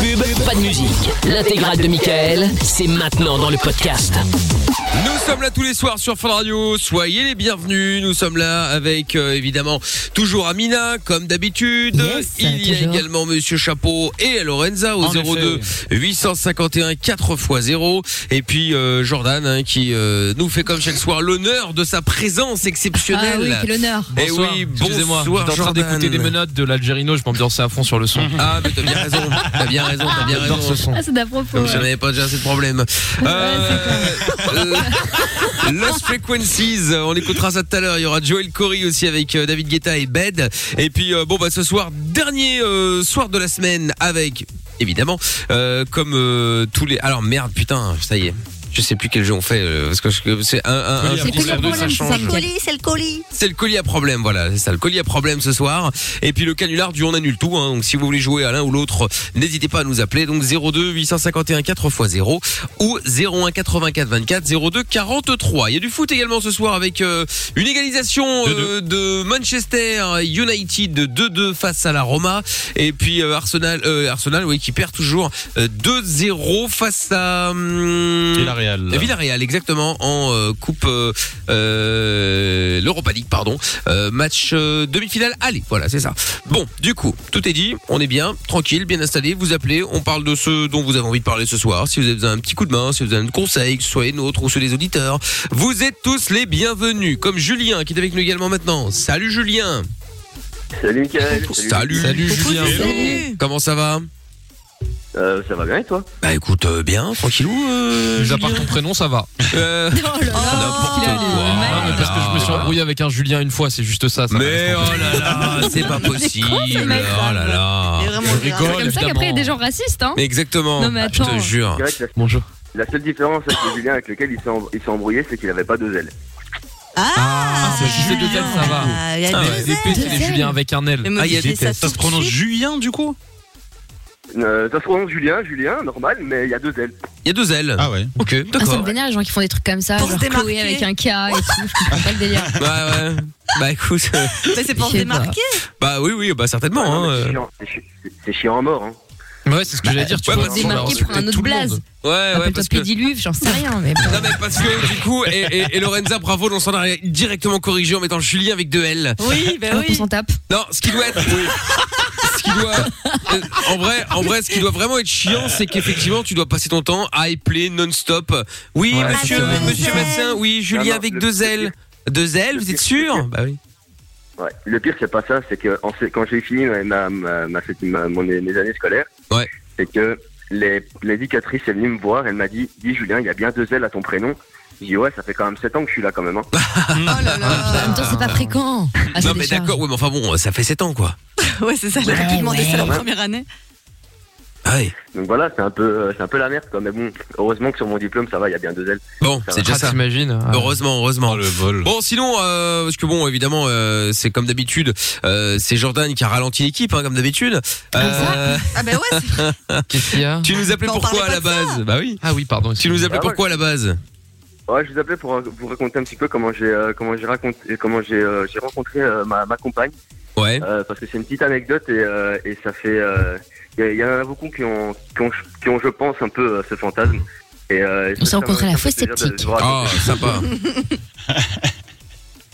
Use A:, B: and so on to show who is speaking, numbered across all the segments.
A: pub, pas de musique. L'intégrale de Michael, c'est maintenant dans le podcast.
B: Nous sommes là tous les soirs sur Fun Radio, soyez les bienvenus. Nous sommes là avec euh, évidemment toujours Amina comme d'habitude.
C: Yes,
B: Il y a
C: toujours.
B: également Monsieur Chapeau et Lorenza au
C: En
B: 02 851 4 x 0 et puis euh, Jordan hein, qui euh, nous fait comme chaque soir l'honneur de sa présence exceptionnelle.
D: Ah oui, quel honneur.
B: Et
D: Bonsoir.
B: oui,
E: Excusez-moi,
B: bonsoir
E: j'étais en train
B: Jordan.
E: d'écouter des menottes de l'Algérino, je m'ambiançais à fond sur le son.
B: Ah, mais t'as bien raison, t'as bien raison, t'as bien raison.
D: Ah, c'est d'à propos.
B: Comme
D: ouais.
B: si on n'avait pas déjà assez de problèmes. Euh, euh, Lost Frequencies, euh, on écoutera ça tout à l'heure. Il y aura Joel Corey aussi avec euh, David Guetta et Bed. Et puis euh, bon bah ce soir dernier euh, soir de la semaine avec évidemment euh, comme euh, tous les. Alors merde putain ça y est. Je sais plus quel jeu on fait euh, parce que je- c'est un,
E: Euh,
B: un, un
F: C'est
B: jour
F: quoi
B: sur
F: le
B: deux,
F: problème
B: ça
F: C'est
B: change.
F: le colis, c'est le colis.
B: C'est le colis à problème, voilà, c'est ça, le colis à problème ce soir. Et puis le canular du on annule tout, hein. donc si vous voulez jouer à l'un ou l'autre, n'hésitez pas à nous appeler, donc 02 851 4x0 ou 01 84 24 02 43. Il y a du foot également ce soir avec euh, une égalisation euh, de Manchester United 2-2 face à la Roma, et puis euh, Arsenal, euh, Arsenal oui, qui perd toujours euh, 2-0 face à... hum,
E: Villarreal.
B: Villarreal, exactement, en euh, coupe euh, euh, l'Europa League, pardon. Euh, match euh, demi-finale, allez, voilà, c'est ça. Bon, du coup, tout est dit, on est bien, tranquille, bien installé, vous appelez, on parle de ce dont vous avez envie de parler ce soir. Si vous avez besoin d'un petit coup de main, si vous avez un conseil, que ce soit les nôtres ou ceux des auditeurs, vous êtes tous les bienvenus, comme Julien qui est avec nous également maintenant. Salut Julien
G: Salut Mickaël.
B: Salut, Julien Comment ça va
G: Euh, ça va bien et toi
B: Bah écoute, euh, bien, tranquillou. Euh,
E: Mis à part ton prénom, ça va.
B: Euh,
H: Oh
B: n'importe quoi.
E: Non, mais parce que je me suis embrouillé avec un Julien une fois, c'est juste ça. ça
B: Mais
E: m'a
B: oh là là, c'est pas possible. Oh là là.
E: Je
C: C'est
E: rigole,
C: comme ça qu'après, il y a des gens racistes, hein
B: Mais exactement.
C: Non, mais
B: Je
C: attends.
B: te jure.
G: C'est vrai que la-
E: Bonjour.
G: la, seule différence avec le Julien avec lequel il s'est em- il s'est embrouillé, c'est qu'il avait pas deux ailes.
E: Ah, c'est juste deux ailes, ça va.
F: Ah, il y a
E: Ah,
F: deux
E: ouais, des
F: ailes.
E: putes, c'est des Julien avec un
F: Mais
E: L.
F: moi,
B: Ah, il y a
F: j'ai
B: des
F: fait ça
B: tests.
F: tout
I: Ça se prononce
F: de suite.
I: Julien du coup
G: Euh, ça se prononce Julien, Julien, normal, mais il y a deux ailes.
B: Il y a deux ailes.
I: ouais.
C: Ah,
B: Ok,
C: ça me
B: d'accord.
C: vénère les gens qui font des trucs comme ça,
F: Pour se
C: genre Chloé
F: démarquer.
C: avec un K et tout, je comprends pas le délire.
B: Ouais, ouais. Bah écoute, euh,
F: Mais c'est pour se
C: Je sais pas.
F: démarquer.
B: bah oui, oui, bah certainement.
G: Ah non,
B: hein,
G: mais c'est
B: euh.
G: chiant, c'est chi- c'est- c'est chiant à mort. Hein.
E: Ouais, c'est ce que j'allais dire. Tu
B: ouais,
E: vois,
B: bah,
E: on
B: c'est
E: va
C: Démarquer pour un
E: respecter
C: autre
E: tout le
C: blaze.
E: monde.
B: Ouais, ouais,
C: Appelle-toi
B: parce que.
C: Pédiluve, j'en sais rien, mais bon.
B: Non mais parce que du coup et, et- et Lorenza bravo on s'en a directement corrigé en mettant Julien avec deux L.
F: Oui, ben
C: On s'en tape.
B: Non ce qui doit être bah ce qui doit euh, en vrai en vrai ce qui doit vraiment être chiant c'est qu'effectivement tu dois passer ton temps à épeler non-stop. Oui
E: Ouais,
B: monsieur
F: c'est ça.
B: monsieur médecin oui Julien
G: Non, non,
B: avec
G: le-
B: deux L deux L vous êtes sûr bah oui.
G: Ouais. Le pire, c'est pas ça, c'est que en fait, quand j'ai fini ma, ma, ma- ma- ma- mon- mes années scolaires,
B: Ouais.
G: c'est que les- l'éducatrice est venue me voir, elle m'a dit Dis Julien, il y a bien deux ailes à ton prénom. J'ai dit Ouais, ça fait quand même 7 ans que je suis là quand même. Hein.
F: Oh là
C: En même
F: là.
C: temps, c'est pas fréquent. Ah, c'est
B: Ah, non mais
C: des charges.
B: d'accord ouais mais enfin bon ça fait 7 ans quoi.
F: Ouais, c'est ça, j'aurais pu demander ça la première année.
B: Ah oui.
G: Donc voilà, c'est un, peu, euh, c'est un peu la merde quoi. Mais bon, heureusement que sur mon diplôme, ça va, il y a bien deux ailes.
B: Bon c'est déjà
E: Ah,
B: ça.
E: T'imagines
F: hein.
G: hein.
E: Ah.
B: Heureusement, heureusement.
I: vol.
B: Bon, sinon, euh, parce que bon, évidemment, euh, c'est comme d'habitude, euh, c'est Jordan qui a ralenti l'équipe, hein, comme d'habitude. Euh,
F: Ah, ben ouais, c'est-
E: Qu'est-ce qu'il y a
B: tu nous appelais
F: Bah, on
B: pourquoi à
F: parlait
B: la
F: pas de
B: base Bah oui.
E: Ah oui, pardon.
B: Tu nous appelais
G: Ah ouais.
B: pourquoi à la base
G: Ouais, je vous appelais pour euh, vous raconter un petit peu comment j'ai euh, comment j'ai raconté comment j'ai euh, j'ai rencontré euh, ma, ma compagne
B: Ouais.
G: euh, parce que c'est une petite anecdote et, euh, et ça fait euh, il y, a- il y en a beaucoup qui ont qui ont, qui ont, je pense un peu euh, ce fantasme et euh,
C: On s'est rencontrés à la fosse sceptique.
B: Ah, sympa.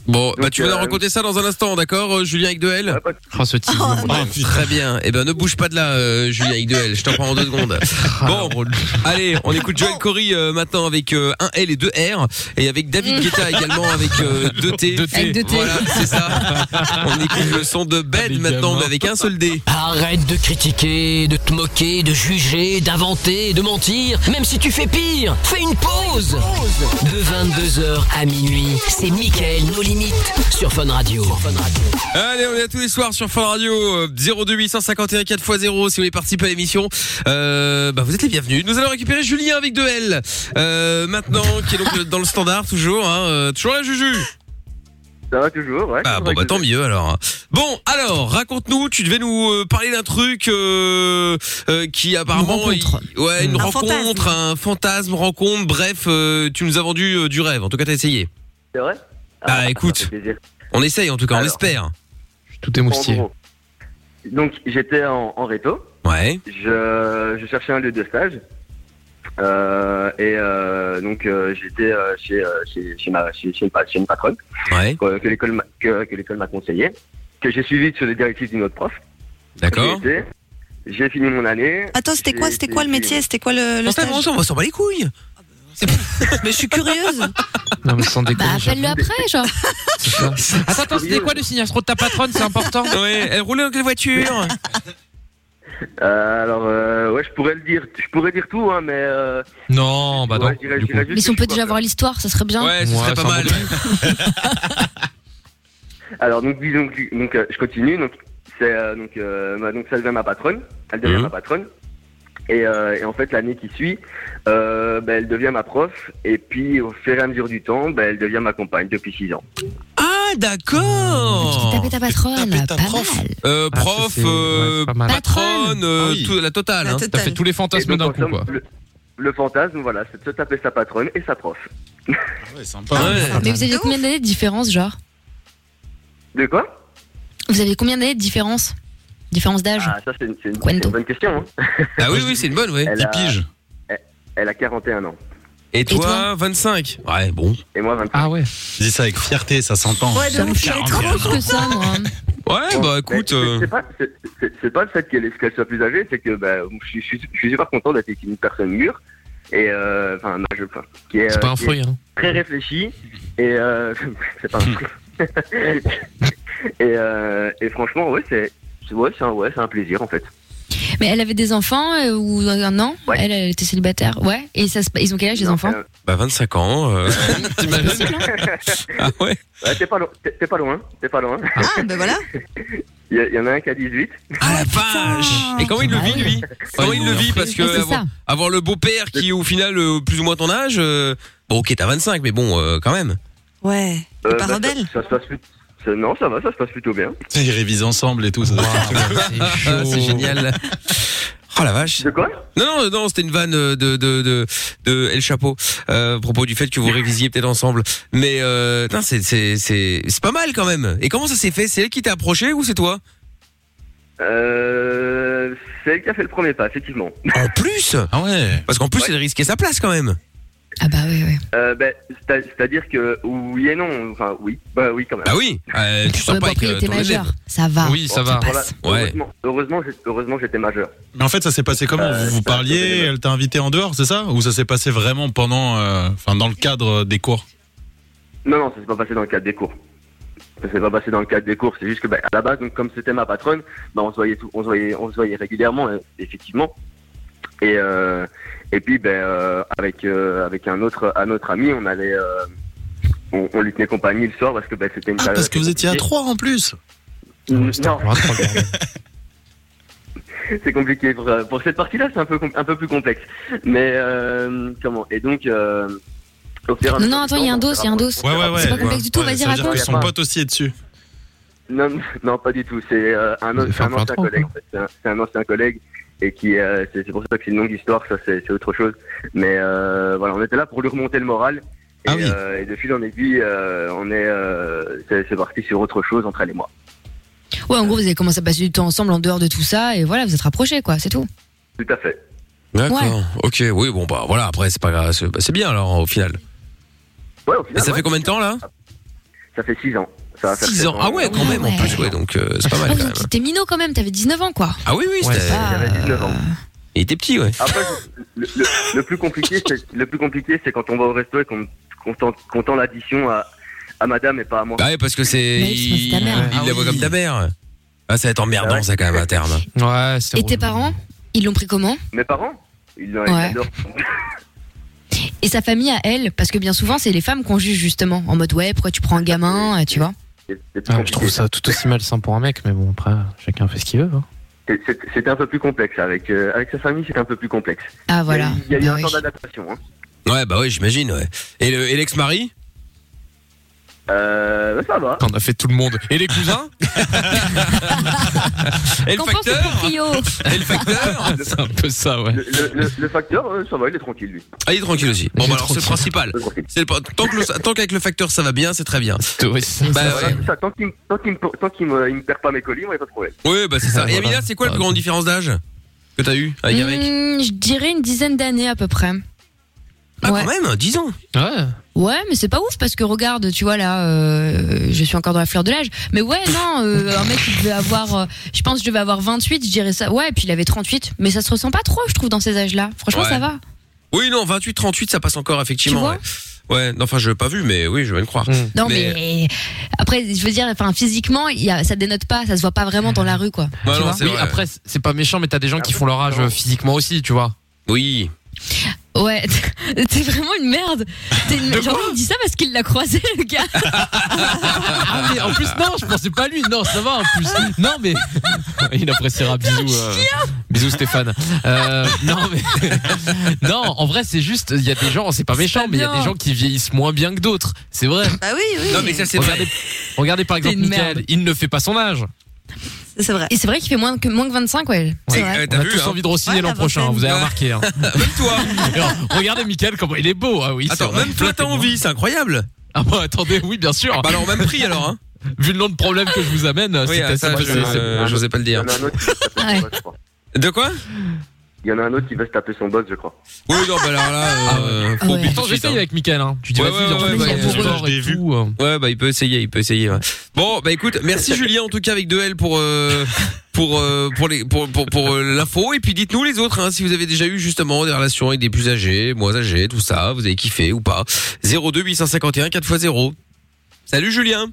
B: Bon, bah
G: Donc,
B: tu vas nous
G: euh, Ah, bah,
B: raconter ça dans un instant, d'accord, euh, Julien avec deux L
E: Oh, ce type.
F: Oh,
I: Ah, putain.
B: Très bien. Eh ben, ne bouge pas de là, euh, Julien avec deux L. Je t'en prends en deux secondes.
E: Ah,
B: Bon, allez, on écoute Joel Corey euh, maintenant avec euh, un L et deux R, et avec David Guetta également avec euh, deux T.
E: Deux T.
C: Avec deux T.
B: Voilà, c'est ça. On écoute le son de
E: Ah,
B: Ben
E: les
B: maintenant,
E: gamins.
B: mais avec un seul D.
A: Arrête de critiquer, de te moquer, de juger, d'inventer, de mentir. Même si tu fais pire, fais une pause. De 22h à minuit, c'est Mickaël, nos limites, sur Fun Radio.
B: Allez, on est là tous les soirs sur Fun Radio euh, 02851 4x0 si vous voulez participer à l'émission. Euh, bah, vous êtes les bienvenus. Nous allons récupérer Julien avec deux L. Euh, maintenant, qui est donc le- dans le standard toujours. Hein, euh, toujours la Juju.
G: ça va toujours ouais
B: Ah bon bah tant mieux alors. Bon alors raconte-nous, tu devais nous euh, parler d'un truc euh, euh, qui apparemment
C: Une rencontre.
B: il- ouais une
F: Un
B: rencontre,
F: fantasme.
B: un fantasme, rencontre, bref, euh, tu nous as vendu euh, du rêve. En tout cas t'as essayé.
G: c'est vrai Ah,
B: Bah,
G: ça
B: écoute.
G: fait plaisir.
B: On essaye en tout cas, on
G: Alors.
B: espère.
E: Tout est
G: En
E: moustillé.
G: gros. donc j'étais en, en réto
B: Ouais.
G: Je, je cherchais un lieu de stage. Euh, et euh, donc euh, j'étais euh, chez, euh, chez, chez, ma, chez, chez une pa- chez une patronne
B: Ouais.
G: que, que l'école m'a- que, que l'école m'a conseillé, que j'ai suivi sur les directives d'une autre prof.
B: D'accord.
G: J'ai été, J'ai fini mon année.
F: Attends, c'était quoi, c'était quoi le métier, c'était quoi le, le
B: On s'en
F: stage
B: on s'en bat les couilles.
F: Mais je suis curieuse.
E: Non, mais sans
C: Bah,
E: déconner.
C: appelle-le après, genre.
E: c'est ça. Attends, attends, c'était quoi le signalement de ta patronne C'est important.
B: Ouais, elle roulait dans quelle voiture
G: Euh, alors euh, ouais, je pourrais le dire, je pourrais dire tout, hein, mais euh,
E: Non, bah non.
G: ouais, je dirais-
E: du
G: je
E: coup.
G: dirais juste
C: Mais si
G: que
C: on
G: je
C: peut déjà
G: suis coiffeur.
C: avoir l'histoire, ça serait bien.
B: Ouais, ce
E: Ouais,
B: serait
E: c'est un
B: pas mal.
E: bon
G: Alors donc disons que- donc euh, je continue donc c'est euh, donc euh, ma- donc ça devient ma patronne, elle devient
B: Mhm.
G: ma patronne. Et, euh, et en fait l'année qui suit, euh, ben, elle devient ma prof et puis au fur et à mesure du temps, ben, elle devient ma compagne depuis 6 ans.
B: Ah,
C: Tu
B: d'accord.
C: tapé ta patronne,
D: tapé ta
C: pas
D: prof.
C: mal.
B: Euh,
E: Ah, ça,
B: prof,
E: c'est- ouais,
B: euh,
E: c'est pas mal.
B: patronne, euh,
D: Ah oui.
B: tout- la totale.
F: La
B: hein.
F: totale.
E: T'as fait tous les
G: Et
E: fantasmes
G: donc,
E: d'un
G: en
E: coup,
G: somme,
E: quoi.
G: le, le fantasme voilà, c'est de se taper sa patronne et sa prof.
D: Ah Ouais, sympa.
B: Ouais.
D: Pas mal.
C: Mais vous aviez combien d'années de différence, genre
G: De quoi
C: Vous aviez combien d'années de différence Différence d'âge
G: Ah ça c'est une, c'est une-
C: Cuento.
G: c'est une bonne question. hein.
B: Ah oui, oui, c'est une bonne, ouais.
G: Elle,
D: Dix
G: a,
D: piges.
G: elle a 41 ans
B: Et toi,
C: toi
B: 25 Ouais, bon.
G: et moi 25.
E: Ah ouais.
D: Je dis ça avec fierté, ça s'entend.
F: Ouais, de ouf,
D: Quarante.
F: elle est trop
C: Plus que ça, moi.
B: Ouais, bah
G: Bon, mais
B: écoute.
G: c'est-
B: euh,
G: c'est pas- c'est- c'est- C'est pas le fait qu'elle qu'elle soit plus âgée, c'est que bah, je, suis- je suis, je suis super content d'être avec une personne mûre. Et euh, enfin, non, je- enfin, qui est,
E: C'est pas
G: euh,
E: un
G: qui est
E: fruit, hein.
G: très réfléchie. Et euh, c'est pas un truc. et, euh, et franchement, ouais, c'est c'est- ouais, c'est un, ouais, c'est un plaisir en fait.
C: Mais elle avait des enfants euh, ou un an
G: Ouais.
C: elle, elle était célibataire. Ouais. Et ça, se- ils ont quel âge les
G: Non,
C: enfants
G: euh,
B: Bah 25 ans. euh,
C: C'est
B: T'imagines
C: possible, hein
B: Ah ouais.
G: ouais, T'es pas, lo- t'es- t'es pas loin, t'es pas loin.
F: Ah, ben voilà.
G: Il y, a- il y en a un qui a 18.
B: Ah la vache Et comment il le
C: Ah
B: vit
C: oui.
B: lui
G: Oh,
B: Comment il le vit Parce que
C: Ouais, c'est
B: avoir,
C: ça.
B: avoir le beau-père qui est au final euh, plus ou moins ton âge. euh, Bon, ok, t'as 25, mais bon, euh, quand même.
F: Ouais. T'es pas
G: bah,
F: rebelle
G: ça, ça se passe plutôt. ça- Non, ça va, ça se passe plutôt bien.
D: Ils révisent ensemble et tout. Ça doit être
E: Ah,
D: cool.
E: bah,
B: Ah,
E: chaud.
B: c'est génial. Oh la vache.
G: De quoi
B: Non, non, non, c'était une vanne euh, de, de, de, de El Chapeau, euh, à propos du fait que vous révisiez peut-être ensemble. Mais, euh, putain, c'est, c'est, c'est, c'est pas mal quand même. Et comment ça s'est fait? C'est elle qui t'a approché ou c'est toi?
G: euh, C'est elle qui a fait le premier pas, effectivement.
B: En plus!
D: Ah ouais.
B: Parce qu'en plus, elle risquait sa place quand même.
C: Ah bah oui, oui.
G: Euh, ben, c'est-à- C'est-à-dire que oui et non, enfin oui, bah oui quand même.
B: Bah oui. Euh, tu sors
C: Ouais,
B: pas
C: bon,
B: avec
C: après, il
B: euh,
C: était
B: ton
C: majeur.
B: élève.
C: Ça va.
E: Oui, ça va.
G: Voilà.
B: Ouais.
G: Heureusement, heureusement, j'ai- heureusement, j'étais majeur.
D: Mais en fait, ça s'est passé comment
G: Euh,
D: Vous vous
G: ça,
D: parliez,
G: c'est-
D: elle t'a invité en dehors, c'est ça Ou ça s'est passé vraiment pendant, euh, enfin, dans le cadre des cours
G: Non, non, ça s'est pas passé dans le cadre des cours. Ça s'est pas passé dans le cadre des cours. C'est juste que ben, à la base, donc comme c'était ma patronne, ben, on se voyait, tout, on se voyait, on se voyait régulièrement, euh, effectivement. Et euh, et puis ben euh, avec euh, avec un autre un autre ami, on allait. euh, on, on lui tenait compagnie le soir parce que ben, c'était une
D: Ah,
J: Euh,
G: période
D: parce que vous étiez à
G: compliquée.
D: trois en plus.
K: Mm,
G: Non,
E: Ah, trop bien.
G: c'est compliqué pour, euh, pour cette partie-là, c'est un peu com- un peu plus complexe. Mais euh, comment Et donc euh, au fur et à
C: Non,
G: mesure
C: non,
G: du
C: attends,
G: temps,
C: il y a un
G: on
C: dos,
G: s'est
C: il y a un dos.
D: Ouais, ouais, ouais.
C: C'est pas complexe du tout,
D: Ouais,
C: vas-y,
D: ça veut dire
C: raconte.
D: que Son pote aussi est dessus.
G: Non, non, pas du tout. C'est euh, un,
E: Vous avez
G: autre,
E: fait
G: un
E: un
G: ancien
E: printemps,
G: collègue. En fait. C'est un, c'est un ancien collègue et qui euh, c'est c'est pour ça que c'est une longue histoire. Ça, c'est c'est autre chose. Mais euh, voilà, on était là pour lui remonter le moral. Et,
D: Ah oui.
G: euh, et de fil en aiguille, euh, on est euh, c'est c'est parti sur autre chose entre elle et moi.
C: Ouais, en gros, vous avez commencé à passer du temps ensemble en dehors de tout ça. Et voilà, vous êtes rapprochés, quoi. C'est tout.
G: Tout à fait.
B: D'accord.
C: Ouais.
B: Ok, oui, bon, bah voilà, après, c'est pas grave. C'est, bah, c'est bien alors, au final.
G: Ouais, au
B: Et
G: final,
B: ça fait
G: ouais,
B: combien de temps là
G: ça fait six ans. Ça va faire
B: 6
G: sept
B: ans. Ah ouais, quand
C: Ouais,
B: même, en
C: ouais.
B: plus, ouais, donc euh, c'est pas
C: Ah,
B: mal quand
C: vous
B: même.
C: étiez minot quand même, t'avais 19 ans, quoi.
B: Ah oui, oui,
E: Ouais,
B: c'était-
C: Ah,
G: J'avais 19 ans.
B: il était petit, ouais.
G: Après, le, le- le plus compliqué, c'est le plus compliqué, c'est quand on va au resto et qu'on qu'on tend, qu'on tend l'addition à, à Madame et pas à moi.
B: Bah ouais, parce que c'est.
C: Mais oui, c'est
B: Il,
C: ta mère.
B: il
E: Ah
B: la
E: oui.
B: voit comme ta mère. Ah, ça va être emmerdant,
G: Ah ouais.
B: ça, quand même, à terme.
E: Ouais, c'est
C: Et tes
E: relou.
C: parents, ils l'ont pris comment
G: Mes parents, ils, ils
C: Ouais.
G: adorent.
C: Et sa famille à elle Parce que bien souvent, c'est les femmes qu'on juge justement. En mode, ouais, pourquoi tu prends un
G: Ah,
C: gamin euh, Tu vois
G: C'est- c'est plus
E: Ah, mais je
G: compliqué.
E: trouve ça tout aussi malsain pour un mec, mais bon, après, chacun fait ce qu'il veut. hein.
G: C'est- c'est- C'était un peu plus complexe avec euh, avec sa famille, c'était un peu plus complexe.
C: Ah, voilà.
G: Il y a eu
C: Bah
G: un
C: oui.
G: temps d'adaptation. Hein.
B: Ouais, bah ouais, j'imagine, ouais. Et le- et l'ex-mari
G: Euh, bah, ça va.
E: On a fait tout le monde. Et les cousins
B: Et le
C: Qu'en pense le
B: facteur
C: proprio
B: Et le facteur
E: C'est un peu ça, ouais.
G: Le, le, le- le facteur, euh, ça va, il est tranquille lui.
B: Ah, il est tranquille aussi.
E: Il
B: Bon,
E: est
B: bah alors, c'est le
E: tranquille.
B: principal.
G: Il est tranquille.
B: C'est le prin- tant que le- tant qu'avec le facteur ça va bien, c'est très bien.
E: Ouais, c'est-
B: Bah
G: Voilà, c'est ça. Tant qu'il me- tant qu'il me, tant qu'il me, il me perd pas mes colis, moi, il n'y a pas de problème.
B: Oui, bah c'est ça. Et
E: Voilà.
B: Amina, c'est quoi la plus grande différence d'âge que t'as eu à Yarek
C: Hmm, Je dirais une dizaine d'années à peu près.
B: Ah,
C: ouais.
B: quand même, 10 ans.
E: Ouais.
C: Ouais, mais c'est pas ouf parce que regarde, tu vois là, euh, je suis encore dans la fleur de l'âge. Mais ouais, non, euh, un mec qui devait avoir, euh, je pense que je devais avoir 28, je dirais ça. Ouais, et puis il avait 38, mais ça se ressent pas trop, je trouve, dans ces âges-là. Franchement,
B: Ouais.
C: ça va.
B: Oui, non, 28, 38, ça passe encore, effectivement.
C: vois
B: ouais. Ouais, non, enfin, je l'ai pas vu, mais oui, je vais le croire.
E: Hmm.
C: Non, mais, après, je veux dire, enfin, physiquement, il y a, ça dénote pas, ça se voit pas vraiment dans la rue, quoi.
B: Ouais,
C: tu
B: bah, non,
C: vois
B: c'est
E: Oui,
B: vrai.
E: après, c'est- c'est pas méchant, mais t'as des gens qui font leur âge euh, physiquement aussi, tu vois.
B: Oui.
C: Ouais, t'es vraiment une merde. T'es une- Genre, il dit ça parce qu'il l'a croisé, le gars.
E: Ah, mais en plus, non, je pensais pas à lui. Non, ça va en plus. Non, mais. Il appréciera. Bisous. euh, Bisous, Stéphane. Euh, non, mais. Non, en vrai, c'est juste. Il y a des gens, c'est pas
C: C'est
E: méchant,
C: pas
E: mais il y a
C: bien.
E: des gens qui vieillissent moins bien que d'autres. C'est vrai.
F: Bah oui, oui.
B: Non, mais ça, c'est vrai.
E: Regardez, regardez par exemple
C: T'es une
E: Michael,
C: merde.
E: il ne fait pas son âge.
F: C'est vrai.
C: Et c'est vrai qu'il fait moins que, moins que 25, ouais. C'est
B: Eh,
C: vrai.
B: eh,
E: On
B: T'as
E: a
B: vu,
E: tous
B: hein
E: envie de re-signer
F: Ouais, la
E: l'an prochain,
F: vingtaine.
E: vous avez
B: Ouais.
E: remarqué. hein.
B: Même toi.
E: Alors, regardez Michael, comment il est beau. Ah oui, c'est
B: Attends,
E: vrai.
B: même toi, t'as envie, c'est incroyable.
E: Ah bah attendez, oui, bien sûr.
B: Bah, alors, même prix, alors, hein.
E: Vu le nom de problème que je vous amène,
B: Oui,
E: c'est assez
B: ça, je
E: facile.
B: euh, j'osais pas le
G: Il y
B: dire.
G: en a un autre qui veut se taper son boss, je crois.
B: De quoi
G: Il y en a un autre qui veut se taper son boss, je crois.
B: Oui, non, bah, alors là, euh,
C: Ah
B: faut
C: ouais.
B: oublier tout
E: Pourtant,
B: de suite,
E: j'essaye
B: hein.
E: avec Michael. Hein. Tu dis,
B: Ouais,
E: vas-y,
B: ouais,
E: viens,
B: ouais,
E: on fait
C: ouais,
E: du
C: ouais,
E: sport
D: je l'ai
E: et
D: vu.
E: tout, euh.
B: Ouais, bah il peut essayer, il peut essayer. ouais. Bon, bah écoute, merci Julien en tout cas avec 2L pour euh, pour euh, pour les pour pour, pour, euh, l'info et puis dites-nous les autres hein, si vous avez déjà eu justement des relations avec des plus âgés, moins âgés, tout ça, vous avez kiffé ou pas. 02 851 4x0. Salut Julien.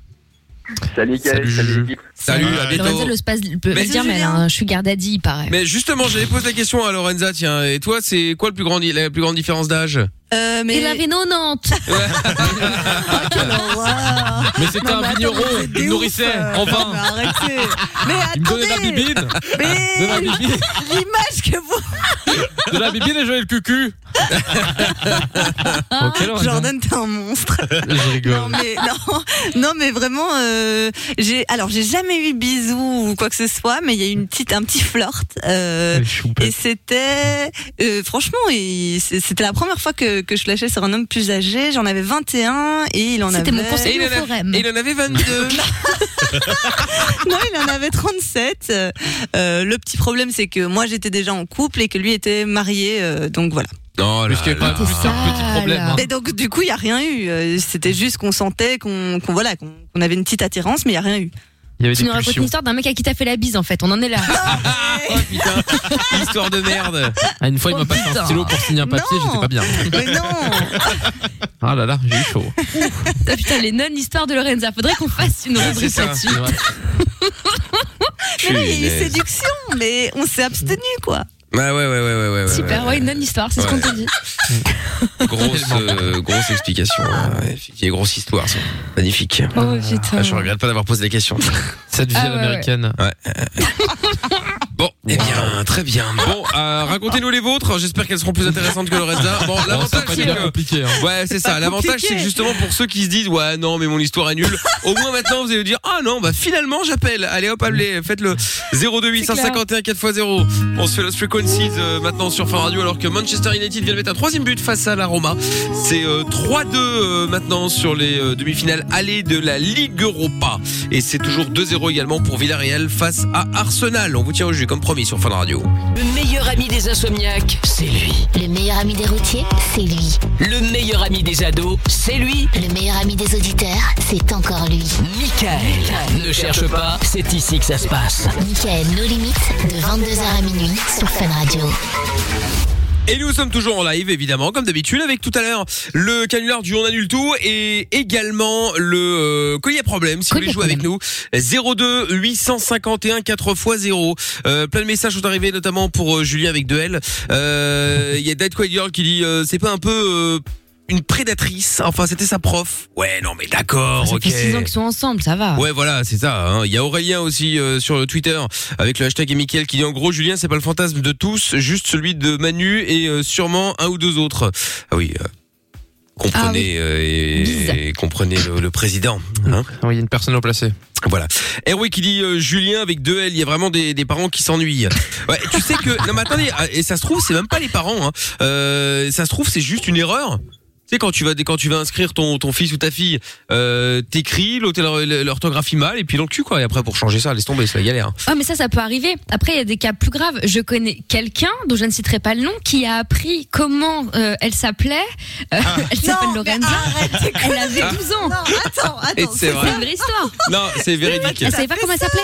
G: Salut, Mickaël,
E: Salut,
G: salut,
E: Juju.
G: l'équipe.
B: Salut,
D: Salut.
B: à
F: Ah,
C: Lorenzo
B: bientôt.
C: le hein. space, peut
B: Mais-
C: se dire, mais elle a un sugar daddy, il paraît.
B: Mais justement, j'avais posé la question à Lorenza, tiens, et toi, c'est quoi le plus grand, la plus grande différence d'âge
F: Euh, mais... Ah,
C: Il avait 90.
F: Alors, waouh.
E: Mais c'était
F: Non, mais
E: un
F: attends,
E: vigneron,
F: vous êtes des
E: il nourrissait,
F: ouf, euh, non, mais
E: enfin.
F: arrêtez. Mais
E: Il me donnait de la
F: attendez.
E: bibine, de la
F: Mais
E: bibine,
F: l'image que vous,
E: de la bibine et je le cucu. Ok, alors,
F: Jordan, t'es un monstre.
E: Je
F: Non
E: rigole.
F: mais non, non mais vraiment, euh, j'ai alors j'ai jamais eu bisous ou quoi que ce soit, mais il y a eu une petite un petit flirt. euh,
E: Elle est choupette.
F: et c'était euh, franchement, il- c'est- c'était la première fois que, que je lâchais sur un homme plus âgé. J'en avais 21 et il en avait.
C: C'était mon
B: Et
C: conseil
B: il en
C: au
B: avait-
C: forum.
B: Et il en avait 22.
F: Non, il en avait 37. Euh, euh, le petit problème, c'est que moi, j'étais déjà en couple et que lui était marié. euh, donc voilà.
E: Oh
B: Non,
E: Parce qu'il y a pas
B: là,
E: plus de
B: là.
C: Ah
F: Ah
E: petit problème. hein.
F: Et donc, du coup, il n'y a rien eu. Euh, C'était juste qu'on sentait qu'on qu'on- voilà, qu'on qu'on avait une petite attirance, mais il n'y a rien eu.
E: Il y avait
C: Tu
E: des
C: nous racontes une
E: pulsions.
C: histoire d'un mec à qui t'as fait la bise en fait, on en est là.
B: Oh putain, histoire de merde.
E: Ah, une fois, il m'a passé un stylo pour signer un papier,
F: Non.
E: j'étais pas bien.
F: Mais non
E: Ah là là, j'ai eu chaud.
C: Ah, putain, les non-histoires de Lorenza, faudrait qu'on fasse une
B: Ouais,
C: rubrique
B: c'est ça.
C: là-dessus.
E: C'est vrai.
F: Mais non, il y a eu
B: Punaise.
F: séduction, mais on s'est abstenu, quoi.
B: Ouais, ouais,
E: Ah
B: ouais, ouais, ouais, ouais, ouais.
C: Super, ouais, une non-histoire, c'est ce qu'on
B: Ouais.
C: te dit.
B: Grosse, euh, grosse explication. hein. ouais, effectivement, grosse histoire, ça. Magnifique.
C: Oh
B: Ah,
C: putain.
B: je regrette pas d'avoir posé la question.
E: Cette vie à
C: Ah ouais, ouais.
E: l'américaine.
B: Bon, eh bien, très bien. Bon, euh, racontez-nous les vôtres. J'espère qu'elles seront plus intéressantes que le reste. Bon,
E: Bon,
B: l'avantage
E: C'est Oh, pas
B: c'est
E: déjà
B: que.
E: compliqué. hein.
B: Ouais, c'est ça. L'avantage c'est que justement pour ceux qui se disent ouais non mais mon histoire est nulle. Au moins maintenant vous allez dire ah non bah finalement j'appelle. Allez hop allez faites le 02851 4x0. On se fait Lost Frequencies euh, maintenant sur Fin Radio alors que Manchester United vient de mettre un troisième but face à la Roma. C'est euh, 3-2 euh, maintenant sur les euh, demi-finales aller de la Ligue Europa et c'est toujours 2-0 également pour Villarreal face à Arsenal. On vous tient au jus comme promis sur Fin Radio.
A: Le meilleur ami des insomniaques, c'est lui.
I: Le meilleur ami des routiers, c'est lui.
A: Le meilleur ami des ados, c'est lui.
I: Le meilleur ami des auditeurs, c'est encore lui.
A: Michael. Ne cherche pas, c'est ici que ça se passe.
I: Michael, nos limites, de 22h à minuit sur Fun Radio.
B: Et nous sommes toujours en live, évidemment, comme d'habitude, avec tout à l'heure le canular du On Annule Tout et également le euh, collier à problème, si vous voulez
C: Collier à
B: jouer avec nous. 02 851 4x0. Euh, plein de messages sont arrivés, notamment pour euh, Julien avec deux L. Euh, Il y a Dead Quiet Girl qui dit, euh, c'est pas un peu... euh, une prédatrice, enfin c'était sa prof. Ouais, non mais d'accord,
C: Ah, Ça
B: Oh, ok.
C: fait 6 ans qu'ils sont ensemble, ça va.
B: Ouais, voilà, c'est ça. hein. Il y a Aurélien aussi euh, sur le Twitter avec le hashtag et Mickaël qui dit en gros Julien, c'est pas le fantasme de tous, juste celui de Manu et euh, sûrement un ou deux autres. Ah oui. euh, comprenez
C: Ah oui.
B: euh, et,
C: Bise.
B: et comprenez le, le président. hein.
E: Ah oui, Il y a une personne au placé.
B: Voilà. Erwin qui dit euh, Julien avec deux L, il y a vraiment des, des parents qui s'ennuient. Ouais, tu sais que non mais attendez, ah, et ça se trouve c'est même pas les parents. hein. Euh, ça se trouve c'est juste une erreur. sais quand tu vas quand tu vas inscrire ton ton fils ou ta fille, euh, t'écris l'autre- l'or- l'orthographie mal et puis dans le cul quoi. Et après pour changer ça, laisse tomber, c'est la galère. hein.
C: Ouais, Ah, mais ça, ça peut arriver. Après, il y a des cas plus graves. Je connais quelqu'un, dont je ne citerai pas le nom, qui a appris comment euh, elle s'appelait. Euh,
B: Ah.
C: Elle s'appelle
F: Non, mais
C: Lorenza.
F: arrête, c'est quoi
C: Elle avait 12 ans.
F: Non, attends,
B: Et
F: attends.
B: c'est vrai.
C: C'est une vraie histoire.
B: Non, c'est véridique.
C: Elle savait pas comment elle s'appelait.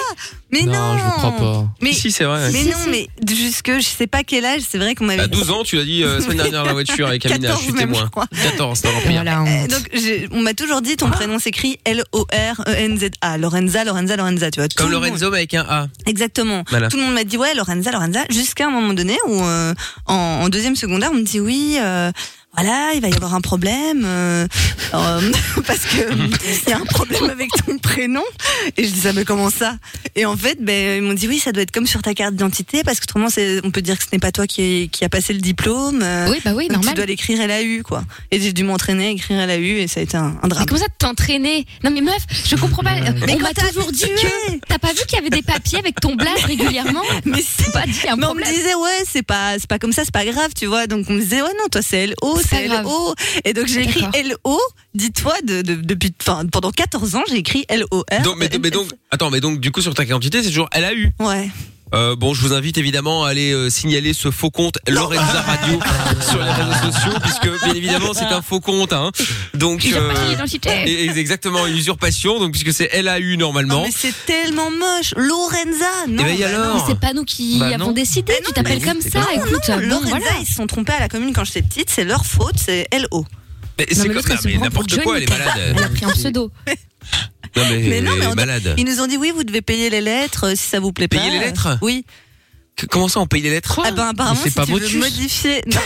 F: Mais non,
E: Non, je vous crois pas.
F: Mais,
B: Si c'est vrai. ouais.
F: mais
C: Si,
F: non,
C: si.
F: mais jusque, je sais pas quel âge, c'est vrai qu'on m'avait
B: À 12 ans, tu l'as dit euh, semaine dernière dans la voiture avec Amina, je
F: 14
B: suis
F: même, je
B: témoin.
F: crois.
B: 14, non, non, pire.
C: Voilà,
F: Euh, Donc, j'ai- on m'a toujours dit ton prénom s'écrit E L-O-R-E-N-Z-A. Lorenza, Lorenza, Lorenza, tu vois. tout
B: Comme
F: le monde-
B: Lorenzo mais avec un A.
F: Exactement.
B: Voilà.
F: Tout le monde m'a dit ouais Lorenza Lorenza jusqu'à un moment donné où euh, en, en deuxième secondaire on me dit oui euh, voilà il va y avoir un problème euh, euh, parce que il y a un problème avec ton prénom et je dis ça mais comment ça et en fait ben ils m'ont dit oui ça doit être comme sur ta carte d'identité parce que autrement c'est- on peut dire que ce n'est pas toi qui, qui a passé le diplôme euh,
C: Oui, bah oui,
F: donc tu
C: normal.
F: dois l'écrire à la U quoi et j'ai dû m'entraîner à écrire à la U et ça a été un, un
C: Mais
F: drame
C: comment ça de t'entraîner Non mais meuf, je comprends pas.
F: Mais
C: On
F: quand
C: m'a
F: t'as
C: toujours dit
F: habitué.
C: que t'as pas vu qu'il y avait des papiers avec ton blaze régulièrement
F: mais si
C: Pas dit un
F: Mais on me
C: problème.
F: disait ouais c'est pas c'est pas comme ça c'est pas grave tu vois donc on me disait ouais non toi c'est LO
C: C'est
F: c'est
C: pas grave.
F: LO et donc j'ai écrit
C: D'accord.
F: LO dis-toi de, de- depuis enfin pendant 14 ans j'ai écrit LOR
B: Donc, mais, mais donc, attends, mais donc, du coup, sur ta identité, c'est toujours elle a eu.
F: ouais
B: Euh, bon, je vous invite évidemment à aller euh, signaler ce faux compte Lorenza Radio
F: Ah,
B: sur les réseaux sociaux, puisque bien évidemment, c'est un faux compte. Hein. Donc,
C: Ils ont pas
B: euh,
C: son identité.
B: et- et- exactement une usurpation. Donc, puisque c'est elle a eu
F: non
B: normalement.
F: mais c'est tellement moche Lorenza non
B: Eh ben, et
F: bah
B: alors
C: Mais C'est pas nous qui
E: Bah non.
C: avons décidé. Tu t'appelles
B: mais
C: comme
B: oui,
C: ça.
B: c'est
C: Écoute, euh,
F: non,
C: bon,
F: Lorenza
C: voilà.
F: ils se sont trompés à la commune quand j'étais petite c'est leur faute c'est LO
B: Mais
C: mais
B: c'est comme
C: l'autre,
B: non,
C: elle se
B: mais
C: prend pour
B: n'importe
C: Johnny,
B: quoi, elle est
C: quoi.
B: malade.
C: Elle a pris un pseudo.
B: Non, mais,
F: Mais non, mais
B: elle est
F: on-
B: malade.
F: ils nous ont dit oui vous devez payer les lettres euh, si ça vous plaît pas
B: Payer les lettres
F: oui
B: Que- Comment ça, on paye les lettres
F: ah ben apparemment
E: c'est
F: si
E: pas
F: tu veux
E: motus.
F: modifier non,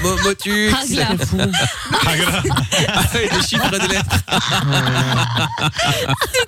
B: Mo- mo- Motus.
C: Ah, grave.
B: Ah, et des chiffres et des lettres.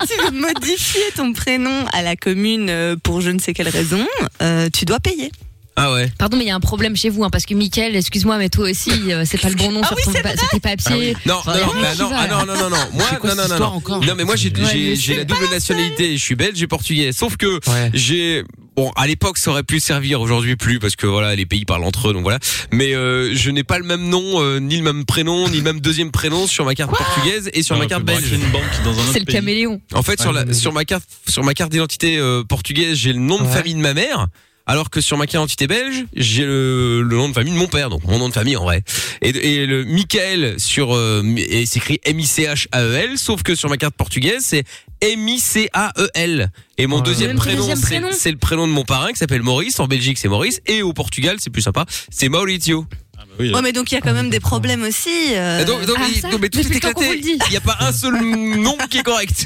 F: si tu veux modifier ton prénom à la commune euh, pour je ne sais quelle raison euh, tu dois payer
B: Ah ouais.
C: Pardon, mais il y a un problème chez vous, hein, parce que Mickaël, excuse-moi, mais toi aussi, euh, c'est pas le bon
L: Ah
C: nom sur, ton pa- sur tes papiers.
B: Non, non,
E: Ah
B: non,
C: oui,
B: bah
C: tu
B: non,
C: vas.
B: ah non, non, non, non. Moi,
E: C'est quoi cette
B: non, non, non,
E: histoire
B: non.
E: encore
B: Non, mais moi, j'ai,
E: Ouais,
B: j'ai,
E: mais
B: j'ai la double nationalité. Je suis belge et portugais. Sauf que
E: Ouais.
B: j'ai, bon, à l'époque, ça aurait pu servir. Aujourd'hui, plus parce que voilà, les pays parlent entre eux, donc voilà. Mais euh, je n'ai pas le même nom, euh, ni le même prénom, ni le même deuxième prénom sur ma carte portugaise et sur ma carte belge.
D: une banque dans un autre
C: C'est le
D: pays.
C: caméléon.
B: En fait, sur
E: Ouais,
B: la,
E: mais-
B: sur ma carte, sur ma carte d'identité euh, portugaise, j'ai le nom de
E: Ouais.
B: famille de ma mère. Alors que sur ma carte d'identité belge, j'ai le, le nom de famille de mon père, donc mon nom de famille en vrai. Et, et le Michael sur euh, mi- et c'est écrit M I C H A E L, sauf que sur ma carte portugaise c'est M I C A E L. Et mon
E: Ouais.
B: deuxième
C: Même ton
B: prénom,
C: deuxième
B: c'est-
C: prénom.
B: c'est le prénom de mon parrain qui s'appelle Maurice. En Belgique, c'est Maurice, et au Portugal, c'est plus sympa, c'est Maurizio.
D: Ah bah oui,
F: Ouais, mais donc il y a quand
E: Ah,
F: même des
E: d'accord.
F: problèmes aussi. euh,
B: Et donc, donc,
C: ah,
B: il-
C: ça,
B: donc, mais tout
C: depuis
B: est
C: le temps qu'on vous
B: éclaté.
C: le dit.
B: Il n'y a pas un seul nom qui est correct.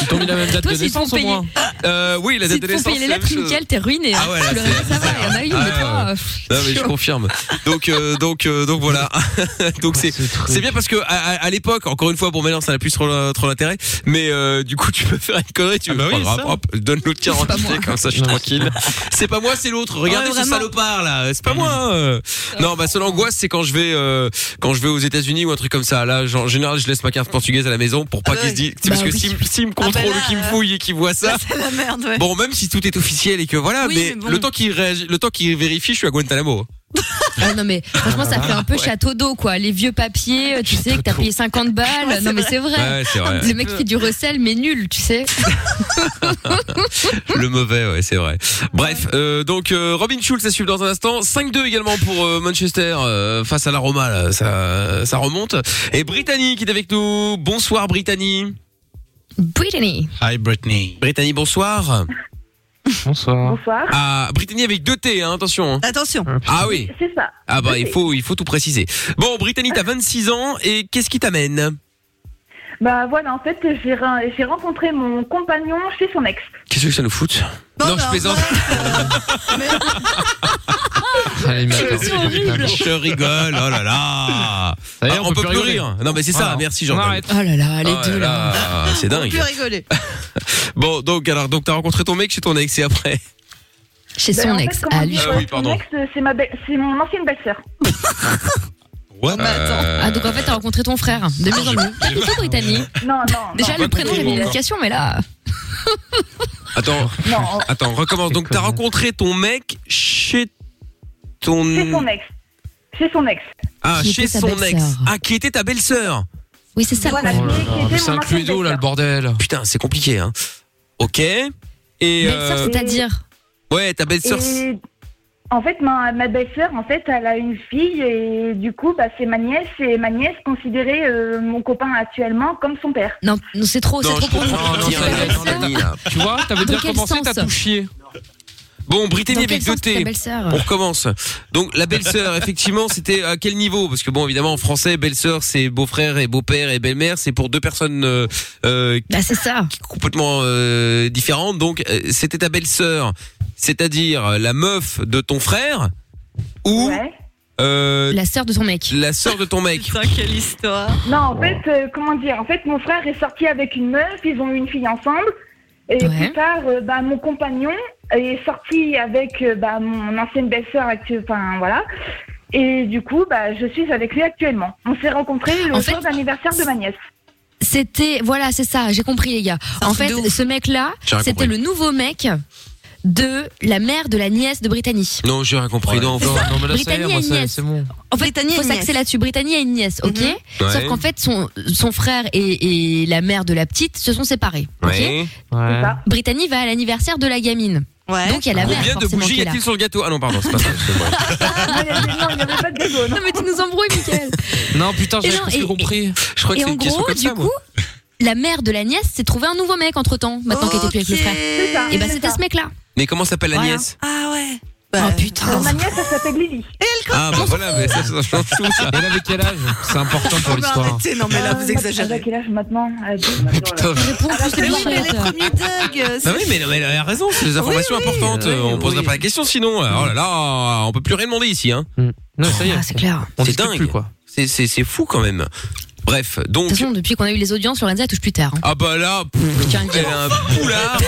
E: Ils t'ont mis la même date
C: Toi,
E: de
C: s'ils te font
E: naissance au
C: payer.
E: moins.
B: Euh, oui, la
C: Si
B: date
C: tu
B: de
C: font
B: naissance.
C: payer les
B: c'est la
C: lettres,
B: même chose.
C: Mickaël, t'es ruiné. hein.
B: Ah ouais, là,
C: Le
B: c'est-
C: reste, ça va, il y en a une,
B: Ah
C: mais toi. euh,
B: Non mais je confirme. Donc euh, donc euh, donc voilà. donc c'est
D: Oh,
B: c'est bien parce que à, à- à l'époque encore une fois bon maintenant ça n'a plus trop la- trop l'intérêt mais euh, du coup tu peux faire une connerie tu
D: Ah
B: veux
D: bah
B: pas
D: oui,
B: grave,
D: ça.
B: hop, donne l'autre carte
C: C'est pas
B: d'identité, comme ça je suis
E: Non.
B: tranquille. C'est pas moi c'est l'autre. Regardez
F: Ouais,
B: ce
F: vraiment.
B: salopard là, c'est pas moi. hein. Non bah seule angoisse c'est quand je vais euh, quand je vais aux États-Unis ou un truc comme ça là genre, en général je laisse ma carte portugaise à la maison pour pas
F: Ah bah
B: qu'ils se
F: oui.
B: disent c'est
C: Bah
B: parce que
C: oui.
B: s'ils s'ils me
F: Ah bah
B: contrôlent
F: là,
B: ou qu'ils me
F: euh,
B: fouillent et qu'ils voient ça
F: là, c'est la merde, ouais.
B: Bon, même si tout est officiel et que voilà,
F: Oui, mais
B: mais,
F: bon.
B: le temps qu'il réagit, le temps qu'il vérifie, je suis à Guantanamo.
C: Ah non, mais franchement, ça fait un
B: Ah
C: peu château d'eau, quoi. Les vieux papiers, euh, tu sais, que t'as payé 50
F: Ouais,
C: balles. Non, mais
F: c'est
C: c'est vrai.
B: c'est
C: Le mec qui fait du recel, mais nul, tu sais.
B: le mauvais, ouais, c'est vrai. Bref, euh, donc euh, Robin Schulz, ça suit dans un instant. 5-2 également pour euh, Manchester euh, face à la Roma, là, ça, ça remonte. Et Brittany qui est avec nous. Bonsoir Brittany.
C: Brittany.
D: Hi Britney.
B: Brittany, bonsoir.
E: Bonsoir.
L: Bonsoir.
B: Ah, Brittany avec deux T, hein, attention. hein.
F: Attention.
B: Ah oui.
L: C'est ça.
B: Ah bah
L: Deux
B: il
L: T.
B: faut, il faut tout préciser. Bon, Brittany, t'as 26 ans et qu'est-ce qui t'amène
L: Bah voilà, en fait, j'ai re- j'ai rencontré mon compagnon chez son ex.
B: Qu'est-ce que ça nous fout
F: Bon,
B: Non, je
C: ben,
F: bah,
B: plaisante.
E: Allez, mec, attends.
B: Je rigole, oh là là
E: Ça y est,
B: Ah, on, peut, plus
E: rigoler.
B: rire. Non mais c'est ça,
E: Voilà.
B: merci
E: On
B: Jordan.
E: arrête.
C: Oh là là, les
B: Oh
C: deux, là.
B: là là, C'est
F: on
B: dingue.
F: peut rigoler.
B: Bon donc alors donc t'as rencontré ton mec chez ton ex et après.
C: Chez
L: Bah,
C: son
L: en fait,
C: ex,
L: comment
C: à lui.
L: dire,
B: Ah oui,
L: son
B: pardon.
L: ex, euh, c'est ma belle- c'est mon ancienne belle-sœur.
D: Ouais.
F: Mais attends.
C: Ah, donc en fait, t'as rencontré ton frère. De mieux en
B: Ah,
C: mieux. T'as plutôt Brittany.
L: Non, non.
C: Déjà,
L: non,
C: le prénom, j'avais
D: bon,
C: l'explication, mais là.
B: Euh, Attends,
L: non,
B: attends, recommence. Donc t'as rencontré ton mec chez ton Hmm.
L: chez son ex. Chez son ex.
B: Ah,
C: Qui était
B: chez
C: sa
B: son
C: belle-sœur.
B: ex. Ah, qui était ta belle-sœur
C: Oui, c'est ça.
L: Voilà,
B: Ah,
E: Oh là
L: mais qui
E: là,
L: était
E: mais c'est
L: mon
E: un
L: ancienne
E: cluedo là, le
L: belle-sœur.
E: bordel.
B: Putain, c'est compliqué, hein. Ok. Et.
C: Belle-sœur,
B: euh,
C: c'est-à-dire
B: ouais, ta belle-sœur. c'est-
L: Et en fait, ma, ma belle-sœur, en fait, elle a une fille et du coup, bah, c'est ma nièce et ma nièce considérait euh, mon copain actuellement comme son père.
C: Non, non, c'est trop, Oh, c'est
B: Non,
C: trop
B: je
C: pour nous.
B: comprends.
E: nous.
B: tiens,
E: C'est
B: attends,
C: belle-sœur.
B: Dani, là.
E: Tu vois, t'avais
C: Dans
E: bien
C: quel
E: commencé,
C: sens
E: t'as tout chié.
B: Bon, Brittany
C: Dans
B: avec
C: quel
B: deux
C: sens
B: T.
C: ta belle-sœur
B: On recommence. Donc la belle-sœur, effectivement, c'était à quel niveau Parce que bon, évidemment, en français, belle-sœur, c'est beau-frère et beau-père et belle-mère. C'est pour deux personnes euh, euh,
C: Bah, c'est ça.
B: complètement euh, différentes. Donc euh, c'était ta belle-sœur, c'est-à-dire euh, la meuf de ton frère ou
L: Ouais.
B: euh,
C: La sœur de son mec.
B: la sœur de ton mec.
F: Putain, quelle histoire.
L: Non, en fait, euh, comment dire En fait, mon frère est sorti avec une meuf, ils ont eu une fille ensemble. Et
C: Ouais.
L: plus tard, euh, bah, mon compagnon est sorti avec euh, bah, mon ancienne belle-sœur actuelle. Enfin, voilà. Et du coup, bah, je suis avec lui actuellement. On s'est rencontrés le
C: En fait,
L: jour d'anniversaire de ma nièce.
C: C'était, voilà, c'est ça, j'ai compris, les gars.
F: C'est un
C: En
F: truc
C: fait,
F: de ouf.
C: ce mec-là,
B: J'ai rien
C: c'était
B: compris.
C: le nouveau mec de la mère de la nièce de Brittany.
B: Non, j'ai rien compris. Non,
E: non, non, mais là, ça y
C: Brittany
E: est,
C: a
E: moi,
C: une
E: c'est
C: nièce.
E: c'est bon.
C: En fait,
F: Brittany a
C: faut
F: une
C: s'axer
F: nièce.
C: là-dessus. Brittany a une nièce, ok
F: Mhm.
B: Ouais.
C: Sauf qu'en fait, son, son frère et, et la mère de la petite se sont séparés. ok
B: Ouais.
L: C'est
E: Ouais.
L: ça.
C: Brittany va à l'anniversaire de la gamine.
F: Ouais.
C: Donc, il y a la mère
B: Combien de
C: forcément
B: bougies
C: qui
B: y
C: est là.
B: a-t-il sur le gâteau Ah non, pardon, c'est pas ça. c'est moi.
L: Non, il y avait- non, il n'y avait pas de dégo, non.
C: Non, mais tu nous embrouilles, Michael.
E: Non, putain,
C: Et
E: j'avais
C: non,
E: presque
C: et-
E: compris.
B: Je crois que
C: Et
B: c'est
C: en
B: une question
C: gros,
B: comme
C: du
B: ça.
C: coup,
B: moi.
C: la mère de la nièce s'est trouvée un nouveau mec entre temps, maintenant qu'elle était plus avec le
F: Ok.
C: frère.
L: ça.
C: Et bah,
L: C'est
C: c'était
L: ça.
C: ce mec-là.
B: Mais comment s'appelle la
C: Voilà.
B: nièce
F: Ah ouais.
C: Oh
F: Bah,
C: putain.
L: Ma nièce, elle s'appelle Lily.
B: Ah bah voilà, mais ça, ça change tout ça.
E: Elle avait quel âge C'est important
F: Oh,
B: Ah,
E: pour
F: bah,
E: l'histoire.
F: arrêtez, non, mais
L: Ah,
F: là, vous
L: Elle a
F: exagérez.
L: quel âge maintenant euh, Elle a 12 maintenant, là.
E: Putain,
C: Réponds plus
F: Mais
C: que
F: oui, mais les
C: moi.
F: premiers Doug,
B: Bah
F: c'est
B: oui, mais, mais elle a raison, c'est des informations importantes.
E: oui,
B: on poserait
E: oui. Mm.
B: pas la question sinon. Oh là là, on peut plus rien demander ici. Hein.
E: Non, ça y est,
C: Ah, c'est clair.
E: on
B: c'est
E: discute
B: dingue.
E: plus, quoi.
B: C'est, c'est, c'est fou quand même. Bref,
C: De
B: donc.
C: toute façon, depuis qu'on a eu les audiences, Lorenza elle touche plus tard. hein.
B: Ah bah là, pff, elle a un boulard.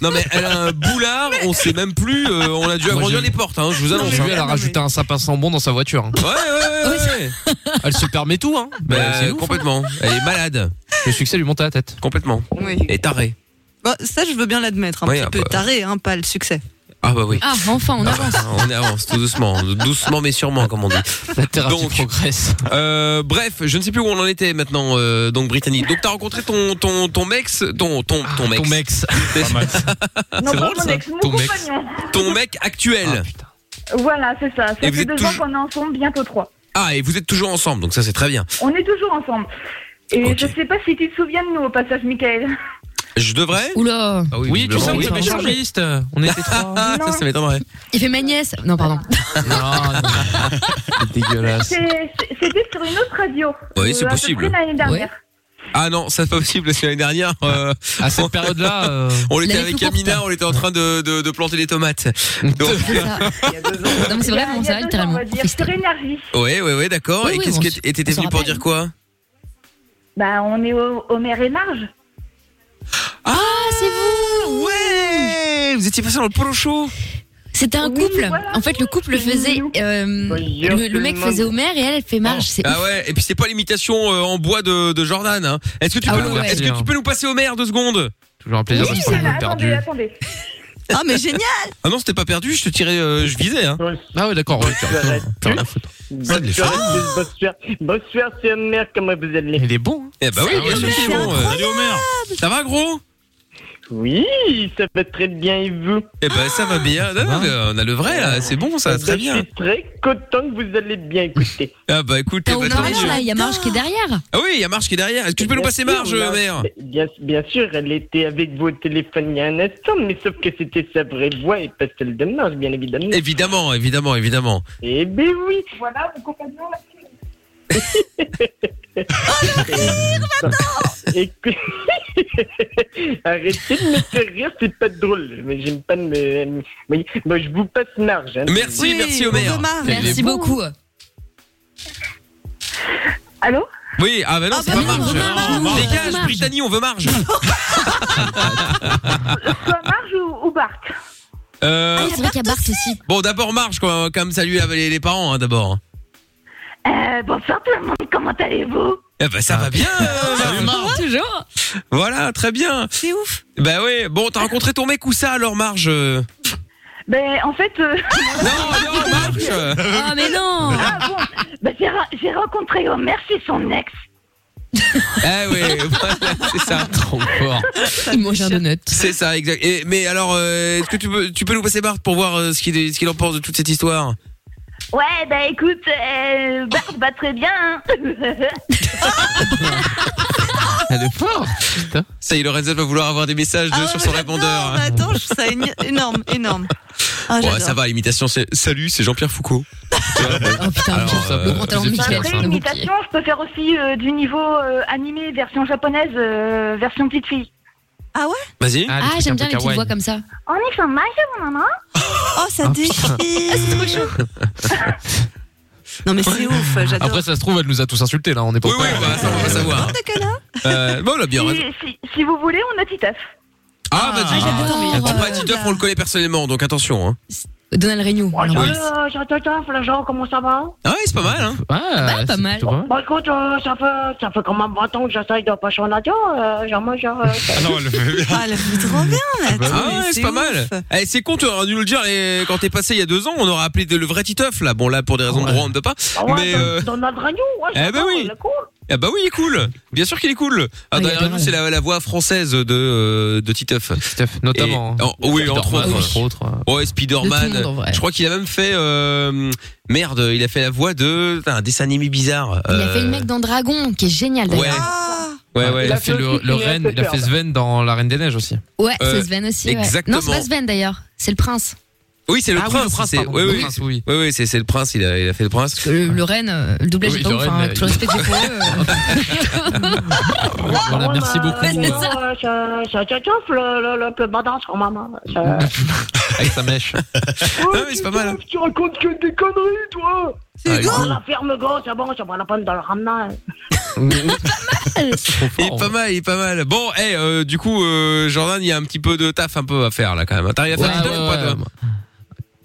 B: Non mais elle a un boulard, on sait même plus. euh, on a dû
E: Moi,
B: agrandir
E: j'ai-
B: les portes, hein, je vous
E: J'ai
B: annonce.
E: vu,
B: hein.
E: elle a rajouté un sapin sans bon dans sa voiture. hein.
B: Ouais, ouais, ouais. ouais.
E: Elle se permet tout, hein. Bah,
B: Bah,
E: c'est ouf, hein.
B: complètement. Elle est malade,
E: Le succès lui monte à la tête.
B: complètement.
F: Oui.
B: Et tarée.
F: Bon, ça, je veux bien l'admettre. Un
B: Oui, ah
F: petit peu
B: bah.
F: taré, hein, pas le succès.
B: Ah bah oui.
C: Ah, enfin, on
B: Ah
C: avance.
B: bah, on avance tout doucement, doucement mais sûrement comme on dit.
E: La thérapie
B: Donc-
E: progresse.
B: Euh, bref, je ne sais plus où on en était maintenant. euh, donc Brittany, donc t'as rencontré ton ton ton mec, ton ton ton mec,
E: Ah, Ton mec.
D: Pas mal.
L: Non, pas
E: drôle,
L: mon
E: ça.
L: ex, mon
E: Ton mec.
L: compagnon.
B: ton mec actuel.
L: Voilà, c'est ça. Ça
B: Et vous
L: fait
B: êtes
L: deux ans
B: toujours-
L: qu'on est ensemble, bientôt trois.
B: Ah, et vous êtes toujours ensemble, donc ça c'est très bien.
L: On est toujours ensemble. Et
B: Ok.
L: je sais pas si tu te souviens de nous au passage, Michael.
B: Je devrais
C: Oula,
B: Ah
E: Oui, tu sais,
B: visiblement,
E: on était
C: oui.
E: chargiste. On était trois.
B: Ah, ça, ça m'étonnerait.
C: il fait ma nièce. Non, pardon.
E: Non, non. C'est dégueulasse.
L: Ah, C'est- c'est- C'était sur une autre radio. Euh,
B: Oui, c'est
L: à peu
B: possible.
L: près L'année dernière.
B: Ah non, ça c'est pas possible, parce que l'année dernière, euh,
E: À cette période-là, euh,
B: on était
C: l'avais
B: avec
C: tout court,
B: Amina, on était en train de, de, de planter des tomates. Donc,
C: C'est ça. Non, mais c'est
L: Il y a-
C: vraiment
L: il y a deux
C: ça,
L: ans,
C: littéralement.
L: On va dire,
C: Freestyle.
L: sur énergie.
B: euh, ouais, ouais, ouais, d'accord.
C: Oui,
B: et
C: oui,
B: qu'est-ce
C: on
B: que
C: s-
B: et t'étais
C: on se
B: venu pour
C: rappelle.
B: dire quoi
L: Bah, on est au, au mer et marge.
C: Ah, c'est vous
B: Ouais Vous étiez passé dans le polo show
C: C'était un
L: Oui,
C: couple.
L: voilà.
C: En fait, le couple faisait. euh, le, le mec faisait Homer et elle, elle fait Marge. C'est
B: Ah ouais, et puis c'était pas l'imitation euh, en bois de, de Jordan. Hein. Est-ce que, tu
C: Ah
B: peux
C: ouais,
B: nous-
E: ouais.
B: est-ce que tu peux nous passer au maire deux secondes
E: toujours un plaisir de se prendre une
L: Voilà,
E: balle
L: attendez,
E: perdue.
L: attendez.
F: Ah, mais génial
B: Ah non, c'était pas perdu, je te tirais, euh, je visais. Hein.
E: Ah ouais, d'accord. ouais, tiens,
K: arrêtes.
E: tiens, rien à foutre.
K: Bonsoir, bonsoir, bonsoir, c'est mère, comment vous allez
E: Il est bon. hein. Ah
B: Eh bah oui, bien sûr qu'ils vont. euh.
D: Salut Homer.
B: Ça va gros
K: Oui, ça va très bien et vous
B: Eh ben ça va bien. Non,
E: va.
B: mais on a le vrai là, c'est bon ça,
K: Bah,
B: très
K: Je
B: bien.
K: suis très content que vous allez bien écouter.
B: Ah bah écoute, eh
C: T'as
B: ben,
C: Homer
B: tant mieux.
C: là, il y a Marge qui est derrière.
B: Ah oui, il y a Marge qui est derrière. Est-ce que tu peux nous passer
K: Bien
B: Marge,
K: sûr,
B: euh, mère
K: bien, bien sûr, elle était avec vous au téléphone il y a un instant, mais sauf que c'était sa vraie voix et pas celle de Marge, bien évidemment.
B: Évidemment, évidemment, évidemment.
K: Eh ben oui
L: Voilà, mon compagnon. là.
K: Écoute- Arrêtez de me faire rire, c'est pas drôle. Mais j'aime pas de me... mais- Bon, je vous passe Marge. hein.
B: Merci, merci
F: au
B: Homer.
C: Merci beaucoup.
L: Allô
B: Oui, ah bah non,
F: Ah
B: c'est
F: bah
B: pas
F: non,
B: Marge.
F: on veut Marge,
B: Non,
C: nous, on veut
B: Dégage,
C: Marge.
B: Brittany, on veut Marge.
L: Soit Marge ou, ou Bart
B: Euh,
C: Ah, c'est vrai qu'il y a Bart aussi.
B: bon, d'abord Marge, quoi, on va quand même saluer les, les parents, hein, d'abord.
L: euh, Bonsoir tout le monde, comment allez-vous
B: Eh bah ça
E: Ah,
B: va bien, euh, Marge.
C: Toujours.
B: Voilà, très bien.
F: C'est ouf.
B: Bah ouais, bon, t'as rencontré ton mec ou ça alors, Marge euh
L: Ben, en fait.
B: non,
L: Ah, mais non Ah bon Ben, j'ai ra- J'ai rencontré Homer chez son ex.
B: Eh oui, voilà, c'est ça. Trop fort.
C: Il mange un donut.
B: C'est ça, exact. Et- mais alors, euh, est-ce que tu peux, tu peux nous passer Bart pour voir euh, ce qu'il est- ce qu'il en pense de toute cette histoire
L: Ouais, bah écoute, euh, Bart va très bien. hein.
B: Elle est
C: Oh.
B: forte Ça y est, Lorenzo va vouloir avoir des messages de- sur son répondeur.
F: mais attends, je trouve ça éni- énorme, énorme. Ah,
B: ouais,
F: j'adore.
B: ça va, l'imitation, c'est Salut, c'est Jean-Pierre Foucault. oh
C: putain,
B: le
C: pantalon
L: Après l'imitation, je peux faire aussi euh, du niveau euh, animé, version japonaise, euh, version petite fille.
F: Ah ouais
B: Vas-y.
C: Ah, j'aime bien les petites voix comme ça.
L: On est sur ma mon maman.
F: Oh, ça déchire. c'est trop chaud. Non, mais c'est ouf, j'adore.
E: Après, ça se trouve, elle nous a tous insultés là, on est pas. Oui, oui,
B: ça, on va savoir. Euh, bon, on a bien raison.
L: Si, si, si vous voulez, on a Titeuf.
B: Ah, bah, dis
C: j'adore.
B: Après, Titeuf, on le connaît personnellement, donc attention. Hein.
C: Donald Reignou.
M: hein.
C: alors.
B: Ah Oui.
L: Euh, j'ai un Titeuf, là, genre, comment ça va
B: Ah, ouais, c'est pas mal, hein.
E: Ah,
C: pas mal.
L: Bah écoute, euh, ça, fait, ça fait quand même 20 ans que j'essaye de passer en radio. Euh, genre, moi, genre. euh,
B: Ah non, elle le fait bien.
F: Ah, elle fait trop bien, là.
E: bah
B: Ah,
F: attends, mais
B: ouais, c'est pas
F: ouf.
B: mal. Eh, c'est con, tu aurais dû nous le dire. Et quand t'es passé il y a deux ans, on aurait appelé de- le vrai Titeuf, là. Bon, là, pour des raisons de droit, on ne peut pas.
L: Ah ouais,
B: Mais.
L: dans-
B: euh,
L: dans notre radio, ouais,
B: eh ben
L: j'adore,
B: oui.
L: il est cool.
B: Ah bah oui, il est cool. Bien sûr qu'il est cool. Ah, derrière nous, c'est la, la voix française de euh, de Titeuf. Titeuf,
E: notamment, hein.
B: oui,
E: Spider-Man,
B: entre autres.
E: entre autres,
B: Ouais,
E: De tout le
B: Spider-Man.
E: monde, en vrai.
B: Je crois qu'il a même fait euh, merde. Il a fait la voix de putain, un dessin animé bizarre.
C: Il a
B: Euh,
C: fait le mec dans Dragon, qui est génial
B: Ouais.
C: d'ailleurs.
B: Ouais, ouais.
E: Il a fait le, le Reine, il a fait Sven dans La Reine des Neiges aussi.
C: Ouais,
B: Euh,
C: c'est Sven aussi. ouais.
B: exactement.
C: Non, c'est pas Sven d'ailleurs, c'est le prince.
B: Oui, c'est le,
E: Ah oui,
B: prince.
E: le prince,
B: c'est-
E: pardon,
B: ouais,
E: le
B: oui.
E: prince, oui.
B: Ouais, ouais, c'est c'est le prince. Il a, il a fait le prince.
C: Parce que le, le Reine, euh, le doublage
B: Oui,
C: est pas
B: le
C: ouf, hein,
B: Reine,
C: avec tout le respect que j'ai pour eux.
E: Voilà, merci beaucoup.
L: Euh, euh, c'est- c'est un Titeuf, le, le, le plus badass, quand même. hein. C'est- Oh,
E: Avec sa mèche.
B: Euh. Ah, mais c'est pas mal.
L: Tu racontes que des conneries, toi
B: Ah,
L: gars
B: cool.
L: La ferme, gars, c'est bon, ça prend la peine de le ramener.
B: Il est
E: hein.
B: pas mal, il est pas mal. Bon, eh, euh, du coup, euh, Jordan, il y a un petit peu de taf un peu à faire là quand même. T'arrives à faire
E: Ouais,
B: Titeuf
E: ouais,
B: ou pas
E: ouais.
B: toi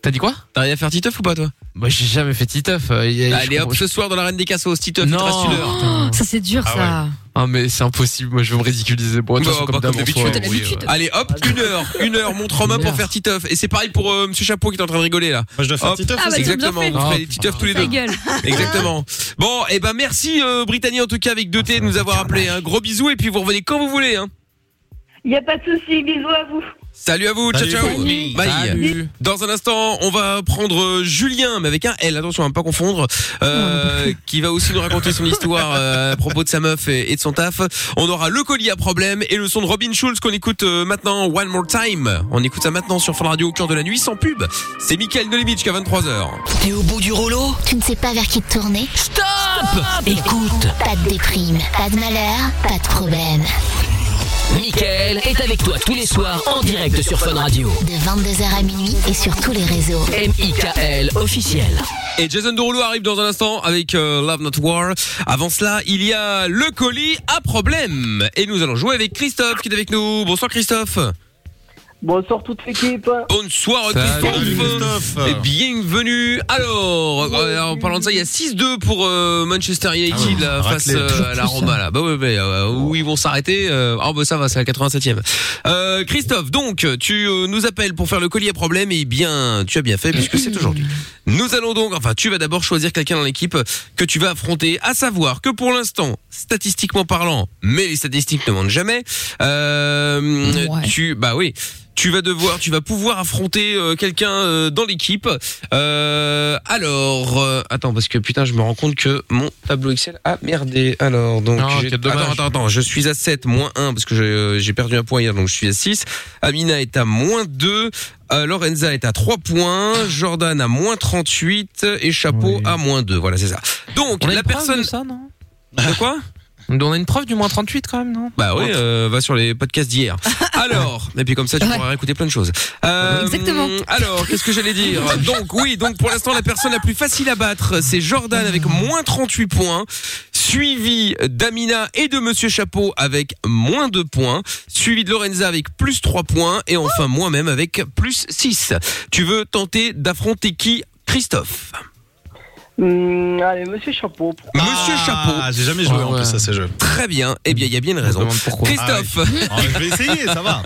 E: T'as dit quoi
B: T'arrives à faire Titeuf ou pas toi
E: Bah, j'ai jamais fait Titeuf. euh, il y a-
B: Allez
E: je
B: hop,
E: comprends-
B: ce soir dans la Reine des Cassos, Titeuf, il te
E: Non.
B: reste une heure.
C: Oh, Ça, c'est dur,
E: Ah
C: ça.
E: Ah, mais c'est impossible, moi je vais me ridiculiser. Bon, de toute
B: Bah,
E: façon,
B: bah,
E: comme d'hab,
B: comme
E: on se
B: d'habitude.
E: voit, oui, euh.
B: Allez hop, une heure, une heure, montre en main pour faire Titeuf. Et c'est pareil pour euh, Monsieur Chapeau qui est en train de rigoler là.
D: Moi, je dois faire
B: Hop.
D: Titeuf Ah,
C: aussi. bah, tu as bien
B: Exactement,
C: fait.
B: on fait
E: Ah,
B: les Titeuf tous les
C: Ta
B: deux.
C: gueule.
B: Exactement. Bon, et ben merci euh, Brittany en tout cas avec 2T de nous avoir appelé. Un gros bisou et puis vous revenez quand vous voulez. Hein.
L: Y a pas de souci, bisous à vous.
B: Salut à vous, ciao
D: Salut.
B: ciao.
D: Salut.
B: Bye.
E: Salut.
B: Dans un instant, on va prendre euh, Julien, mais avec un L, attention à ne pas confondre, euh, qui va aussi nous raconter son histoire euh, à propos de sa meuf et, et de son taf. On aura le colis à problème et le son de Robin Schulz qu'on écoute euh, maintenant, One More Time. On écoute ça maintenant sur Fun Radio au cœur de la nuit, sans pub. C'est Mickaël Nolimit jusqu'à 23h.
A: T'es au bout du rouleau
I: Tu ne sais pas vers qui te tourner
A: Stop, Écoute,
I: Pas de déprime, pas de malheur, pas de problème.
A: Mickaël est avec toi tous les soirs en direct sur Fun Radio.
I: De 22h à minuit et sur tous les réseaux.
A: M.I.K.L. officiel.
B: Et Jason Derulo arrive dans un instant avec euh, Love Not War. Avant cela, il y a le colis à problème. Et nous allons jouer avec Christophe qui est avec nous. Bonsoir Christophe.
K: Bonsoir toute l'équipe.
B: Bonsoir Christophe.
D: Salut, Christophe.
B: Et bienvenue. Alors, euh, en parlant de ça, il y a 6-2 pour euh, Manchester
D: Ah
B: United là,
D: raclée.
B: face euh, à la Roma. Là. Bah ouais, mais, euh, où ils vont s'arrêter euh, Ah bah ça va, c'est la 87e. Euh, Christophe, donc tu euh, nous appelles pour faire le collier à problème et bien, tu as bien fait puisque c'est aujourd'hui. Nous allons donc, enfin, tu vas d'abord choisir quelqu'un dans l'équipe que tu vas affronter, à savoir que pour l'instant, statistiquement parlant, mais les statistiques ne mentent jamais. Euh,
C: Ouais.
B: Tu, bah oui. Tu vas devoir, tu vas pouvoir affronter euh, quelqu'un euh, dans l'équipe. Euh, alors, euh, attends parce que putain, je me rends compte que mon tableau Excel a merdé. Alors donc,
E: Non,
B: j'ai-
E: quel dommage.
B: attends, attends, attends, je suis à 7 moins 1 parce que j'ai, euh, j'ai perdu un point hier, donc je suis à 6. Amina est à moins 2. euh, Lorenza est à 3 points, Jordan à moins 38 et Chapeau à moins 2. Voilà, c'est ça. Donc,
E: On a
B: la
E: une preuve
B: personne...
E: de ça, non
B: De quoi
E: On a une preuve du moins 38 quand même, non
B: bah oui, euh, va sur les podcasts d'hier. Alors, et puis comme ça, tu
C: Ouais.
B: pourras réécouter plein de choses. Euh,
C: Exactement.
B: Alors, qu'est-ce que j'allais dire Donc oui, donc pour l'instant, la personne la plus facile à battre, c'est Jordan avec moins 38 points, suivi d'Amina et de Monsieur Chapeau avec moins 2 points, suivi de Lorenza avec plus 3 points, et enfin moi-même avec plus 6. Tu veux tenter d'affronter qui Christophe
K: Hum, allez, monsieur Chapeau.
B: Monsieur Chapeau.
D: Ah, j'ai jamais joué en plus à ces jeux.
B: Très bien. Eh bien, il y a bien une raison. Christophe.
D: Ah oui. Ah, je vais essayer, ça va.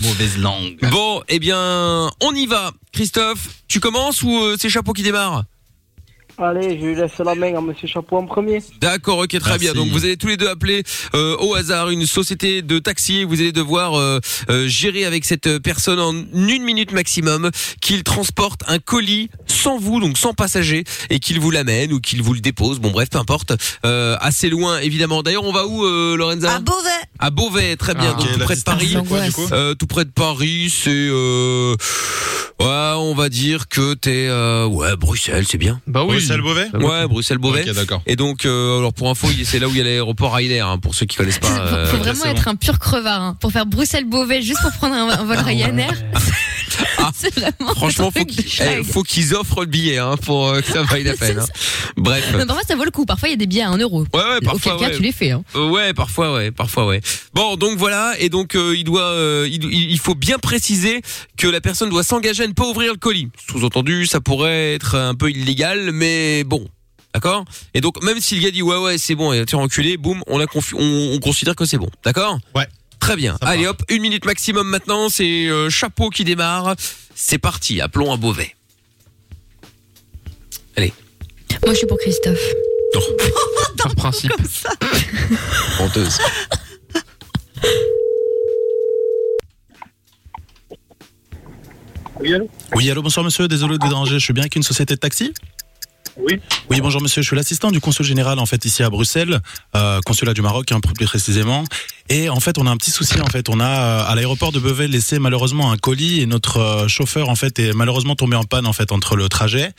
D: Mauvaise langue.
B: Bon, eh bien, on y va. Christophe, tu commences ou euh, c'est Chapeau qui démarre
K: Allez, je laisse la main à monsieur Chapeau en premier.
B: D'accord, ok, très
K: Merci.
B: bien. Donc vous allez tous les deux appeler euh, au hasard une société de taxi. et Vous allez devoir euh, euh, gérer avec cette personne en une minute maximum qu'il transporte un colis sans vous, donc sans passager, et qu'il vous l'amène ou qu'il vous le dépose. Bon, bref, peu importe. Euh, assez loin, évidemment. D'ailleurs, on va où, euh, Lorenza À
F: Ah, Beauvais.
B: À Beauvais, très bien.
D: Ah.
B: donc,
D: Ok,
B: tout
D: la
B: près de
D: distance,
B: Paris.
D: c'est quoi, du coup
B: Euh, tout près de Paris, c'est euh, ouais, on va dire que t'es euh, ouais Bruxelles, c'est bien.
E: Bah
D: oui. Bruxelles-Beauvais
B: Ouais, Bruxelles-Beauvais.
D: Ok, d'accord.
B: Et donc, euh, alors pour info, il- c'est là où il y a l'aéroport Ryanair, hein, pour ceux qui connaissent pas. euh,
C: Faut vraiment être un pur crevard hein, pour faire Bruxelles-Beauvais juste pour prendre un, un
B: Ah
C: vol Ryanair. C'est vraiment.
B: Franchement, faut qu'ils eh, faut qu'ils offrent le billet hein, pour euh, que ça vaille la peine. hein. Bref.
C: Non, parfois ça vaut le coup. Parfois il y a des billets à 1 euro.
B: Ouais, ouais, parfois.
C: Auquel cas
B: ouais.
C: tu les fais. Hein.
B: Euh, ouais, parfois, ouais, parfois, ouais. Bon, donc voilà, et donc euh, il doit, euh, il, il- il faut bien préciser que la personne doit s'engager à ne pas ouvrir le colis. Sous-entendu, ça pourrait être un peu illégal, mais bon. D'accord Et donc même si le gars dit ouais ouais c'est bon et tu es enculé, boum, on, la confi- on, on considère que c'est bon. D'accord
D: Ouais.
B: Très bien. Allez hop, une minute maximum maintenant, c'est euh, chapeau qui démarre. C'est parti, appelons à Beauvais.
C: Moi je suis pour Christophe.
E: Par principe.
B: Honteuse.
D: Oui, allô bonsoir monsieur, désolé de vous déranger, je suis bien avec une société de taxi
J: Oui.
D: Oui, bonjour monsieur, je suis l'assistant du consul général en fait ici à Bruxelles, euh, consulat du Maroc hein, plus précisément. Et en fait, on a un petit souci en fait, on a euh, à l'aéroport de Beauvais laissé malheureusement un colis et notre euh, chauffeur en fait est malheureusement tombé en panne en fait entre le trajet.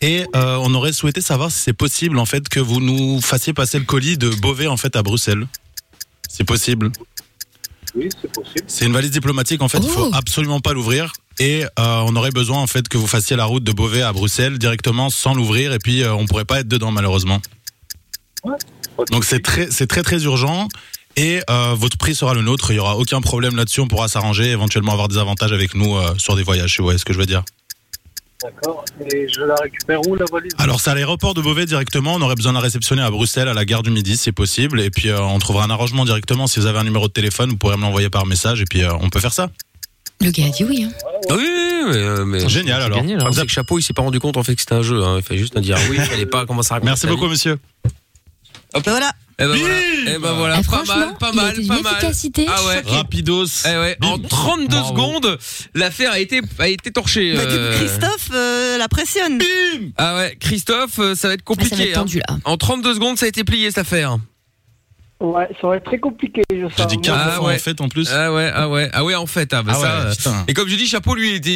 D: Et euh, on aurait souhaité savoir si c'est possible en fait que vous nous fassiez passer le colis de Beauvais en fait à Bruxelles. C'est possible.
J: Oui, c'est possible.
D: C'est une valise diplomatique en fait, il faut absolument pas l'ouvrir et euh, on aurait besoin en fait que vous fassiez la route de Beauvais à Bruxelles directement sans l'ouvrir et puis euh, on pourrait pas être dedans malheureusement. Donc c'est très c'est très très urgent et euh, votre prix sera le nôtre, il y aura aucun problème là-dessus, on pourra s'arranger, éventuellement avoir des avantages avec nous euh, sur des voyages, si vous voyez ce que je veux dire.
J: D'accord. Et je la récupère où la valise
D: Alors c'est à l'aéroport de Beauvais directement, on aurait besoin de la réceptionner à Bruxelles à la gare du Midi si c'est possible et puis euh, on trouvera un arrangement directement si vous avez un numéro de téléphone, vous pourrez me l'envoyer par message et puis euh, on peut faire ça.
C: Le gars a dit oui. Hein.
B: Ah oui, oui, oui, mais, euh, mais-
D: Génial,
B: J'ai
D: alors.
B: Gagné, là.
D: Ah, vous
B: C'est que chapeau, il s'est pas rendu compte en fait que c'était un jeu. hein. Il fallait juste nous dire oui. Il fallait pas commencer à raconter.
D: Merci
B: sa
D: beaucoup
B: vie.
D: monsieur.
B: Hop.
F: voilà.
B: Eh ben voilà. Eh ben voilà.
C: Eh,
B: pas mal,
C: franchement,
B: pas
C: il a
B: mal,
C: d'une
B: pas mal.
C: efficacité.
B: Ah ouais.
D: Rapidos.
B: Eh ouais. En 32 secondes, l'affaire a été a été torchée. euh.
F: Bah, Christophe euh, la pressionne.
B: Ah ouais, Christophe, euh, ça va être compliqué.
F: être tendu,
B: hein. En 32 secondes, ça a été plié cette affaire.
K: Ouais, ça aurait être très compliqué, je sais.
D: dis
K: Moi,
B: ah ouais.
D: en plus.
B: Ah ouais, ah ouais, ah ouais en fait. Ah, bah
D: Ah
B: ça,
D: ouais,
B: euh,
D: putain. Ah,
B: et comme je dis, chapeau, lui, il était,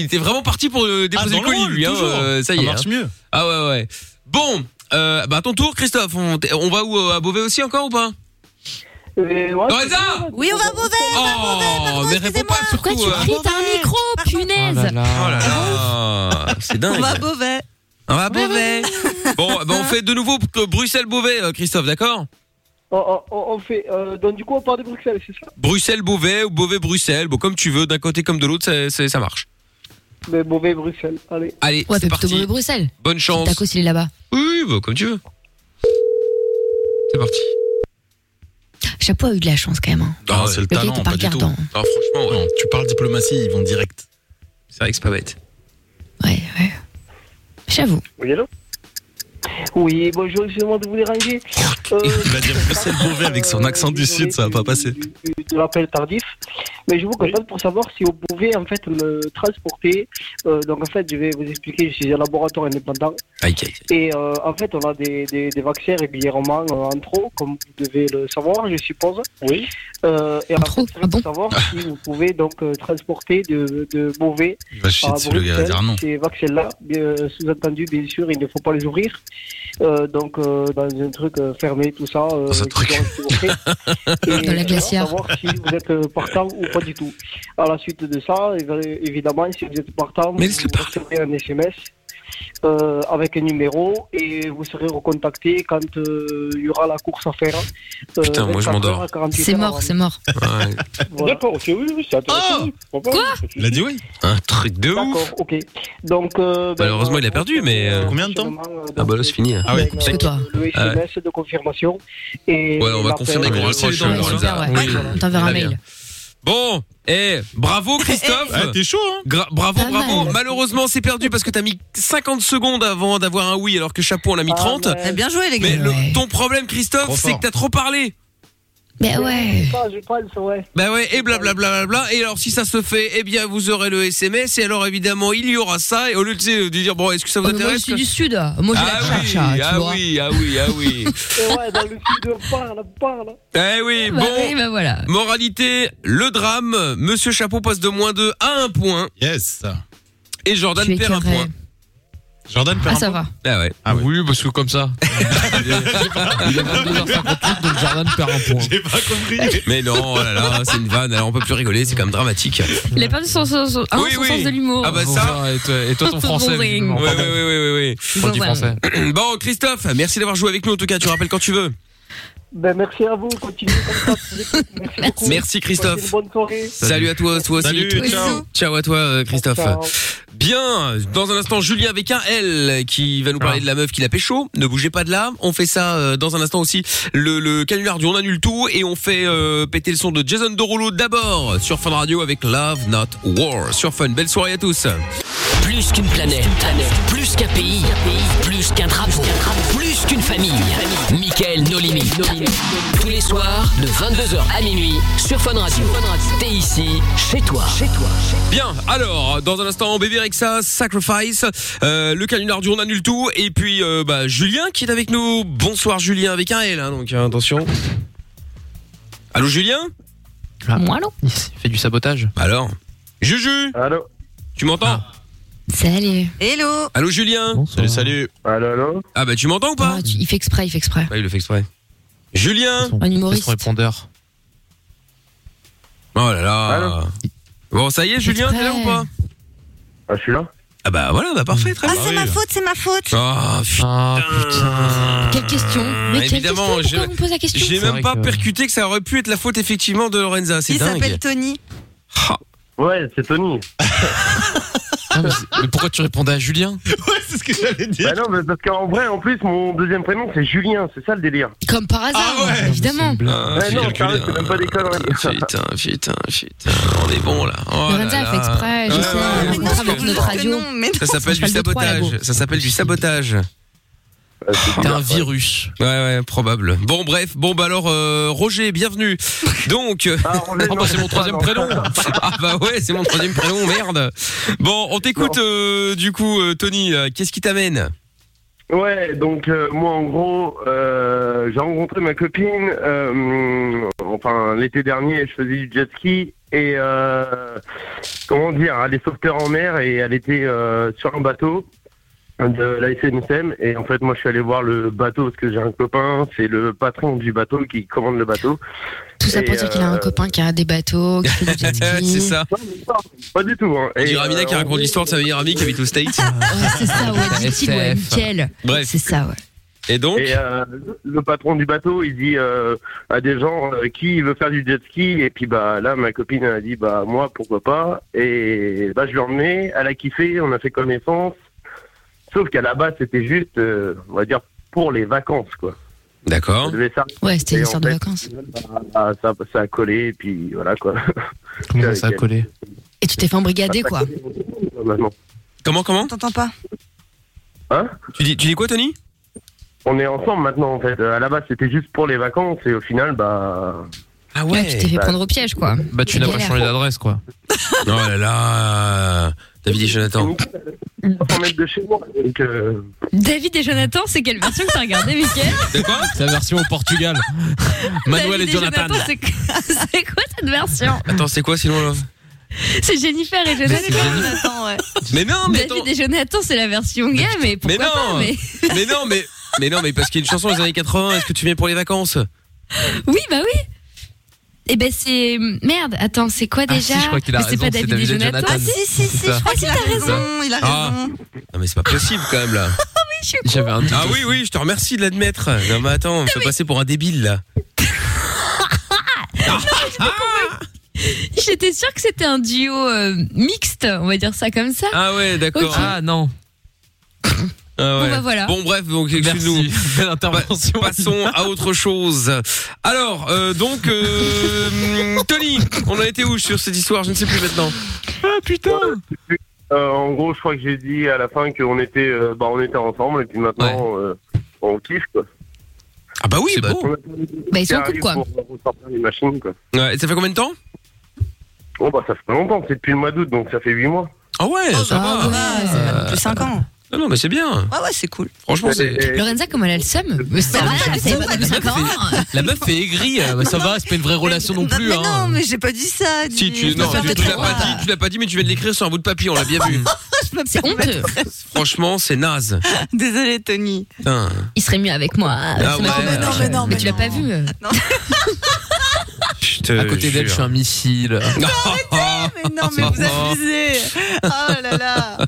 B: il était vraiment parti pour euh, déposer
D: dans
B: le
D: le
B: colis,
D: rôle,
B: lui. hein,
D: toujours.
B: euh, ça y
D: Ça
B: est.
D: marche
B: hein.
D: mieux.
B: Ah ouais, ouais. Bon, euh, bah à ton tour, Christophe. On, t- on va où euh, à Beauvais aussi encore ou pas Lorenza
F: Oui, on va à Beauvais.
B: Oh, mais réponds pas
C: Pourquoi tu
B: surtout. euh,
C: cries T'as un micro,
B: Oh là
C: punaise.
B: là, oh là là, c'est
F: Ah
B: dingue.
F: On va à Beauvais.
B: On va à Beauvais. Bon, bah, on fait de nouveau que Bruxelles-Beauvais, euh, Christophe, d'accord
K: On, on- Oh, on- on fait. euh, donc, du coup, on part de Bruxelles, c'est ça
B: Bruxelles-Beauvais ou Beauvais-Bruxelles, bon, comme tu veux, d'un côté comme de l'autre, ça, ça- ça marche.
K: Mais Beauvais, Bruxelles, allez.
B: Allez,
C: Ouais, fais
B: c'est
C: plutôt
B: parti.
C: Beauvais Bruxelles.
B: Bonne chance.
C: Tacos il est là-bas.
B: Oui, bah, comme tu veux. C'est parti.
C: Chapeau a eu de la chance quand même. hein.
D: Ah, c'est le
C: Le gars était
D: talent,
C: pas
D: pas du tout.
C: regardant.
B: Non, franchement, ouais.
D: tu parles diplomatie, ils vont direct.
B: C'est vrai que c'est pas bête.
C: J'avoue.
K: Oui, allô Oui, bonjour, excusez-moi de vous déranger. Euh,
D: Il va dire Bruxelles Beauvais avec son accent du sud, ça va pas passer.
K: de l'appel tardif, mais je vous contacte pour savoir si vous pouvez en fait me transporter. Euh, donc en fait, je vais vous expliquer, je suis un laboratoire indépendant. Et euh, en fait, on a des, des, des vaccins régulièrement euh, en trop, comme vous devez le savoir, je suppose. Oui. et en fait, je voulais savoir
D: Ah.
K: si vous pouvez donc euh, transporter de, de Beauvais
D: Il va chier
K: à
D: dessus, le gars, il va
K: Bruxelles,
D: dire non.
K: Ces vaccins-là, bien, euh, sous-entendu, bien sûr, il ne faut pas les ouvrir. Euh, donc, euh, dans un truc euh, fermé, tout ça. euh, qui doit rester ouvert. Et
C: Dans la glacière.
K: savoir si vous êtes euh, partant ou pas du tout. À la suite de ça, évi- évidemment, si vous êtes partant, vous recevez un SMS euh, avec un numéro et vous serez recontacté quand euh, il y aura la course à faire. Euh,
B: Putain, moi, je
K: 24
B: m'endors.
K: heures à 48
C: C'est
K: heures
C: mort,
K: avant.
C: c'est mort. Oh
K: D'accord, ok, oui, oui, c'est intéressant. Quoi
D: Il a dit oui.
B: Un truc de ouf.
K: D'accord, ok. Donc, euh, ben,
B: Malheureusement, il a perdu, mais. euh,
D: Combien de temps
B: Ah bah là, c'est fini. hein.
D: Ah ouais.
K: euh, le SMS de confirmation. Et
B: Ouais, on va
K: l'appel,
B: confirmer qu'on
K: euh,
B: raccroche,
K: sur le
B: Lorenza.
K: serveur, ouais.
B: Oui.
C: On t'enverra un
B: Très bien.
C: mail.
B: Bon, eh, bravo Christophe.
D: Ah, T'es chaud, hein
B: Gra- bravo,
C: Pas
B: bravo.
C: mal.
B: Malheureusement, c'est perdu parce que t'as mis 50 secondes avant d'avoir un oui, alors que chapeau, on a mis
K: Ah,
B: 30.
K: ouais.
F: Bien joué, les gars.
B: Mais le-
C: Ouais.
B: ton problème, Christophe,
D: Trop
B: c'est que
D: fort.
B: t'as trop parlé.
C: Ben ouais.
K: Ah, j'ai pas le ouais.
B: Bah ouais, et blablabla. Bla, bla, bla. Et alors, si ça se fait, eh bien, vous aurez le SMS. Et alors, évidemment, il y aura ça. Et au lieu de, tu sais, de dire, bon, est-ce que ça vous
C: Oh, mais Moi, je
B: intéresse
C: suis du Sud. Moi, j'ai
B: Ah
C: la
B: oui,
C: chacha, tu
B: ah
C: vois.
B: oui, ah oui, ah oui.
K: Et ouais, dans le sud, parle, parle.
B: eh oui,
C: Bah oui,
B: bon.
C: bah voilà.
B: Moralité, le drame. Monsieur Chapeau passe de moins 2 à 1 point.
D: Yes.
B: Et Jordan
C: Je suis
B: perd un
C: écœurée.
B: point.
D: Jordan perd
C: Ah,
D: un
C: ça
D: point.
C: va.
B: Ah ouais.
D: Ah ouais.
E: Oui, parce que comme ça. Il est 22h58, donc Jordan perd un point.
D: J'ai pas compris.
B: Mais non, oh là là, c'est une vanne. Alors, on peut plus rigoler. C'est quand même dramatique.
C: Il a perdu son, son- son- hein,
B: Oui,
C: son
B: oui.
C: sens de l'humour.
B: Ah bah ça.
E: et toi, et toi, ton français.
C: Boring.
E: visiblement.
B: Ouais, ouais, ouais, ouais,
E: Prends du
C: Boring.
E: français.
B: ouais, ouais. Bon, Christophe, merci d'avoir joué avec nous. En tout cas, tu rappelles quand tu veux.
K: Ben, merci à vous, continuez comme ça. Merci, beaucoup.
B: Merci, Christophe.
K: Passez une bonne soirée.
B: Salut à toi, toi aussi.
D: Salut, ciao.
B: Ciao à toi, euh, Christophe.
K: Ciao.
B: Bien, dans un instant, Julien avec un L qui va nous
E: Ah.
B: parler de la meuf qui l'a pécho. Ne bougez pas de là. On fait ça euh, dans un instant aussi. Le, le canular du on annule tout et on fait euh, péter le son de Jason Derulo d'abord sur Fun Radio avec Love Not War sur Fun. Belle soirée à tous.
A: Plus qu'une planète, plus qu'un pays, plus qu'un drapeau, plus qu'une famille. Michael No Limit. Tous les soirs, de 22h à minuit, sur Fun Radio. T'es ici, chez toi. Chez toi.
B: Bien, alors, dans un instant, bébé Rexa, Sacrifice, euh, le canular du on annule tout, et puis euh, bah, Julien qui est avec nous. Bonsoir Julien avec un L, hein, donc euh, attention. Allô Julien
C: Moi, non.
E: Il fait Ah. du sabotage. Ah.
B: Alors Juju,
J: Allô
B: tu m'entends
C: Salut.
F: Hello.
B: Allô Julien
D: Salut, salut.
J: Allô, allô
B: Ah bah tu m'entends ou pas
C: Ah, tu- il fait exprès, il fait exprès.
B: Bah il le fait exprès. Julien
E: Son-
C: Un humoriste.
E: Son répondeur.
B: Oh là là
J: Allô
B: Bon ça y est Julien, t'es là ou pas
J: Ah, je suis là
B: Ah bah voilà, bah parfait, très
F: Ah,
B: bien.
F: c'est ma faute, c'est ma faute.
B: Ah putain
E: Ah putain.
C: Quelle question Mais quelle
B: Évidemment,
C: question Pourquoi
B: je-
C: on me pose la question
B: J'ai
E: C'est
B: même
E: vrai
B: pas
E: que-
B: percuté que ça aurait pu être la faute effectivement de Lorenza, c'est
F: Il s'appelle
B: dingue.
F: Tony.
B: Ah.
J: Ouais, c'est Tony.
E: Non, mais c'est- mais pourquoi tu répondais à Julien
D: Ouais, c'est ce que j'allais dire.
J: Bah non, mais parce qu'en vrai, en plus, mon deuxième prénom, c'est Julien. C'est ça le délire.
C: Comme par hasard,
D: Ah ouais.
C: évidemment.
B: Ah,
J: Ouais,
B: j'ai
J: non,
B: calculé,
J: sérieux, c'est même pas des conneries.
B: ah, Putain, putain, putain, on est bon là. Oh
C: Lorenza,
B: là
C: elle fait
B: là.
C: exprès, je sais,
B: Ouais, ouais,
C: elle
B: ouais,
C: est
B: je pense
C: grave
B: que-
C: avec notre radio.
F: Non, mais non.
B: Ça s'appelle du
C: Je parle de toi, là,
B: sabotage.
C: gros.
B: Ça s'appelle du sabotage.
J: Euh, c'est
E: T'es
J: bizarre,
E: un
J: ouais.
E: virus.
B: Ouais, ouais, probable. Bon, bref. Bon, bah alors, euh, Roger, bienvenue. Donc, euh,
J: Ah, Roger,
B: oh,
J: non,
B: bah, c'est mon troisième
J: pas, non.
B: prénom. Ah bah ouais, c'est mon troisième prénom, merde. Bon, on t'écoute euh, du coup, euh, Tony. euh, Qu'est-ce qui t'amène
J: Ouais, donc euh, moi en gros, euh, j'ai rencontré ma copine, euh, enfin l'été dernier, je faisais du jet ski et euh, comment dire, elle est sauveteur en mer et elle était euh, sur un bateau de la SNSM et en fait moi je suis allé voir le bateau parce que j'ai un copain, c'est le patron du bateau qui commande le bateau.
C: Tout ça pour
J: Et,
C: dire qu'il a un
J: euh,
C: copain qui a des bateaux, qui fait du jet
B: Euh,
C: ski.
B: C'est ça.
J: Non, mais pas, pas du tout. Hein.
B: On dirait
J: euh,
B: Amina qui
J: en
B: raconte
J: gros,
B: l'histoire de sa meilleure amie qui habite aux States.
C: Ouais, c'est ça, ouais, dit-il, ouais,
E: SF.
C: nickel.
B: Bref.
C: C'est ça, ouais.
B: Et donc
J: Et euh, le patron du bateau, il dit euh, à des gens euh, qui veut faire du jet ski. Et puis bah là, ma copine elle a dit bah moi pourquoi pas. Et bah je l'ai emmené. Elle a kiffé. On a fait connaissance. Sauf qu'à la base, c'était juste, euh, on va dire pour les vacances quoi. Ça
B: D'accord.
J: devait s'arrêter,
C: Ouais, c'était une
J: en
C: histoire de
J: fait.
C: vacances.
J: bah, ça, ça a collé. Et puis voilà quoi.
E: Comment ça a collé
C: Et tu t'es fait embrigader,
J: Ça
C: quoi.
J: collé maintenant.
B: Comment, comment
F: On t'entend pas.
J: Hein
B: tu dis, tu dis quoi, Tony
J: On est ensemble maintenant en fait. Euh, À la base, c'était juste pour les vacances. Et au final, bah
B: Ah
C: Ouais, tu t'es fait prendre au piège, quoi.
E: Bah, tu
C: C'est
E: n'as pas
C: galère.
E: changé d'adresse, quoi.
B: Oh là là. euh, David et Jonathan.
J: on mètres de chez moi. Donc euh,
C: David et Jonathan, c'est quelle version que t'as regardé, Mickaël
B: C'est quoi
E: C'est la version au Portugal. Manuel
C: David
E: et Jonathan.
C: c'est c'est quoi cette version
B: Attends, c'est quoi sinon là
C: C'est Jennifer et Jonathan.
F: Jonathan, ouais.
B: Mais non, mais attends.
C: David et Jonathan, c'est la version gay, mais pourquoi
B: Mais non.
C: pas mais...
B: Mais non, mais. Mais non, mais parce qu'il y a une chanson des années 80, est-ce que tu viens pour les vacances
C: Oui, bah oui. Eh ben c'est merde. Attends, c'est quoi
B: Ah,
C: déjà
B: si, je crois qu'il a
C: Mais C'est
B: raison,
C: pas
B: c'est
C: David,
B: David
C: et
B: et
C: Jonathan.
B: Jonathan.
C: Ah, si si si.
B: C'est ça.
C: Je crois qu'il a raison. Ah
F: Il a
B: Ah.
F: raison.
B: Non mais c'est pas possible quand même là.
E: J'avais un doute
B: Ah oui oui, je te remercie de l'admettre. Non mais attends, on me fait passer pour un débile là.
C: J'étais sûre que c'était un duo euh, mixte, on va dire ça comme ça.
B: Ah ouais, d'accord.
C: Ok.
B: Ah
E: non.
B: Ah ouais.
C: bah, voilà.
B: Bon bref, donc excuse-nous.
E: Belle intervention.
B: Passons à autre chose. Alors euh, donc euh, Tony, on en était où sur cette histoire Je ne sais plus maintenant.
J: Ah putain Euh, En gros, je crois que j'ai dit à la fin qu'on était, euh, bah, on était ensemble et puis maintenant euh, on kiffe quoi.
B: Ah bah oui, bah-
C: Bah, ils sont en couple, quoi.
J: Pour, euh, pour sortir les machines quoi.
B: Ouais, et ça fait combien de temps
J: Oh bah ça fait pas longtemps, c'est depuis le mois d'août donc ça fait 8 mois.
B: Ah ouais,
C: Oh,
B: ça va.
C: Ah,
B: Euh,
F: Plus 5 ans.
B: Non, non mais c'est bien.
F: Ouais, ouais, c'est cool.
B: Franchement, c'est
C: Lorenza, comment elle a le seum Mais ça va, c'est pas depuis cinq ans.
E: La meuf est aigrie, euh, mais ça va, c'est pas une vraie relation non plus.
F: mais
E: hein.
F: non, mais j'ai pas dit ça.
B: Si
F: dis-
B: tu
F: je
B: non,
F: préfère
B: tu,
F: te
B: tu l'as
F: croire.
B: pas dit, tu l'as pas dit, mais tu viens de l'écrire sur un bout de papier, on l'a bien vu.
C: C'est honteux.
B: Franchement, c'est naze.
F: Désolé, Tony.
B: Putain.
C: Il serait mieux avec moi. hein.
B: Ah ouais. Non, mais non, mais non,
C: Mais tu l'as pas vu. euh.
E: À côté d'elle, je suis un missile.
F: Mais non, mais vous abusez. Oh là là.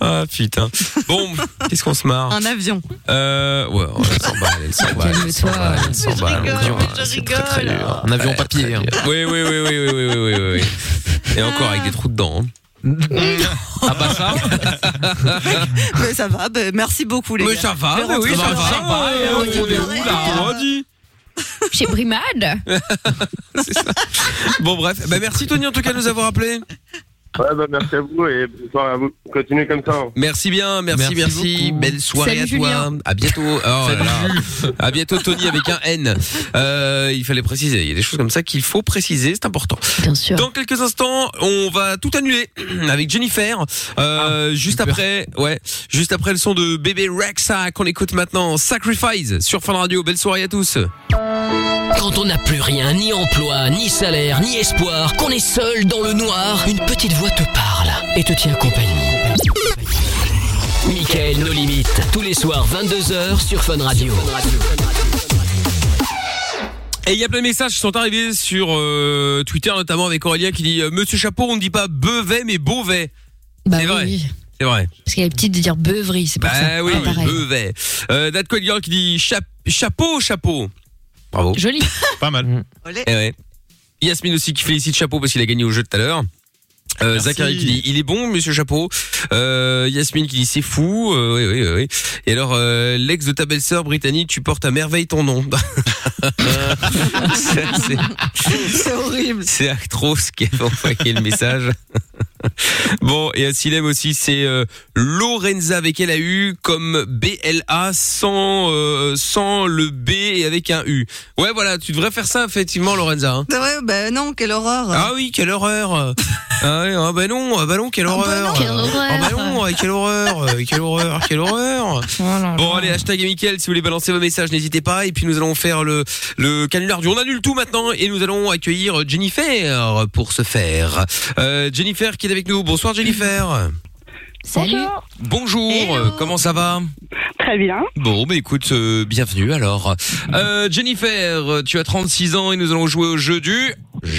B: Ah putain. Bon, qu'est-ce qu'on se marre
F: Un avion.
B: Euh, ouais, ouais, 100 balles, elle, 100 balles, elle, 100 balles, elle, 100 balles,
F: rigole,
B: on dit, ouais,
F: je
B: c'est très, très
F: rigole.
B: dur.
E: Un avion
B: Ouais,
E: papier,
B: très
E: hein.
B: dur. Oui, oui, oui, oui, oui, oui, oui, oui, oui. Et encore avec des trous dedans. hein.
E: Ah bah ça
F: Mais ça va, bah, merci beaucoup les
B: Mais
F: gars.
B: ça va,
F: Je vais
B: mais oui,
F: rentrer
B: ça
F: dans
B: va.
F: la-
B: ouais,
F: euh, on
B: on est
F: est
B: où, là
F: là.
B: Bah, On dit.
C: Chez Brimade.
B: Bon bref, bah merci Tony en tout cas de nous avoir appelé.
J: Ouais, bah, merci à vous et bonne soirée à vous. Continuez comme ça. hein.
B: Merci bien, merci, merci.
E: Merci beaucoup.
B: Belle soirée
C: Salut,
B: à toi.
C: Julien.
B: À bientôt. Oh là là. À bientôt Tony avec un N. Euh, il fallait préciser. Il y a des choses comme ça qu'il faut préciser. C'est important.
C: Bien sûr.
B: Dans quelques instants, on va tout annuler avec Jennifer. Euh, juste
E: j'ai peur.
B: après, ouais, juste après le son de bébé Rexa qu'on écoute maintenant. Sacrifice sur Fun Radio. Belle soirée à tous.
A: Quand on n'a plus rien, ni emploi, ni salaire, ni espoir, qu'on est seul dans le noir, une petite voix te parle et te tient compagnie. Michael, nos limites, tous les soirs 22h sur Fun Radio.
B: Et il y a plein de messages qui sont arrivés sur euh, Twitter, notamment avec Aurélien qui dit euh, Monsieur Chapeau, on ne dit pas Beauvais mais Beauvais.
C: Bah
B: C'est
C: oui,
B: vrai.
C: oui.
B: C'est vrai.
C: Parce qu'elle est petite de dire beuverie, c'est pour
B: Bah
C: ça.
B: oui,
C: Ah, pareil.
B: Beauvais. Euh, That Quail Girl qui dit chap- chapeau, chapeau. Bravo.
C: Joli.
D: Pas mal.
F: Olé.
B: Eh ouais. Yasmine aussi qui félicite Chapeau parce qu'il a gagné au jeu de tout à l'heure. Euh,
D: Merci.
B: Zachary qui dit il est bon monsieur Chapeau. Euh, Yasmine qui dit c'est fou. Euh, oui, oui, oui, oui. Et alors euh, l'ex de ta belle-sœur Brittany, tu portes à merveille ton nom. c'est c'est-
F: C'est horrible.
B: c'est Actros qui a envoyé le message. bon, et Asilem aussi, c'est euh, Lorenza avec elle a eu comme BLA sans, euh, sans le B et avec un U. Ouais, voilà, tu devrais faire ça, effectivement, Lorenza. hein.
F: C'est vrai, bah non, quelle horreur.
B: Ah oui, quelle horreur ah, oui, ah bah non, ah bah non, quelle horreur
C: quelle
B: Ah bah non, ah, quelle horreur euh, Quelle horreur, quelle horreur Bon allez, hashtag et Mickaël, si vous voulez balancer vos messages, n'hésitez pas. Et puis nous allons faire le, le canular du On annule tout maintenant et nous allons accueillir Jennifer pour ce faire. Euh, Jennifer qui est avec nous. Bonsoir Jennifer.
C: Salut.
B: Bonjour, euh, comment ça va
N: Très bien.
B: Bon, bah écoute, euh, bienvenue alors. Euh, Jennifer, euh, tu as 36 ans et nous allons jouer au jeu du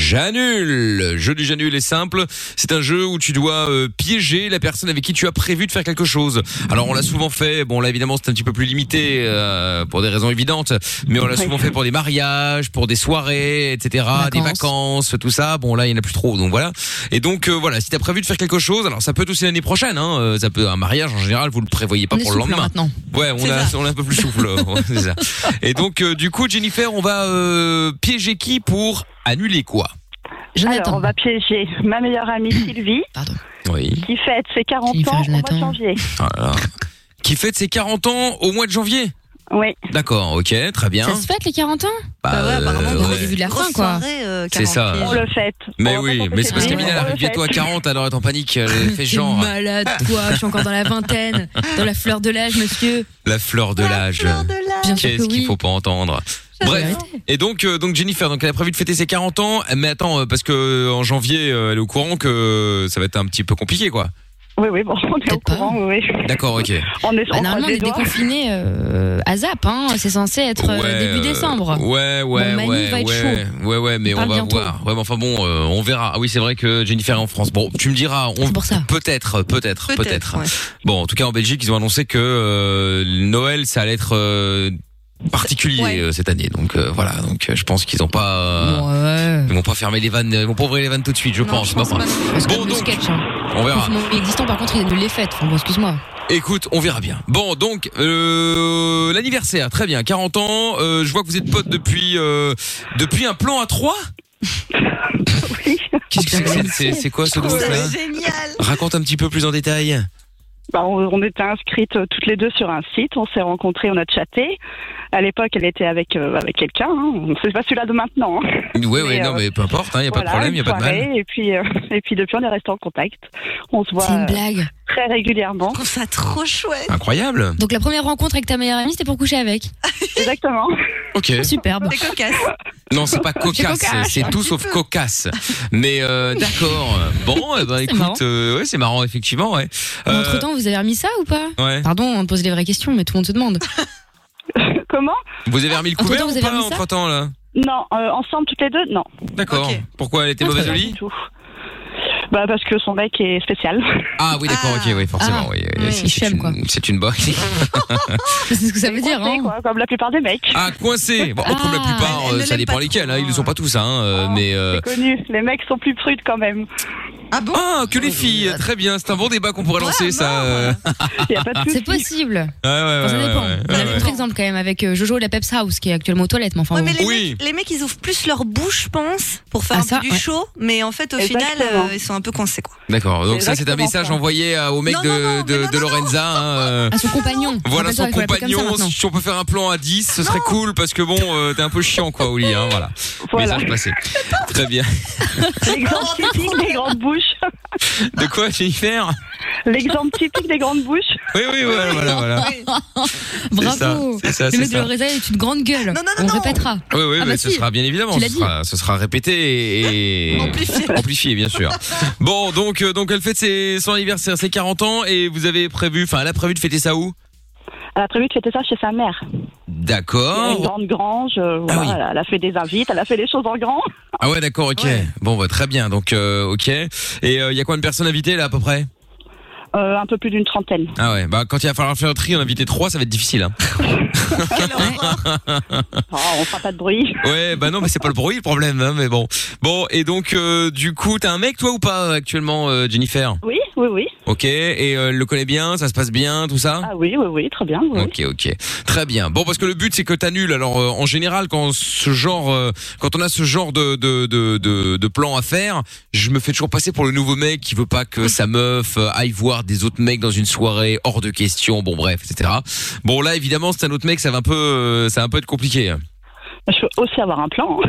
B: J'annule. Le jeu du J'annule est simple. C'est un jeu où tu dois euh, piéger la personne avec qui tu as prévu de faire quelque chose. Alors on l'a souvent fait, bon là évidemment c'est un petit peu plus limité euh, pour des raisons évidentes, mais on l'a
N: Oui.
B: souvent fait pour des mariages, pour des soirées, etc., des
C: Vacances.
B: vacances, tout ça. Bon là il n'y en a plus trop, donc voilà. Et donc euh, voilà, si tu as prévu de faire quelque chose, alors ça peut être aussi l'année prochaine, hein, euh, ça peut un mariage en général, vous le prévoyez pas
C: On est
B: pour le
C: soufflant
B: lendemain.
C: maintenant.
B: Ouais, on
F: C'est
B: a,
F: ça.
B: on a un peu plus souffle. ouais, c'est ça. Et donc, euh, du coup, Jennifer, on va euh, piéger qui pour annuler quoi
N: Alors,
C: Jonathan.
N: on va piéger ma meilleure amie Sylvie,
B: Oui. Ah
N: qui fête ses 40
C: Sylvie,
N: ans au mois
C: Jonathan.
N: de janvier.
B: Qui fête ses 40 ans au mois de janvier
N: Oui.
B: D'accord, ok, très bien.
C: Ça se fête les 40 ans
B: Bah,
F: Bah ouais, apparemment,
B: euh,
C: on
B: ouais.
C: est début de la
F: Grosse
C: fin, quoi.
F: soirée, euh,
B: C'est ça.
F: 40
N: On le fête.
B: Mais
N: On va
B: oui,
N: pas
B: mais c'est parce
N: fêter,
B: qu'Amina elle
N: on le
B: arrive bientôt à
N: fête.
B: 40, alors elle est en panique, elle fait
C: T'es
B: genre euh,
C: malade, toi. Je suis encore dans la vingtaine, dans la fleur de l'âge, monsieur.
B: la fleur de l'âge.
F: fleur de l'âge.
C: Bien sûr que
B: Qu'est-ce qu'il
C: oui.
B: faut pas entendre Bref, et donc euh, donc Jennifer, donc elle a prévu de fêter ses 40 ans, mais attends euh, parce que euh, en janvier euh, elle est au courant que euh, ça va être un petit peu compliqué quoi.
N: Oui, oui, bon, on est au courant, oui. oui.
B: D'accord, ok.
N: On est
C: Bah, normalement, on est déconfiné euh, à Zap, hein. c'est censé être euh,
B: Ouais,
C: début
B: euh,
C: décembre.
B: Ouais, ouais,
C: Bon, Manu
B: ouais,
C: va être
B: ouais, ouais, ouais, mais
C: Il
B: on
C: parle
B: va
C: bientôt.
B: voir. Ouais, mais enfin bon, euh, on verra. Ah oui, c'est vrai que Jennifer est en France. Bon, tu me diras. On... Peut-être, peut-être, peut-être.
O: Peut-être, ouais.
B: Bon, en tout cas, en Belgique, ils ont annoncé que euh, Noël, ça allait être euh, particulier euh, cette année. Donc euh, voilà. Donc euh, je pense qu'ils ont pas. euh, Ils vont pas fermer les vannes. Ils vont pas ouvrir les vannes tout de suite, je pense. Mais enfin,
C: Bon, donc. Sketch, hein.
B: on verra.
C: Confinement inexistant, par contre, il annule les fêtes. Enfin, bon, excuse-moi.
B: Écoute, on verra bien. Bon, donc euh, l'anniversaire, très bien. 40 ans. euh, je vois que vous êtes potes depuis euh, depuis un plan à 3 Qu'est-ce que c'est que cette- c'est C'est quoi ce groupe-là Raconte un petit peu plus en détail.
N: Bah, on, on était inscrites euh, toutes les deux sur un site, on s'est rencontrés, on a chatté. À l'époque, elle était avec, euh, avec quelqu'un, hein. c'est pas celui-là de maintenant. hein.
B: Ouais,
N: Mais,
B: ouais, non,
N: euh,
B: mais peu importe, il n'y a pas de
N: Voilà,
B: problème, il
N: une
B: a pas de mal.
N: soirée, Et puis, euh, et puis depuis, on est resté en contact. On se voit euh, très régulièrement. Je trouve ça trop chouette.
B: Incroyable.
C: Donc, la première rencontre avec ta meilleure amie, c'était pour coucher avec.
N: Exactement.
B: Ok.
C: Superbe.
F: C'est cocasse.
B: Non, c'est pas cocasse,
C: cocasse,
B: c'est
C: un
B: tout
C: petit
B: sauf
C: peu.
B: cocasse. Mais euh, d'accord. Bon, eh ben,
C: marrant.
B: écoute, euh, ouais, c'est marrant, effectivement, ouais. Euh,
C: Entre temps, vous avez remis ça ou pas
B: Ouais.
C: Pardon, on te pose les vraies questions, mais tout le monde se demande.
N: Comment
B: vous avez remis le
N: Entre-temps,
B: couvert
N: vous
B: ou
N: avez
B: pas
N: remis ça
B: entre temps, là
N: Non, euh, ensemble toutes les deux, non.
B: D'accord. Pourquoi elle était mauvaise au
N: Pas
B: lit
N: du tout. Bah parce que son mec est spécial.
B: Ah oui, d'accord, ok, oui, forcément, oui. oui, c'est- C'est une, c'est une boîte.
C: C'est ce que ça veut dire, hein.
N: comme la plupart des mecs.
B: ah, coincé. Bon, comme la plupart, euh, ça dépend lesquels, hein, ils ne sont pas tous, hein, euh, mais. euh,
N: Connu, les mecs sont plus prudes quand même.
F: Ah bon
B: Ah, que les filles, très bien, c'est un bon débat qu'on pourrait lancer, ça. euh.
C: Ah, C'est possible.
B: Ouais, ouais,
C: Enfin, ça
B: ouais,
C: dépend.
B: ouais,
C: On
B: ouais,
C: a vu
B: ouais.
C: d'autres exemples quand même avec euh, Jojo et la Peps House qui est actuellement aux toilettes, mais enfin. bon.
F: mais les, mecs, les mecs, ils ouvrent plus leur bouche, je pense, pour faire
C: Ah,
F: un
C: ça,
F: peu
C: ouais.
F: du show, mais en fait, au final,
C: Exactement.
F: euh, ils sont un peu coincés, quoi.
B: D'accord, donc ça c'est un
F: Exactement
B: message
F: ça.
B: envoyé à- au mec de, de, de Lorenza. hein, euh,
C: À son compagnon.
B: Voilà
C: Rappelle-toi,
B: son
C: il faut l'appeler comme ça
B: compagnon,
C: maintenant.
B: si on peut faire un plan à 10, ce serait cool parce que bon, euh, t'es un peu chiant quoi au lit, hein, voilà.
N: Voilà.
B: Message passé. Très bien.
N: L'exemple typique des grandes bouches.
B: De quoi Jennifer
N: L'exemple typique des grandes bouches.
B: Oui, oui, voilà, voilà. voilà.
C: Bravo.
B: C'est
C: le mec
B: ça, c'est ça, c'est
C: de
B: ça.
C: Lorenza est une grande gueule. On répétera.
B: Oui, oui,
C: Ah
B: mais
C: bah
B: ce
C: si.
B: sera bien évidemment,
C: Tu l'as
B: ce
C: dit.
B: sera, ce sera répété et amplifié, bien sûr. Bon, donc euh, donc elle fête ses, son anniversaire, ses 40 ans et vous avez prévu, enfin elle a prévu de fêter ça où
N: Elle a prévu de fêter ça chez sa mère. Il y
C: Oh.
N: a une
B: D'accord.
N: grande grange. euh, voilà, Elle a fait des invites, elle a fait des choses en grand.
B: Ah ouais, d'accord, ok. Bon, bah, très bien. Donc, euh, ok. Et il y a combien de personnes invitées là à peu près
N: Euh, un peu plus d'une trentaine.
B: Ah ouais. Bah quand il va falloir faire le tri, en inviter trois, ça va être difficile. Hein.
N: Oh, on fera pas de bruit.
B: ouais, bah non, mais c'est pas le bruit le problème. hein, mais bon, bon. Et donc, euh, du coup, t'as un mec toi ou pas euh, actuellement, euh, Jennifer
N: Oui, oui, oui.
B: Ok. Et euh, elle le connaît bien, ça se passe bien, tout ça
N: Ah oui, oui, oui, très bien. oui.
B: Ok, ok, très bien. Bon, parce que le but c'est que t'annules. Alors, euh, en général, quand ce genre, euh, quand on a ce genre de de, de de de plan à faire, je me fais toujours passer pour le nouveau mec qui veut pas que sa meuf euh, aille voir des autres mecs dans une soirée hors de question. Bon, bref, etc. Bon, là, évidemment, c'est un autre mec, ça va un peu, euh, ça va un peu être compliqué.
N: Je veux aussi avoir un plan.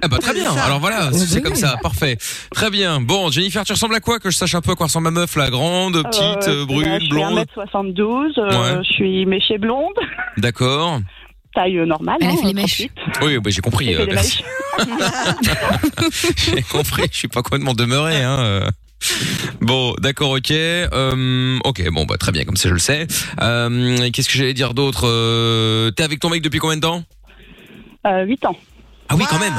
B: Ah bah très bien. Alors voilà,
N: Ouais,
B: c'est
N: bah
B: comme
N: oui.
B: ça, parfait. Très bien. Bon, Jennifer, tu ressembles à quoi que je sache un peu à quoi ressemble ma meuf, la grande, petite,
N: Euh,
B: euh, brune,
N: je fais
B: blonde.
N: 1m72, euh,
B: Ouais.
N: je suis méchée blonde,
B: D'accord.
N: taille euh, normale. hein, 38.
B: Oui, bah, j'ai compris.
N: Elle fait
B: euh,
N: des
B: merci. J'ai compris, je suis pas complètement demeuré. Hein. euh. Bon, d'accord, ok. Euh, ok, bon, bah très bien, comme ça je le sais. Euh, Qu'est-ce que j'allais dire d'autre Euh, T'es avec ton mec depuis combien de temps
N: Euh, 8 ans.
B: Ah oui, quand même.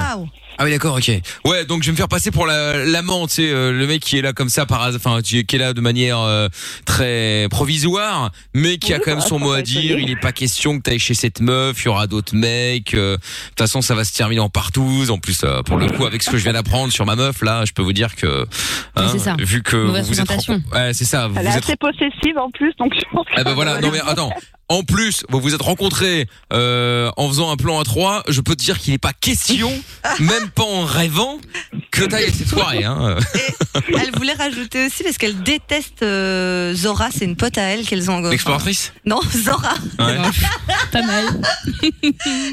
B: Ah oui, d'accord, ok. Ouais, donc je vais me faire passer pour la- l'amant, tu sais, euh, le mec qui est là comme ça, par hasard- enfin, qui qui est là de manière euh, très provisoire, mais qui a
E: Oui,
B: quand même
E: bah,
B: son
E: ça
B: mot
E: peut
B: à dire.
E: étonner.
B: Il est pas question que t'ailles chez cette meuf, il y aura d'autres mecs. euh, De toute façon, ça va se terminer en partouze. En plus, euh, pour le coup, avec ce que je viens d'apprendre sur ma meuf, là, je peux vous dire que, hein,
N: c'est ça.
B: vu que
N: Mauvaise
B: vous vous êtes,
N: présentation.
B: rencontrés- ouais, c'est ça, vous
N: Elle
B: vous
N: est
B: êtes
N: assez possessive en plus, donc je pense que.
B: ah ben voilà, non mais attends. En plus, vous vous êtes rencontrés euh, en faisant un plan à trois. Je peux te dire qu'il n'est pas question, même pas en rêvant, que t'ailles à cette soirée. Hein.
F: Elle voulait rajouter aussi parce qu'elle déteste euh, Zora, c'est une pote à elle qu'elles ont.
B: L'exploratrice
F: Non, Zora.
B: Ouais.
C: Pas mal.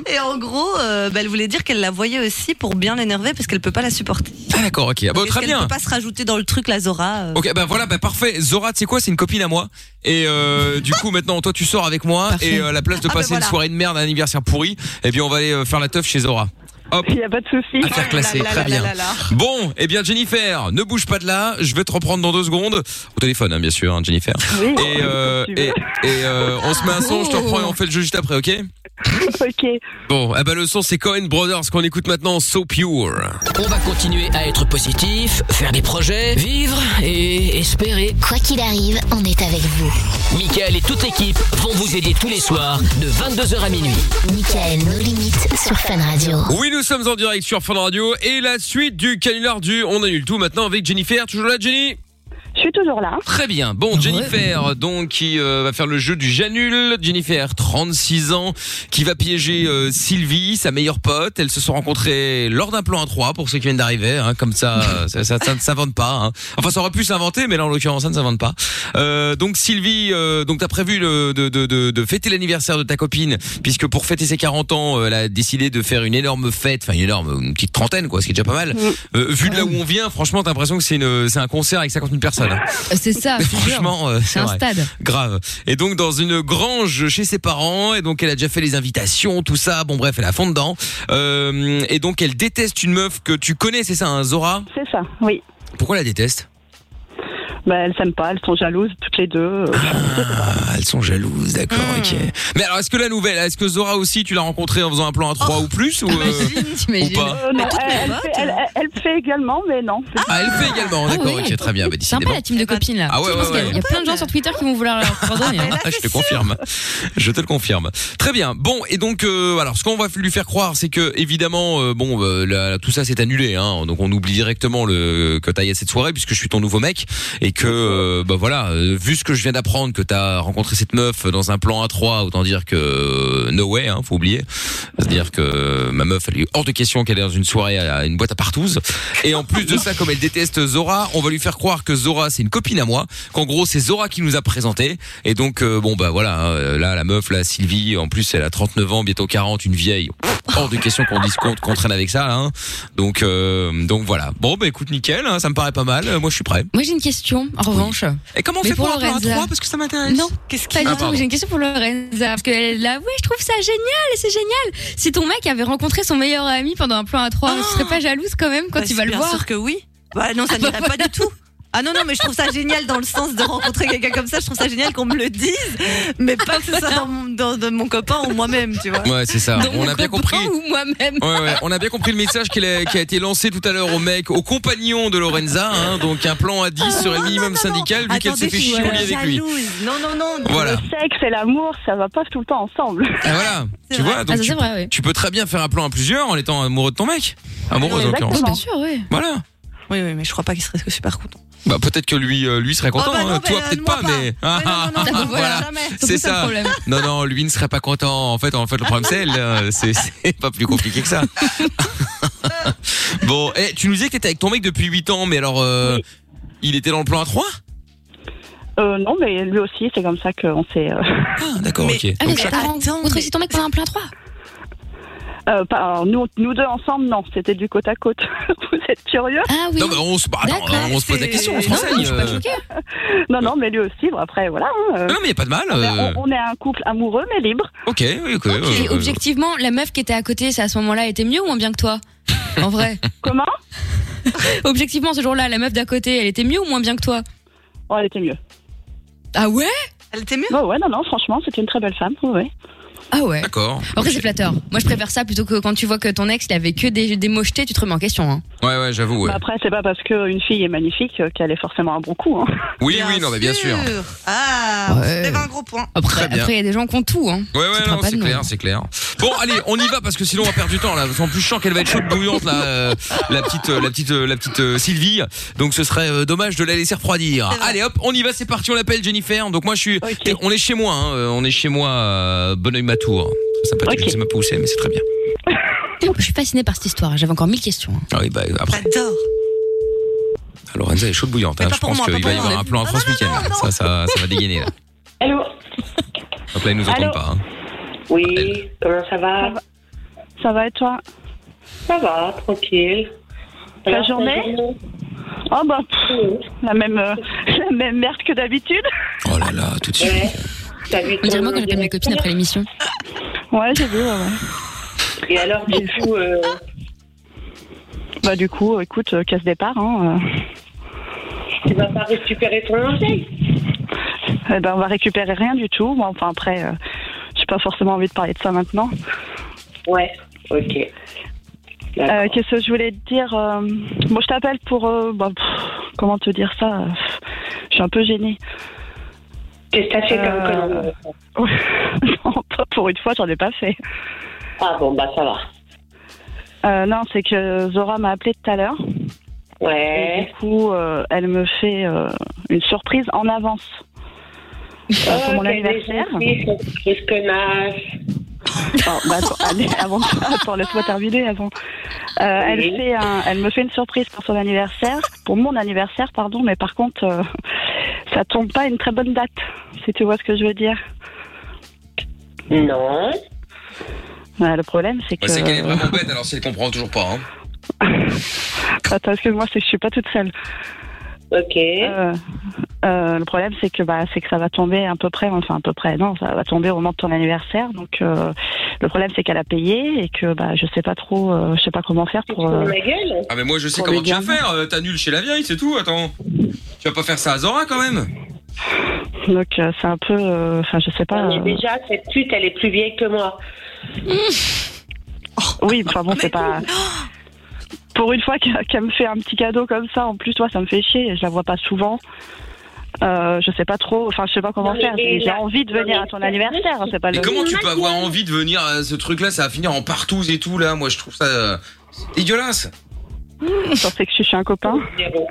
F: Et en gros, euh, bah, elle voulait dire qu'elle la voyait aussi pour bien l'énerver parce qu'elle peut pas la supporter.
B: Ah d'accord, ok. Ah, bon,
F: Donc,
B: très
F: est-ce
B: bien.
F: qu'elle peut pas se rajouter dans le truc la Zora.
N: Hein.
F: euh,
B: Ok, bah voilà, bah parfait. Zora, tu sais quoi, c'est une copine à moi. Et euh, du coup, maintenant, toi,
N: Ah, ben
B: tu sors avec moi. Et euh, à la place de passer une soirée de merde, un anniversaire pourri, eh bien, on va aller euh, faire la teuf chez Zora.
N: Il n'y a pas de souci.
B: À faire classer,
N: Là, là,
B: très
N: là,
B: bien.
N: là, là, là.
B: Bon, eh bien Jennifer, ne bouge pas de là, je vais te reprendre dans deux secondes. Au téléphone, hein, bien sûr, hein, Jennifer.
N: Oui.
B: et euh, et, et, euh, on se met un son, je te reprends et on fait le jeu juste après, ok
N: Ok.
B: Bon, eh ben le son c'est Cohen Brothers qu'on écoute maintenant, So Pure.
A: On va continuer à être positif, faire des projets, vivre et espérer.
I: Quoi qu'il arrive, on est avec vous.
A: Michael et toute l'équipe vont vous aider tous les soirs de 22h à minuit.
I: Michael, nos limites sur Fun Radio.
B: Oui, nous sommes en direct sur Fun Radio et la suite du canular du On annule tout maintenant avec Jennifer. Toujours là, Jenny
N: Je suis toujours là.
B: Très bien. Bon, Jennifer, donc, qui euh, va faire le jeu du Janul. Jennifer, 36 ans, qui va piéger euh, Sylvie, sa meilleure pote. Elles se sont rencontrées lors d'un plan à 3 pour ceux qui viennent d'arriver. hein. comme ça, euh, ça, ça- ça ne s'invente pas. hein. Enfin, ça aurait pu s'inventer, mais là, en l'occurrence, ça ne s'invente pas. Euh, donc, Sylvie, euh, donc, t'as prévu le- de, de- de- de fêter l'anniversaire de ta copine, puisque pour fêter ses 40 ans, euh, elle a décidé de faire une énorme fête, enfin, une énorme, une petite trentaine, quoi, ce qui est déjà pas mal. Euh, vu de là où on vient, franchement, t'as l'impression que c'est une- c'est un concert avec 50 000 personnes. hein.
C: Euh, C'est ça, je te jure.
B: Franchement, euh,
C: c'est un
B: vrai.
C: stade.
B: Grave. Et donc dans une grange chez ses parents, et donc elle a déjà fait les invitations, tout ça. Bon bref, elle a fond dedans. Euh, et donc elle déteste une meuf que tu connais, c'est ça, un Zora
N: C'est ça, oui.
B: Pourquoi elle la déteste
N: Bah, elles s'aiment pas, elles sont jalouses toutes les deux. euh,
B: Ah, elles sont jalouses, d'accord, ok.
C: Hmm.
B: Mais alors est-ce que la nouvelle, est-ce que Zora aussi tu l'as rencontrée en faisant un plan à 3
C: Oh.
B: ou plus
C: Ah
B: ou,
C: bah,
B: euh, ou pas
N: Euh, non, elle, elle fait, elle-
C: hein.
N: elle- elle fait également, mais non.
B: Ah, elle fait également, d'accord, ok, très bien, bah,
C: C'est un peu
B: décidément.
C: la team de copines là.
B: Ah ouais,
C: Je pense
B: ouais,
C: qu'il y a-
B: ouais.
C: Il y a plein de gens sur Twitter qui vont vouloir leur pardonner. hein.
B: Ah, je te confirme. Je te le confirme. Très bien. Bon, et donc, euh, alors, ce qu'on va lui faire croire, c'est que, évidemment, euh, bon, euh, la- la- tout ça s'est annulé. Hein, donc, on oublie directement le, que t'ailles à cette soirée, puisque je suis ton nouveau mec, et que, euh, bah voilà, euh, vu ce que je viens d'apprendre, que t'as rencontré cette meuf dans un plan A3, autant dire que euh, no way, hein, faut oublier. C'est-à-dire que euh, ma meuf, elle est hors de question qu'elle est dans une soirée à une boîte à partouze. Et en plus de ça, comme elle déteste Zora, on va lui faire croire que Zora, c'est une copine à moi, qu'en gros, c'est Zora qui nous a présenté. Et donc, euh, bon, bah voilà, hein, euh, là, la meuf, là, Sylvie, en plus, elle a 39 ans, bientôt 40, une vieille. Pff, Hors de question qu'on dise qu'on qu'on traîne avec ça, là, hein. Donc, euh, donc voilà. Bon, bah écoute, nickel, hein, ça me paraît pas mal. Euh, Moi, je suis prêt.
C: Moi j'ai une question en revanche.
B: Et comment on
C: Mais
B: fait pour avoir un
C: Lorenza
B: trois Parce que ça m'intéresse.
C: Non, pas
B: Ah,
C: du tout.
B: pardon.
C: J'ai une question pour Lorenza parce qu'elle est là. Oui, je trouve ça génial, c'est génial. Si ton mec avait rencontré son meilleur ami pendant un plan à 3 tu
B: Ah
C: serais pas jalouse quand même quand
F: Bah,
C: tu vas le
F: bien
C: voir
F: sûr que oui. Bah non, ça n'irait pas du tout. Ah non, non, mais je trouve ça génial dans le sens de rencontrer quelqu'un comme ça. Je trouve ça génial qu'on me le dise, mais pas que ce soit dans mon, dans- de mon copain ou moi-même, tu vois.
B: Ouais, c'est ça. on a bien compris.
C: moi-même.
B: Ouais, ouais, on a bien compris le message qu'il a- qui a, été lancé tout à l'heure au mec, au compagnon de Lorenza, hein, donc un plan à 10 sur le minimum syndical vu qu'elle s'est fait chier avec lui.
F: Non, non, non.
B: Voilà.
N: Le sexe et l'amour, ça va pas tout le temps ensemble.
B: Ah, voilà, tu vois, donc
N: Ah, ça,
B: tu,
N: c'est vrai, oui.
B: tu peux très bien faire un plan à plusieurs en étant amoureux de ton mec. Amoureuse en l'occurrence.
C: sûr, oui.
B: Voilà.
F: Oui, oui, mais je crois pas qu'il serait super content.
B: Bah peut-être que lui, euh, lui serait content,
F: Ah bah non,
B: hein. toi
F: bah,
B: peut-être
F: moi
B: pas,
F: pas.
B: mais Ah, ah, ah,
F: non, non,
B: voilà,
F: jamais. C'est
B: c'est
F: ça le
B: ça.
F: problème.
B: Non non, lui ne serait pas content. En fait, en fait, le problème c'est elle. euh, c'est- c'est pas plus compliqué que ça. bon, eh, tu nous disais que t'étais avec ton mec depuis 8 ans, mais alors, euh, il était dans le plan à 3
N: Euh, non, mais lui aussi, c'est comme ça qu'on s'est. euh,
B: D'accord, ok.
C: Ah, mais
B: Donc,
C: t'as
B: chaque-
C: rencontré si ton mec pendant un plan à 3
N: euh, pas- alors, nous, nous deux ensemble, non, c'était du côte à côte. Vous êtes curieux
C: Ah oui.
B: Non, mais on se, bah, attends, on se pose la question, on se renseigne. euh.
N: Non, non, mais lui aussi, bon, après, voilà. hein, euh,
B: Non, mais y a pas de mal.
N: on est-
B: euh.
N: on, on est un couple amoureux, mais libre.
B: Ok, oui, ok. euh,
C: Et objectivement, la meuf qui était à côté, ça à ce moment-là était mieux ou moins bien que toi En vrai.
N: Comment
C: Objectivement, ce jour-là, la meuf d'à côté, elle était mieux ou moins bien que toi
N: Oh, elle était mieux.
C: Ah ouais
F: Elle était mieux
N: Ouais, ouais, non, non, franchement, c'était une très belle femme, ouais, ouais.
C: Ah ouais.
B: D'accord.
C: Après, c'est flatteur. Moi, je préfère ça plutôt que quand tu vois que ton ex, il avait que des, des mochetés, tu te remets en question. Hein.
B: Ouais, ouais, j'avoue. ouais.
N: Mais Après, c'est pas parce qu'une fille est magnifique euh, qu'elle est forcément un bon coup. Hein.
C: Bah,
B: Oui, oui, non, mais bien sûr.
F: Ah,
B: Ouais.
F: c'est un gros point.
B: Très
C: Après,
B: bien.
C: après, il y a des gens qui ont tout. Hein.
B: Ouais, ouais, non, c'est clair, c'est clair. Bon, allez, on y va parce que sinon on va perdre du temps là. En plus, je sens qu'elle va être chaude bouillante là, euh, la petite, euh, la petite, euh, la petite euh, Sylvie. Donc, ce serait euh, dommage de la laisser refroidir. Allez, hop, on y va, c'est parti. On l'appelle Jennifer. Donc moi, je suis, on est chez moi, hein, euh, on est chez moi, euh, Bonneuil Matour. Très Sympathique, je sais même pas où c'est, mais c'est très bien.
C: Je suis fascinée par cette histoire. J'avais encore mille questions. hein.
B: Ah oui, bah après.
F: J'adore.
B: Alors, Renza est chaude bouillante. Hein. Je
C: pour
B: pense
C: moi, pas
B: qu'il
C: pour
B: va y
C: moi.
B: avoir un plan à France week-end. là. Ça, ça, ça va dégainer là.
O: Allô
B: Hop là, ils nous entendent
O: Allô
B: pas. hein.
O: Oui, comment ça va
N: Ça va et toi
O: Ça va, tranquille.
N: Ta
O: Alors,
N: journée Oh bah, pff, la, même, euh, la même merde que d'habitude.
B: Oh là là, tout de suite.
C: On dirait moi quand j'appelle mes copines après l'émission.
N: Ouais, j'ai vu, ouais, ouais.
O: Et alors, du coup, euh,
N: Bah, du coup, écoute, euh, casse départ. Hein,
O: Tu vas pas récupérer ton linge
N: euh. Eh ben, on va récupérer rien du tout. Bon, enfin, après, euh, j'ai pas forcément envie de parler de ça maintenant.
O: Ouais, ok.
N: Euh, Qu'est-ce que je voulais te dire euh, Bon, je t'appelle pour. euh, bah, pff, comment te dire ça euh, pff, Je suis un peu gênée. Euh,
O: Qu'est-ce que t'as fait comme connerie
N: Non, pas pour une fois, j'en ai pas fait.
O: Ah bon, bah ça va.
N: Euh, non, c'est que Zora m'a appelé tout à l'heure.
O: Ouais.
N: Et du coup, euh, elle me fait euh, une surprise en avance. Euh, pour mon anniversaire.
O: Qu'est-ce que Oh,
N: Bon, bah, attends, allez, avant ça, attends, laisse-moi terminer avant. Euh, elle, fait un- elle me fait une surprise pour son anniversaire, pour mon anniversaire, pardon, mais par contre, euh, ça tombe pas à une très bonne date, si tu vois ce que je veux dire.
O: Non.
N: Bah, le problème, c'est que.
B: Bah, c'est qu'elle est
O: Euh,
B: vraiment bête, alors si elle comprend toujours pas. Hein.
N: Attends, excuse-moi, c'est que je suis pas toute seule. Euh,
O: Ok.
N: le problème, c'est que bah, c'est que ça va tomber à peu près, enfin à peu près, non, ça va tomber au moment de ton anniversaire. Donc euh, le problème, c'est qu'elle a payé et que bah je sais pas trop, euh, je sais pas comment faire pour. euh,
B: Ah, mais moi je sais
N: Pour
B: comment
N: les
B: tu vas
N: gamins.
B: faire. euh, T'annules chez la vieille, c'est tout. Attends. Tu vas pas faire ça à Zora quand même
N: Donc euh, c'est un peu, euh, enfin je sais pas.
O: Mais
B: Ah.
N: euh,
O: déjà, cette pute, elle est plus vieille que moi.
N: Oui, enfin bon, c'est
O: Oh,
N: pas. Pour une fois qu'elle qu'elle me fait un petit cadeau comme ça, en plus, toi, ça me fait chier. Je la vois pas souvent. Euh, je sais pas trop, enfin, je sais pas comment
O: Non, mais
N: faire. J'ai
O: et
N: j'ai
O: la-
N: envie de
O: non,
N: venir
O: mais
N: à ton
O: la-
N: anniversaire. C'est pas
B: Mais
N: Bah, le.
B: comment tu peux avoir envie de venir à ce truc-là Ça va finir en partout et tout, là. Moi, je trouve ça euh, c'est dégueulasse.
N: Je pensais Mmh. que je suis chez un copain.
O: Zéro.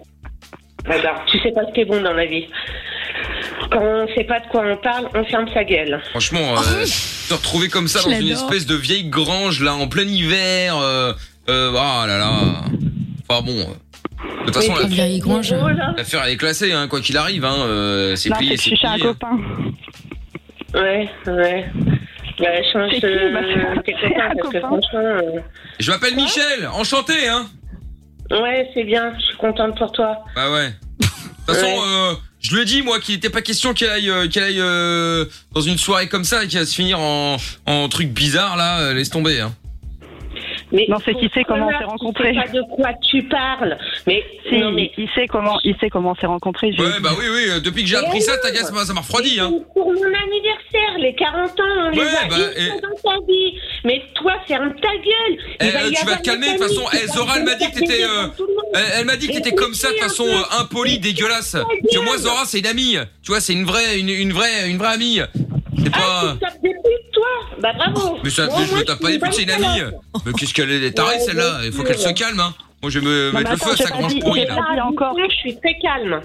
O: Regarde, tu sais pas ce qui est bon dans la vie. Quand on sait pas de quoi on parle, on ferme sa gueule.
B: Franchement, euh, te retrouver comme ça
O: Ah Je
B: dans une
O: l'adore.
B: espèce de vieille grange, là, en plein hiver. euh, euh, ah là là. Enfin bon. euh, De toute façon,
N: Oui,
B: la-
N: vieille grange.
B: l'affaire, elle est classée, hein, quoi qu'il arrive. Hein, euh, c'est
N: Non,
B: plié,
N: c'est que je
B: c'est
N: suis chez un
B: plié.
N: copain.
O: Ouais, ouais. Bah, change
N: C'est qui,
O: euh,
N: ma sœur
O: tes
N: C'est
O: copains,
N: un
O: parce que
N: copain.
O: franchement. euh,
B: Je m'appelle Michel, enchanté, hein.
O: Ouais, c'est bien, je suis contente pour toi.
B: Bah ouais. De toute façon, euh, je le dis moi qu'il n'était pas question qu'elle aille, euh, qu'elle aille euh, dans une soirée comme ça et qu'elle va se finir en, en truc bizarre là, euh, laisse tomber. Hein.
O: Mais
N: non, c'est qu'il sait comment on
O: Connard,
N: s'est
O: tu
N: rencontrés.
O: sais pas de quoi tu parles. Mais
N: Si,
O: non, mais
N: il sait comment, il sait comment on s'est rencontrés. je-
B: Ouais bah oui oui, euh, depuis que j'ai
O: Mais
B: appris ça,
O: non.
B: ta gueule, ça m'a- ça m'a refroidi hein.
O: pour mon anniversaire, les 40 ans, on les
B: Ouais,
O: a
B: bah,
O: une fois dans ta vie. Mais toi, ferme ta gueule.
B: Eh,
O: bah, Il va
B: euh,
O: y
B: tu vas
O: avoir
B: te calmer, de
O: des
B: toute façon,
O: familles
B: eh,
O: qui vont
B: Zora, elle m'a
O: te
B: dit que t'étais,
O: faire
B: euh,
O: tout le monde.
B: Elle, elle m'a dit que
O: Mais
B: t'étais comme ça de
O: réfléchis
B: façon
O: un peu.
B: euh, impolie, dégueulasse. Que moi Zora c'est une amie, tu vois c'est une vraie, une, une vraie, une vraie amie. C'est pas.
O: Tu tapes des putes, toi Bah bravo
B: Mais ça,
O: Ah, Moi,
B: mais euh, je
O: moi,
B: me tape
O: suis
B: pas des
O: une
B: putes, c'est une
O: bonne
B: amie.
O: salope.
B: Mais qu'est-ce qu'elle est tarée
O: Ouais,
B: celle-là
O: bien
B: Il faut
O: sûr.
B: qu'elle se calme. Hein. Moi je vais
N: Non,
B: me
N: mais
B: mettre le
N: attends,
B: feu à
N: j'ai
B: sa
N: pas
B: grange
N: dit-
B: pourrie
N: j'ai
B: là.
N: pas dit encore.
O: Je suis très calme.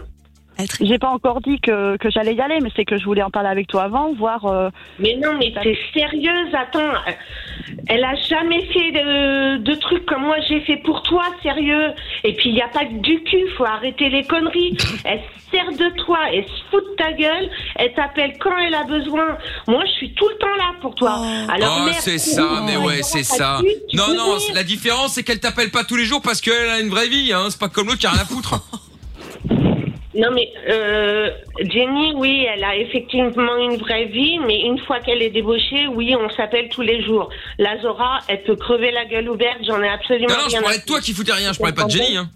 N: J'ai pas encore dit que, que j'allais y aller, mais c'est que je voulais en parler avec toi avant, voir. euh,
O: Mais non, mais t'es sérieuse, attends. euh, Elle a jamais fait de, de trucs comme moi j'ai fait pour toi, sérieux. Et puis il n'y a pas que du cul, faut arrêter les conneries. Elle se sert de toi, elle se fout de ta gueule, elle t'appelle quand elle a besoin. Moi je suis tout le temps là pour toi. Alors
B: oh,
O: merde,
B: c'est ça,
O: non,
B: mais ouais, c'est ça.
O: tu- tu
B: Non,
O: peux
B: non,
O: dire.
B: la différence, c'est qu'elle t'appelle pas tous les jours parce qu'elle a une vraie vie, hein. C'est pas comme l'autre qui a rien à foutre.
O: Non mais euh, Jenny, oui, elle a effectivement une vraie vie, mais une fois qu'elle est débauchée, oui, on s'appelle tous les jours. La Zora, elle peut crever la gueule ouverte, j'en ai absolument
B: Non, non, je
O: rien à
B: parlais de toi qui foutais rien, je parlais pas de Jenny, hein.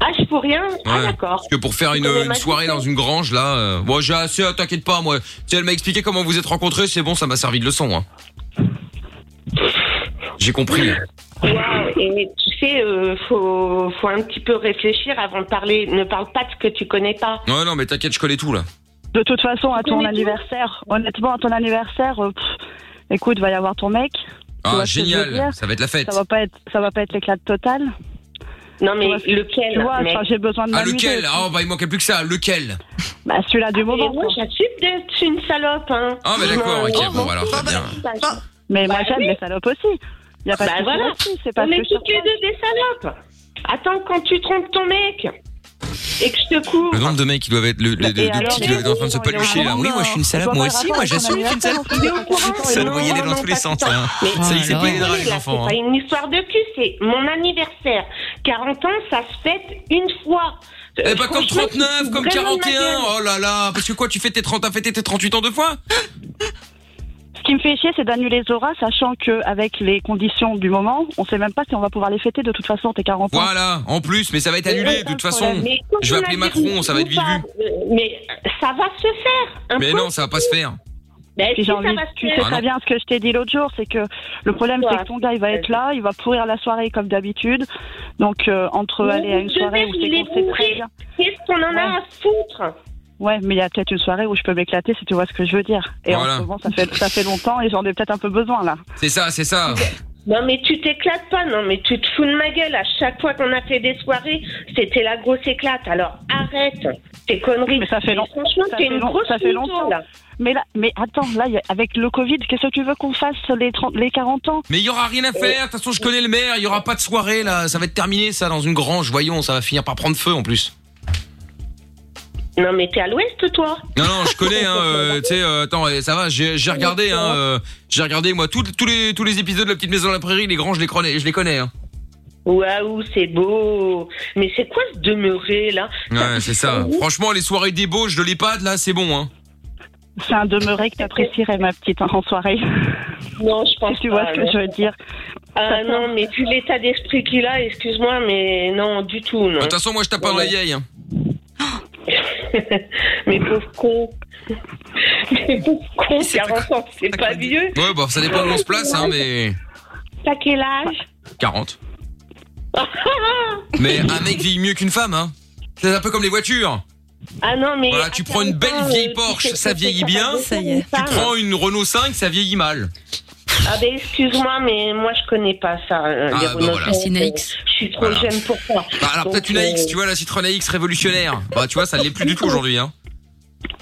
O: Ah, je pour rien Ah
B: Ouais.
O: d'accord.
B: Parce que pour faire une,
O: connais
B: une
O: ma
B: soirée dans une grange, là, euh, moi, j'ai assez, ah, t'inquiète pas, moi. Si elle m'a expliqué comment vous êtes rencontrés, c'est bon, ça m'a servi de leçon, hein. J'ai compris. hein.
O: Waouh, et tu sais, euh, faut, faut un petit peu réfléchir avant de parler. Ne parle pas de ce que tu connais pas.
B: Ouais, non, mais t'inquiète, je connais tout, là.
N: De toute façon, à ton anniversaire, honnêtement, à ton anniversaire, euh, pff, écoute, va y avoir ton mec. Tu
B: Ah,
N: vois ce que je veux
B: génial,
N: dire
B: ça va être la fête.
N: Ça va pas être, ça va pas être l'éclat total.
O: Non mais
N: Tu vois ce que-
O: lequel,
N: Tu vois,
O: mec
N: enfin, j'ai besoin de
B: Ah,
N: m'amuser.
B: lequel Ah, bah, il manquait plus que ça, lequel
N: Bah celui-là du moment.
O: Ah, moi, j'assume d'être une salope. Hein.
B: Ah, mais d'accord,
O: Non,
B: ok,
O: non,
B: bon, bah, alors, très bien.
N: Mais moi j'aime les salopes aussi. Y a pas
O: bah
N: de
O: voilà,
N: souci, c'est pas
O: on
N: ce
O: est
N: que je
O: toutes les deux des salopes. Attends, quand tu trompes ton mec et que je te couvre.
B: Le nombre de mecs qui doivent être, le, le-
O: Et
B: de, de
O: alors,
B: petits qui doivent être en train de se
O: oui,
B: palucher là. Oui, moi je suis une salope, moi aussi, moi j'assume que je suis une salope.
O: Il est au courant,
B: Ça le
O: non,
B: voyait aller dans
O: non,
B: tous les
O: pas
B: sens.
O: tout le temps.
B: hein.
O: Mais
B: Ça, il s'est payé dans
O: désolé,
B: les
O: là,
B: enfants.
O: C'est
B: hein.
O: pas une histoire de cul, c'est mon anniversaire. 40 ans, ça se fête une fois. Euh,
B: Eh pas comme 39, comme 41,
O: ans.
B: oh là là, parce que quoi, tu fais tes 30, t'as fêté tes 38 ans deux fois
N: qui me fait chier, c'est d'annuler Zora, sachant que avec les conditions du moment, on sait même pas si on va pouvoir les fêter. De toute façon, t'es 40 ans.
B: Voilà, en plus, mais ça va être annulé de toute façon.
N: Mais
B: Je vais appeler Macron, ça va être vite vu.
O: Ah, Mais ça va se faire. Un
B: Mais
O: peu.
B: non, ça va pas se faire.
O: Ben,
N: Puis
O: si,
N: j'ai
O: ça
N: envie-
O: va se
N: tu
O: faire.
N: sais
B: Ah
N: très
B: non.
N: bien ce que je t'ai dit l'autre jour, c'est que le problème c'est
O: Quoi
N: que ton gars il va être là, il va pourrir la soirée comme d'habitude. Donc euh, entre
O: Mais
N: aller à une
O: le
N: soirée
O: verre,
N: où
O: il
N: c'est
O: est
N: qu'on sait
O: bourré.
N: très bien.
O: Qu'est-ce qu'on en a à foutre
N: Ouais, mais il y a peut-être une soirée où je peux m'éclater si tu vois ce que je veux dire. Et
B: Voilà.
N: en ce moment ça fait ça fait longtemps et j'en ai peut-être un peu besoin là.
B: C'est ça, c'est ça.
O: Non mais tu t'éclates pas, non mais tu te fous de ma gueule. À chaque fois qu'on a fait des soirées, c'était la grosse éclate. Alors ah, arrête tes conneries.
N: Ça fait long-
O: Franchement,
N: ça
O: t'es
N: fait
O: une
N: long-
O: grosse
N: ça fait
O: mytho,
N: longtemps.
O: là.
N: Mais là, mais attends, là, y a- avec le Covid, qu'est-ce que tu veux qu'on fasse les 30, les 40 ans
B: Mais il y aura rien à faire. De toute façon, je connais le maire. Il y aura pas de soirée là. Ça va être terminé ça dans une grange. Voyons, ça va finir par prendre feu en plus.
O: Non mais t'es à l'ouest toi.
B: Non, non, je connais. Hein, euh, tu sais, euh, attends, eh, ça va. J'ai j'ai regardé. Hein, euh, j'ai regardé moi tous tous les tous les épisodes de la petite maison de la prairie. Les granges, je les connais. Je les connais. Hein.
O: Waouh, c'est beau. Mais c'est quoi ce demeuré là
B: Ouais, c'est ça. Franchement, les soirées débauche de l'EHPAD là, c'est bon. Hein.
N: C'est un demeuré que t'apprécierais, ma petite, hein, en soirée.
O: Non, je pense
N: Si tu vois
O: pas,
N: ce que
O: non.
N: je veux dire.
O: Ah non, mais vu l'état d'esprit qu'il a, excuse-moi, mais non, du tout, non.
K: hein.
B: De toute façon, moi, je tape pas dans la vieille. Hein.
O: Mais pauvre con. Mais pauvre con, 40 ans, c'est pas vieux.
B: Ouais, bah ça dépend où on se place, hein, mais
O: T'as quel âge
B: 40. Mais un mec vieillit mieux qu'une femme. Hein. C'est un peu comme les voitures.
O: Ah non, mais.
B: Voilà, tu
O: à
B: prends
O: 40
B: une belle
O: ans,
B: vieille
O: euh,
B: Porsche,
O: tu sais
B: ça
O: que
B: vieillit
O: c'est
B: bien.
O: pas une
B: Tu
O: femme.
B: prends une Renault 5, ça vieillit mal.
O: Ah ben excuse-moi, mais moi je connais pas ça. euh,
B: Ah,
O: les
B: bah
O: Renault
B: voilà.
O: Kart,
B: C'est une
O: euh,
B: AX.
O: Je suis trop
B: Voilà.
O: jeune pour ça.
B: Bah, alors peut-être une AX, tu vois, la Citroën AX révolutionnaire. Bah tu vois, ça ne l'est plus du tout aujourd'hui. Hein.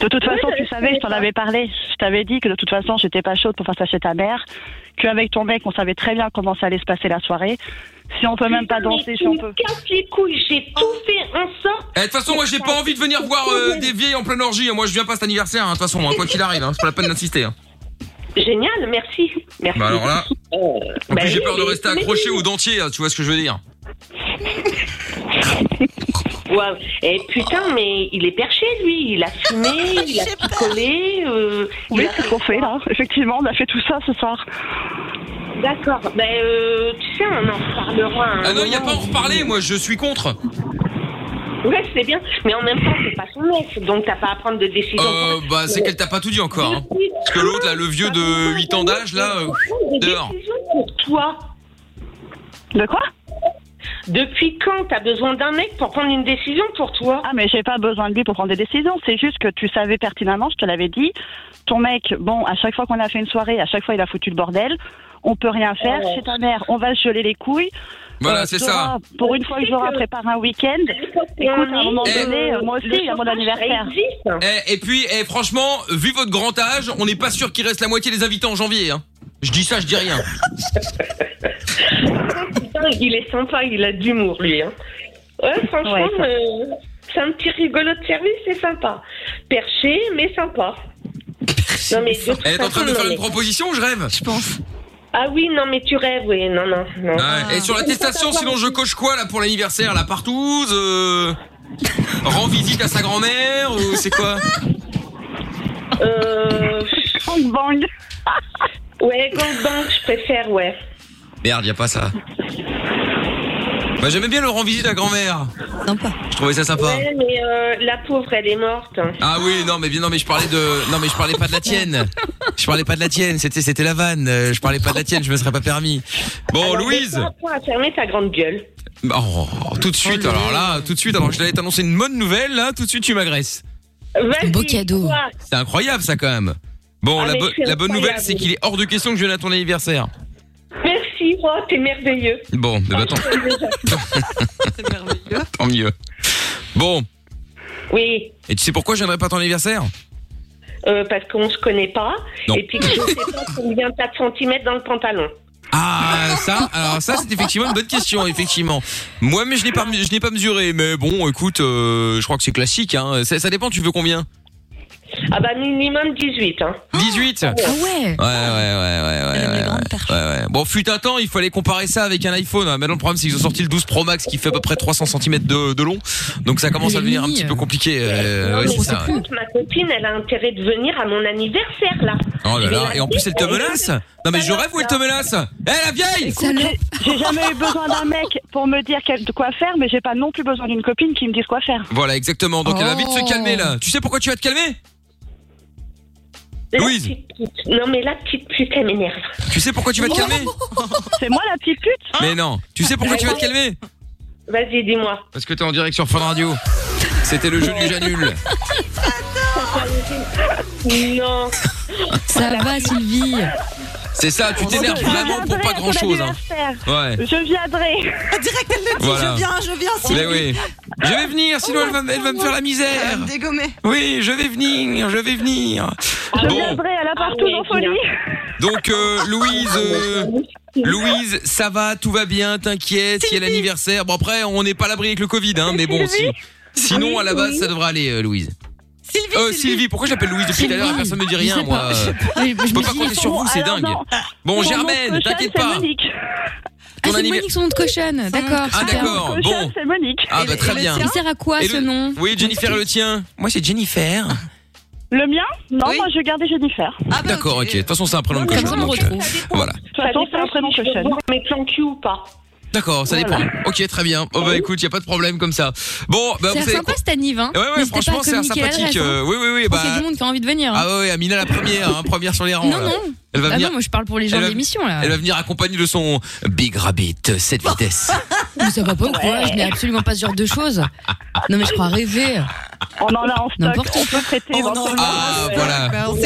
N: De toute façon, tu savais, je t'en avais parlé. Je t'avais dit que de toute façon, j'étais pas chaude pour faire ça chez ta mère. Qu'avec ton mec, on savait très bien comment ça allait se passer la soirée. Si on peut même pas danser, si on peut.
O: Casse les couilles, j'ai tout fait en sorte.
B: Eh, De toute façon, moi j'ai pas envie de venir voir euh, des vieilles en pleine orgie. hein. Moi je viens pas cet anniversaire, hein, de toute façon, hein, quoi qu'il arrive. hein. C'est pas la peine d'insister. hein.
O: Génial, merci. Merci.
B: Bah alors là,
O: Euh,
B: en
O: bah
B: plus j'ai
O: oui,
B: peur de
O: mais-
B: rester
O: mais-
B: accroché au dentier, hein, tu vois ce que je veux dire.
O: Waouh. Et Eh, putain, mais il est perché lui. Il a fumé, il a picolé. Euh,
N: Oui, c'est ce qu'on fait là. Effectivement, on a fait tout ça ce soir.
O: D'accord. Ben euh, tu sais, on en reparlera.
B: Ah non, y a pas à en reparler, moi je suis contre.
O: Ouais, c'est bien. Mais en même temps, c'est pas son mec, donc t'as pas à prendre de décision.
B: Euh, bah c'est qu'elle t'a pas tout dit encore. hein. Parce que l'autre là, le vieux de 8 ans d'âge là, euh, dehors.
O: pour toi.
N: De quoi
O: Depuis quand t'as besoin d'un mec pour prendre une décision pour toi
N: Ah, mais j'ai pas besoin de lui pour prendre des décisions. C'est juste que tu savais pertinemment, je te l'avais dit. Ton mec, bon, à chaque fois qu'on a fait une soirée, à chaque fois, il a foutu le bordel. On peut rien faire.
O: Ouais.
N: Chez ta mère, on va se geler les couilles. Euh,
B: Voilà, c'est
N: Zora, Pour une fois que Zora prépare un week-end, écoute, à un moment donné,
O: Euh,
N: moi aussi,
O: le
N: il y a mon
O: chauffage,
N: anniversaire.
O: ça existe.
B: Eh, et puis, eh, franchement, vu votre grand âge, on n'est pas sûr qu'il reste la moitié des invités en janvier. Hein. Je dis ça, je dis rien.
O: Putain, il est sympa, il a d'humour lui. hein. Ouais, franchement, euh, c'est un petit rigolo de service, c'est sympa. Perché, mais sympa. Non, mais de toute
B: Elle est en train de me
O: façon,
B: faire
O: non,
B: une
O: mais-
B: proposition, je rêve. Je pense.
O: Ah oui, non, mais tu rêves, oui, non, non. non.
B: Ah
O: Ah,
B: Et sur l'attestation, sinon je coche quoi là pour l'anniversaire La partouze euh... Rend visite à sa grand-mère ou c'est quoi
O: Euh...
N: Gangbang
O: Ouais, gangbang, je préfère, ouais.
B: Merde, y a pas ça. Bah j'aimais bien le rend visite à grand-mère.
O: Sympa.
B: Je trouvais ça sympa.
O: Ouais, mais euh, la pauvre, elle est morte.
B: Ah oui, non mais bien non mais je parlais de non mais je parlais pas de la tienne. Je parlais pas de la tienne, c'était c'était la vanne. Euh, Je parlais pas de la tienne, je me serais pas permis. Bon Louise.
O: Pour à fermer ta grande gueule.
B: Oh, tout de suite alors là, tout de suite alors je t'allais t'annoncer une bonne nouvelle là, tout de suite tu m'agresses.
O: Vas-y, beau cadeau.
B: C'est incroyable ça quand même. Bon,
O: Ah,
B: la,
O: mais
B: bo-
O: c'est
B: la bonne nouvelle
O: incroyable.
B: c'est qu'il est hors de question que je vienne à ton anniversaire.
O: Merci, oh, t'es merveilleux.
B: Bon, bah, bah, tant, tant mieux. Bon,
O: oui,
B: et tu sais pourquoi je viendrai pas à ton anniversaire
O: euh, parce qu'on se connaît pas.
B: Non.
O: Et puis que je sais pas combien t'as de centimètres dans le pantalon.
B: Ah ça, alors ça c'est effectivement une bonne question effectivement. Moi mais je n'ai pas je n'ai pas mesuré mais bon écoute euh, je crois que c'est classique hein. Ça, ça dépend tu veux combien
O: Ah bah minimum 18. Hein.
B: 18 Ouais,
O: ouais
B: Ah ouais, ouais, ouais, ouais, ouais, ouais, ouais. Bon, fut un temps, il fallait comparer ça avec un iPhone. Maintenant, le problème, c'est qu'ils ont sorti le 12 Pro Max qui fait à peu près 300 cm de, de long. Donc, ça commence à devenir un petit peu compliqué. euh,
O: Non,
B: ouais,
O: mais
B: c'est ça,
O: par
B: ouais.
O: contre, ma copine, elle a intérêt de venir à mon anniversaire là.
B: Oh là là, et en plus, elle te menace Non, mais je rêve où elle te menace Eh, la vieille
N: Écoute, j'ai- J'ai jamais eu besoin d'un mec pour me dire quel- de quoi faire, mais j'ai pas non plus besoin d'une copine qui me dise quoi faire.
B: Voilà, exactement. Donc, elle va vite se
N: Oh.
B: calmer, là. Tu sais pourquoi tu vas te calmer Louise
O: Non mais la petite pute, elle m'énerve.
B: Tu sais pourquoi tu vas te calmer
O: C'est moi la petite pute
B: Mais non. Tu sais pourquoi tu vas te calmer
O: Vas-y, dis-moi.
B: Parce que t'es en direct sur Fun Radio. C'était le jeu du j'annule.
O: Non.
C: Ça va, Sylvie.
B: C'est ça, Ah, tu t'énerves vraiment pour pas grand chose. Hein. Ouais.
N: Je viendrai.
F: Ah, Direct, elle le dit,
B: Voilà.
F: je viens, je viens. si-
B: Mais oui. Je vais venir, sinon elle va, me- elle va me faire la misère.
F: Elle va me dégommer.
B: Oui, je vais venir, je vais venir. Bon,
N: elle a partout en folie.
B: donc euh, Louise, euh, Louise, ça va, tout va bien, t'inquiète, il y a l'anniversaire. Bon après, on n'est pas à l'abri avec le Covid, hein, mais bon, si, sinon à la base, ça devrait aller, euh, Louise. Sylvie, euh, Sylvie, pourquoi je l'appelle Louise depuis tout à l'heure
E: Sylvie.
B: Personne ne me dit
E: Je
B: rien,
E: sais
B: moi. euh.
E: pas, je sais pas.
B: Je peux pas compter sur vous, c'est
C: Alors
B: dingue.
C: non.
B: Bon,
C: Mon
B: Germaine,
C: nom de cochonne,
B: t'inquiète
C: c'est
B: pas.
C: Monique. Ah,
B: Ton
C: c'est
B: anniver-
C: Monique, son nom de cochonne. D'accord.
B: Ah,
C: super.
B: d'accord, bon.
N: C'est Monique.
B: Ah, bah très bien.
C: Il sert à quoi
B: Et
C: ce
B: le-
C: nom Ah,
B: Oui, Jennifer, et le tien. Moi, c'est Jennifer.
N: Le mien Non, moi je gardais Jennifer.
C: bah,
B: D'accord, ok. De toute façon, c'est un prénom de cochon. donc, euh, Voilà.
N: De toute façon, c'est un prénom que je
O: Mais plan cul ou pas
B: D'accord, ça
O: Voilà.
B: dépend. Ok, très bien. Oh bah écoute, y a pas de problème comme ça. Bon, bah vous
C: C'est
B: savez
C: sympa
B: quoi
C: cette anniv, hein.
B: Ouais, ouais,
C: N'hésitez pas à
B: franchement, c'est
C: communiquer
B: sympathique,
C: l'adresse, hein.
B: euh, oui, oui, oui,
C: Je pense
B: bah-
C: qu'il y a du monde qui a envie de venir. hein.
B: Ah ouais, ouais, Amina la première, hein, première sur les rangs.
C: Non,
B: là.
C: non.
B: Elle va
C: Ah
B: venir.
C: non, moi je parle pour les gens
B: elle
C: de
B: va-
C: l'émission là. Oh.
B: Elle va venir accompagnée de son Big Rabbit, euh, cette vitesse.
C: Mais ça va pas ou quoi Je n'ai absolument pas ce genre de choses. Non mais je crois rêver.
N: On en a en stock.
C: N'importe Bah,
N: On peut prêter. éventuellement.
B: Ah, voilà. Oh,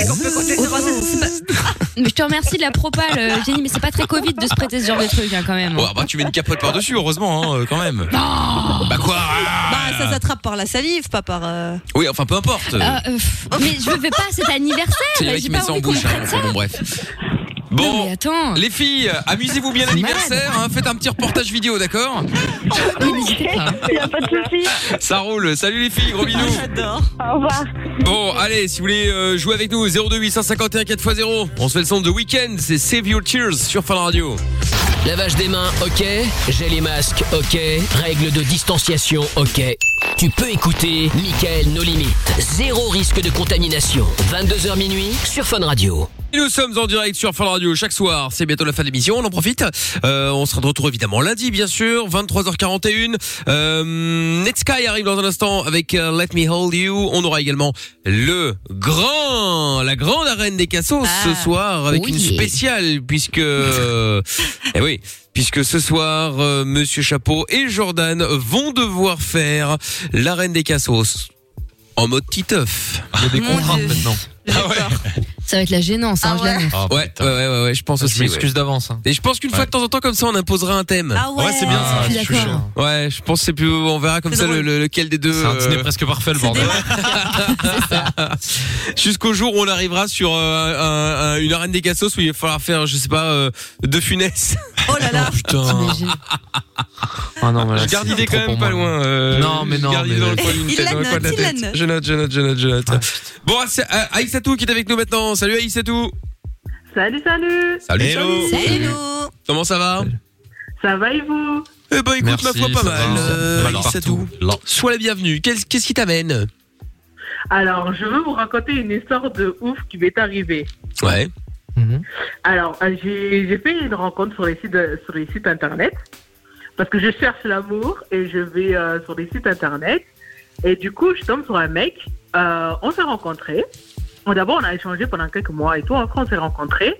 C: Mais je te remercie de la propale, euh, Jenny, mais c'est pas très Covid de se prêter ce genre de truc hein, quand même.
B: Bon, ah bah tu mets une capote par-dessus, heureusement, hein, euh, quand même. Bah quoi
F: Bah,
B: Ah.
F: ça s'attrape par la salive, pas par. euh,
B: Oui, enfin, peu importe.
C: Ah, euh, pff, mais je vais pas à cet
B: Oh. C'est les
C: anniversaire.
B: mecs
C: J'ai
B: qui
C: pas
B: mettent ça en
C: envie qu'on
B: bouche. hein,
C: prenne ça.
B: enfin, bon, bref. Bon, les filles, amusez-vous bien l'anniversaire. hein, faites un petit reportage vidéo, d'accord
N: Il a pas de souci.
B: Ça roule. Salut les filles, gros bisous.
N: J'adore. Au revoir.
B: Bon, allez, si vous voulez euh, jouer avec nous, 02851 4x0. On se fait le son de Weekend, c'est Save Your Tears sur Fun Radio.
A: Lavage des mains, ok. Gel et masque, ok. Règles de distanciation, ok. Tu peux écouter Michael No Limit. Zéro risque de contamination. 22h minuit sur Fun Radio.
B: Et nous sommes en direct sur Fun Radio chaque soir. C'est bientôt la fin de l'émission, on en profite. Euh, on sera de retour évidemment lundi, bien sûr, 23h41. Euh, Netsky arrive dans un instant avec euh, Let Me Hold You. On aura également le grand, la grande arène des cassos ce soir avec
A: oui.
B: une spéciale puisque, euh, eh oui. Puisque ce soir, euh, Monsieur Chapeau et Jordan vont devoir faire l'arène des cassos en mode titeuf. Il y a des contraintes maintenant.
C: Ça va être la gênance,
M: Ah
C: hein, je l'annonce.
B: ouais, ouais, ouais, ouais, ouais, Ah, je pense
E: Je
B: aussi.
E: m'excuse
B: d'avance. hein. Et je pense qu'une fois de temps en temps, comme ça, on imposera un thème.
E: Ah ouais. Ouais, c'est bien, ça. Ah, je suis d'accord.
B: Ouais, je pense que c'est plus. On verra comme ça le, le- lequel des deux. euh,
E: C'est un dîner
B: presque parfait, le bordel. Jusqu'au jour où on arrivera sur euh, un- un- une arène des cassos où il va falloir faire, je sais pas, euh, deux funès.
F: Oh là là.
B: Putain.
E: Ah non, mais là,
B: je garde
E: c'est
B: l'idée
E: trop
B: quand même
E: pour
B: pas
E: moi.
B: loin. euh,
E: Non, mais
B: je
E: non,
B: garde l'idée
E: mais-
B: dans le coin d'une
E: Il
B: tête,
E: la
B: dans le coin de la
E: note, il la
B: tête.
E: note.
B: Je note, je note, je note, je note. Bon, c'est euh, Aïssatou qui est avec nous maintenant. Salut Aïssatou.
M: Salut, salut
B: Salut, Hello. salut. Salut. Comment ça va
M: Ça va et vous
B: Eh ben écoute,
M: Merci,
B: ma foi, pas
M: ça
B: mal.
M: va.
B: euh,
M: Mal
B: Aïssatou. Sois la bienvenue. Qu'est-ce qu'est-ce qui t'amène
M: Alors, je veux vous raconter une histoire de ouf qui m'est arrivée.
B: Ouais.
M: Alors, euh, j'ai j'ai fait une rencontre sur les sites, de- sur les sites internet parce que je cherche l'amour et je vais euh, sur les sites internet et du coup, je tombe sur un mec. Euh, on s'est rencontrés. Bon, D'abord, on a échangé pendant quelques mois et tout. Après, on s'est rencontrés.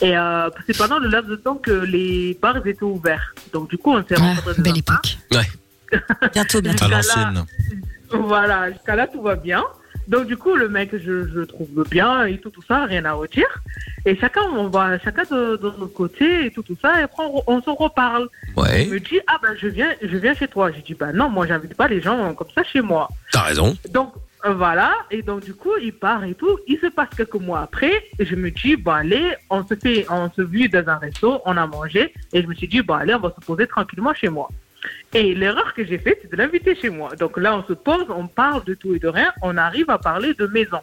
M: Et euh, c'est pendant le laps de temps que les bars étaient ouverts. Donc, du coup, on s'est rencontrés. Belle époque.
F: Bientôt, bientôt.
M: À l'ancienne. Voilà, jusqu'à là, tout va bien. Donc, du coup, le mec, je, je le trouve bien et tout, tout ça, rien à redire. Et chacun, on va chacun de, de notre côté et tout, tout ça. Et après, on, on se reparle.
B: Ouais.
M: Il me dit, ah ben, je viens, je viens chez toi. J'ai dit, bah non, moi, j'invite pas les gens hein, comme ça chez moi.
B: T'as raison.
M: Donc, euh, voilà. Et donc, du coup, il part et tout. Il se passe quelques mois après. Et je me dis, bon, allez, on se fait, on se vit dans un resto, on a mangé. Et je me suis dit, bon, allez, on va se poser tranquillement chez moi. Et l'erreur que j'ai faite, c'est de l'inviter chez moi. Donc là, on se pose, on parle de tout et de rien. On arrive à parler de maison.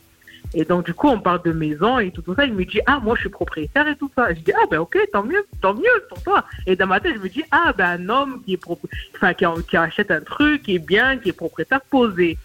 M: Et donc, du coup, on parle de maison et tout, tout ça. Il me dit, ah, moi, je suis propriétaire et tout ça. Je dis, ah, ben, ok, tant mieux, tant mieux pour toi. Et dans ma tête, je me dis, ah, ben, un homme qui, est propri- enfin, qui, qui achète un truc, qui est bien, qui est propriétaire posé.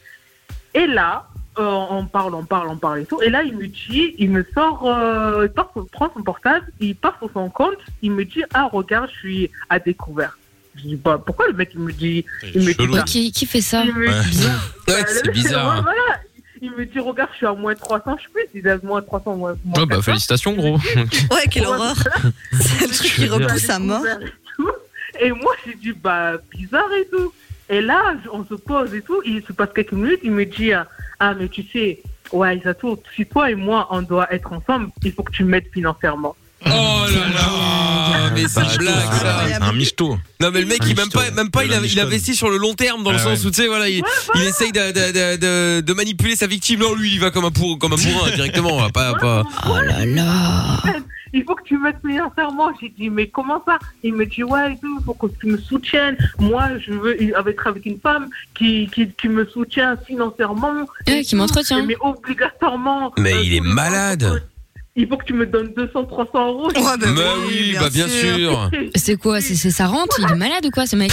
M: Et là, euh, on parle, on parle, on parle et tout. Et là, il me dit, il me sort, euh, il part, sur- prend son portable, il part sur son compte, il me dit, ah, regarde, je suis à découvert. Je dis, bah, pourquoi le mec, il me dit, il me dit
C: Ouais,
M: ça
C: qui, qui fait ça
M: Il me dit-
B: Ouais, c'est
M: Ouais,
B: bizarre.
M: voilà. Il me dit, regarde, je suis à moins 300, je suis plus, il est à moins 300, moins. moins
B: Oh bah
M: 400.
B: félicitations gros.
M: Ouais,
F: quelle horreur.
M: C'est le
F: truc qui repousse à mort.
M: Et moi, j'ai dit, bah, bizarre et tout. Et là, on se pose et tout. Il se passe quelques minutes, il me dit, ah, ah, mais tu sais, ouais, Isato, si toi et moi, on doit être ensemble, il faut que tu m'aides financièrement.
B: Oh là là, Ah, mais c'est une blague ça.
D: Un michto.
B: Non mais le mec
D: Un
B: il même
D: michto.
B: pas même pas il, a- il investit sur le long terme dans le
D: Ah
B: sens
D: ouais.
B: où tu sais voilà il, il essaye de, de- de- de- de manipuler sa victime non lui il va comme un pour comme un bourrin directement hein, pas pas
C: oh là là
M: Il faut que tu m'aides financièrement. J'ai dit, mais comment ça Il me dit, ouais, et tout, faut que tu me soutiennes. Moi, je veux une- avec, avec une femme qui, qui, qui me soutient financièrement.
C: Ouais, qui m'entretient.
M: Mais obligatoirement,
B: mais il est malade.
M: il faut que tu me donnes 200, 300 euros.
B: bah Bah oui, oui, bien bah bien sûr. sûr.
C: C'est quoi C'est c'est sa rente Il est malade ou quoi ce mec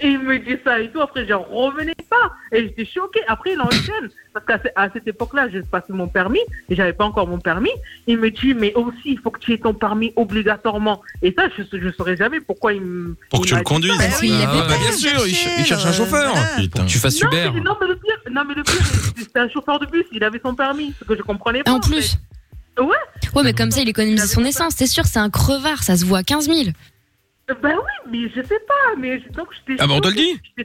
M: Et il me dit ça et tout. Après, j'en revenais pas. Et j'étais choquée. Après, il enchaîne. Parce qu'à ce- à cette époque-là, je passais mon permis. Et j'avais pas encore mon permis. Il me dit, mais aussi, il faut que tu aies ton permis obligatoirement. Et ça, je, je saurais jamais pourquoi il me.
D: Pour que
M: il
D: tu
M: m'a
D: le
M: dit
D: conduises.
M: ça.
B: Ah ouais, bah, bien sûr il, ch- il cherche un chauffeur. Pour que tu fasses
M: Non,
B: Uber.
M: mais- Non, mais le pire, non, mais le pire, c'est- c'était un chauffeur de bus. Il avait son permis. Ce que je comprenais pas.
C: En plus
M: Ouais
C: Ouais, mais comme ça, il économise son essence, c'est sûr, c'est un crevard, ça se voit à 15 000.
M: Ben oui, mais je sais pas. Mais je- donc, j'étais.
B: Ah bah on te le
M: choquée.
B: dit.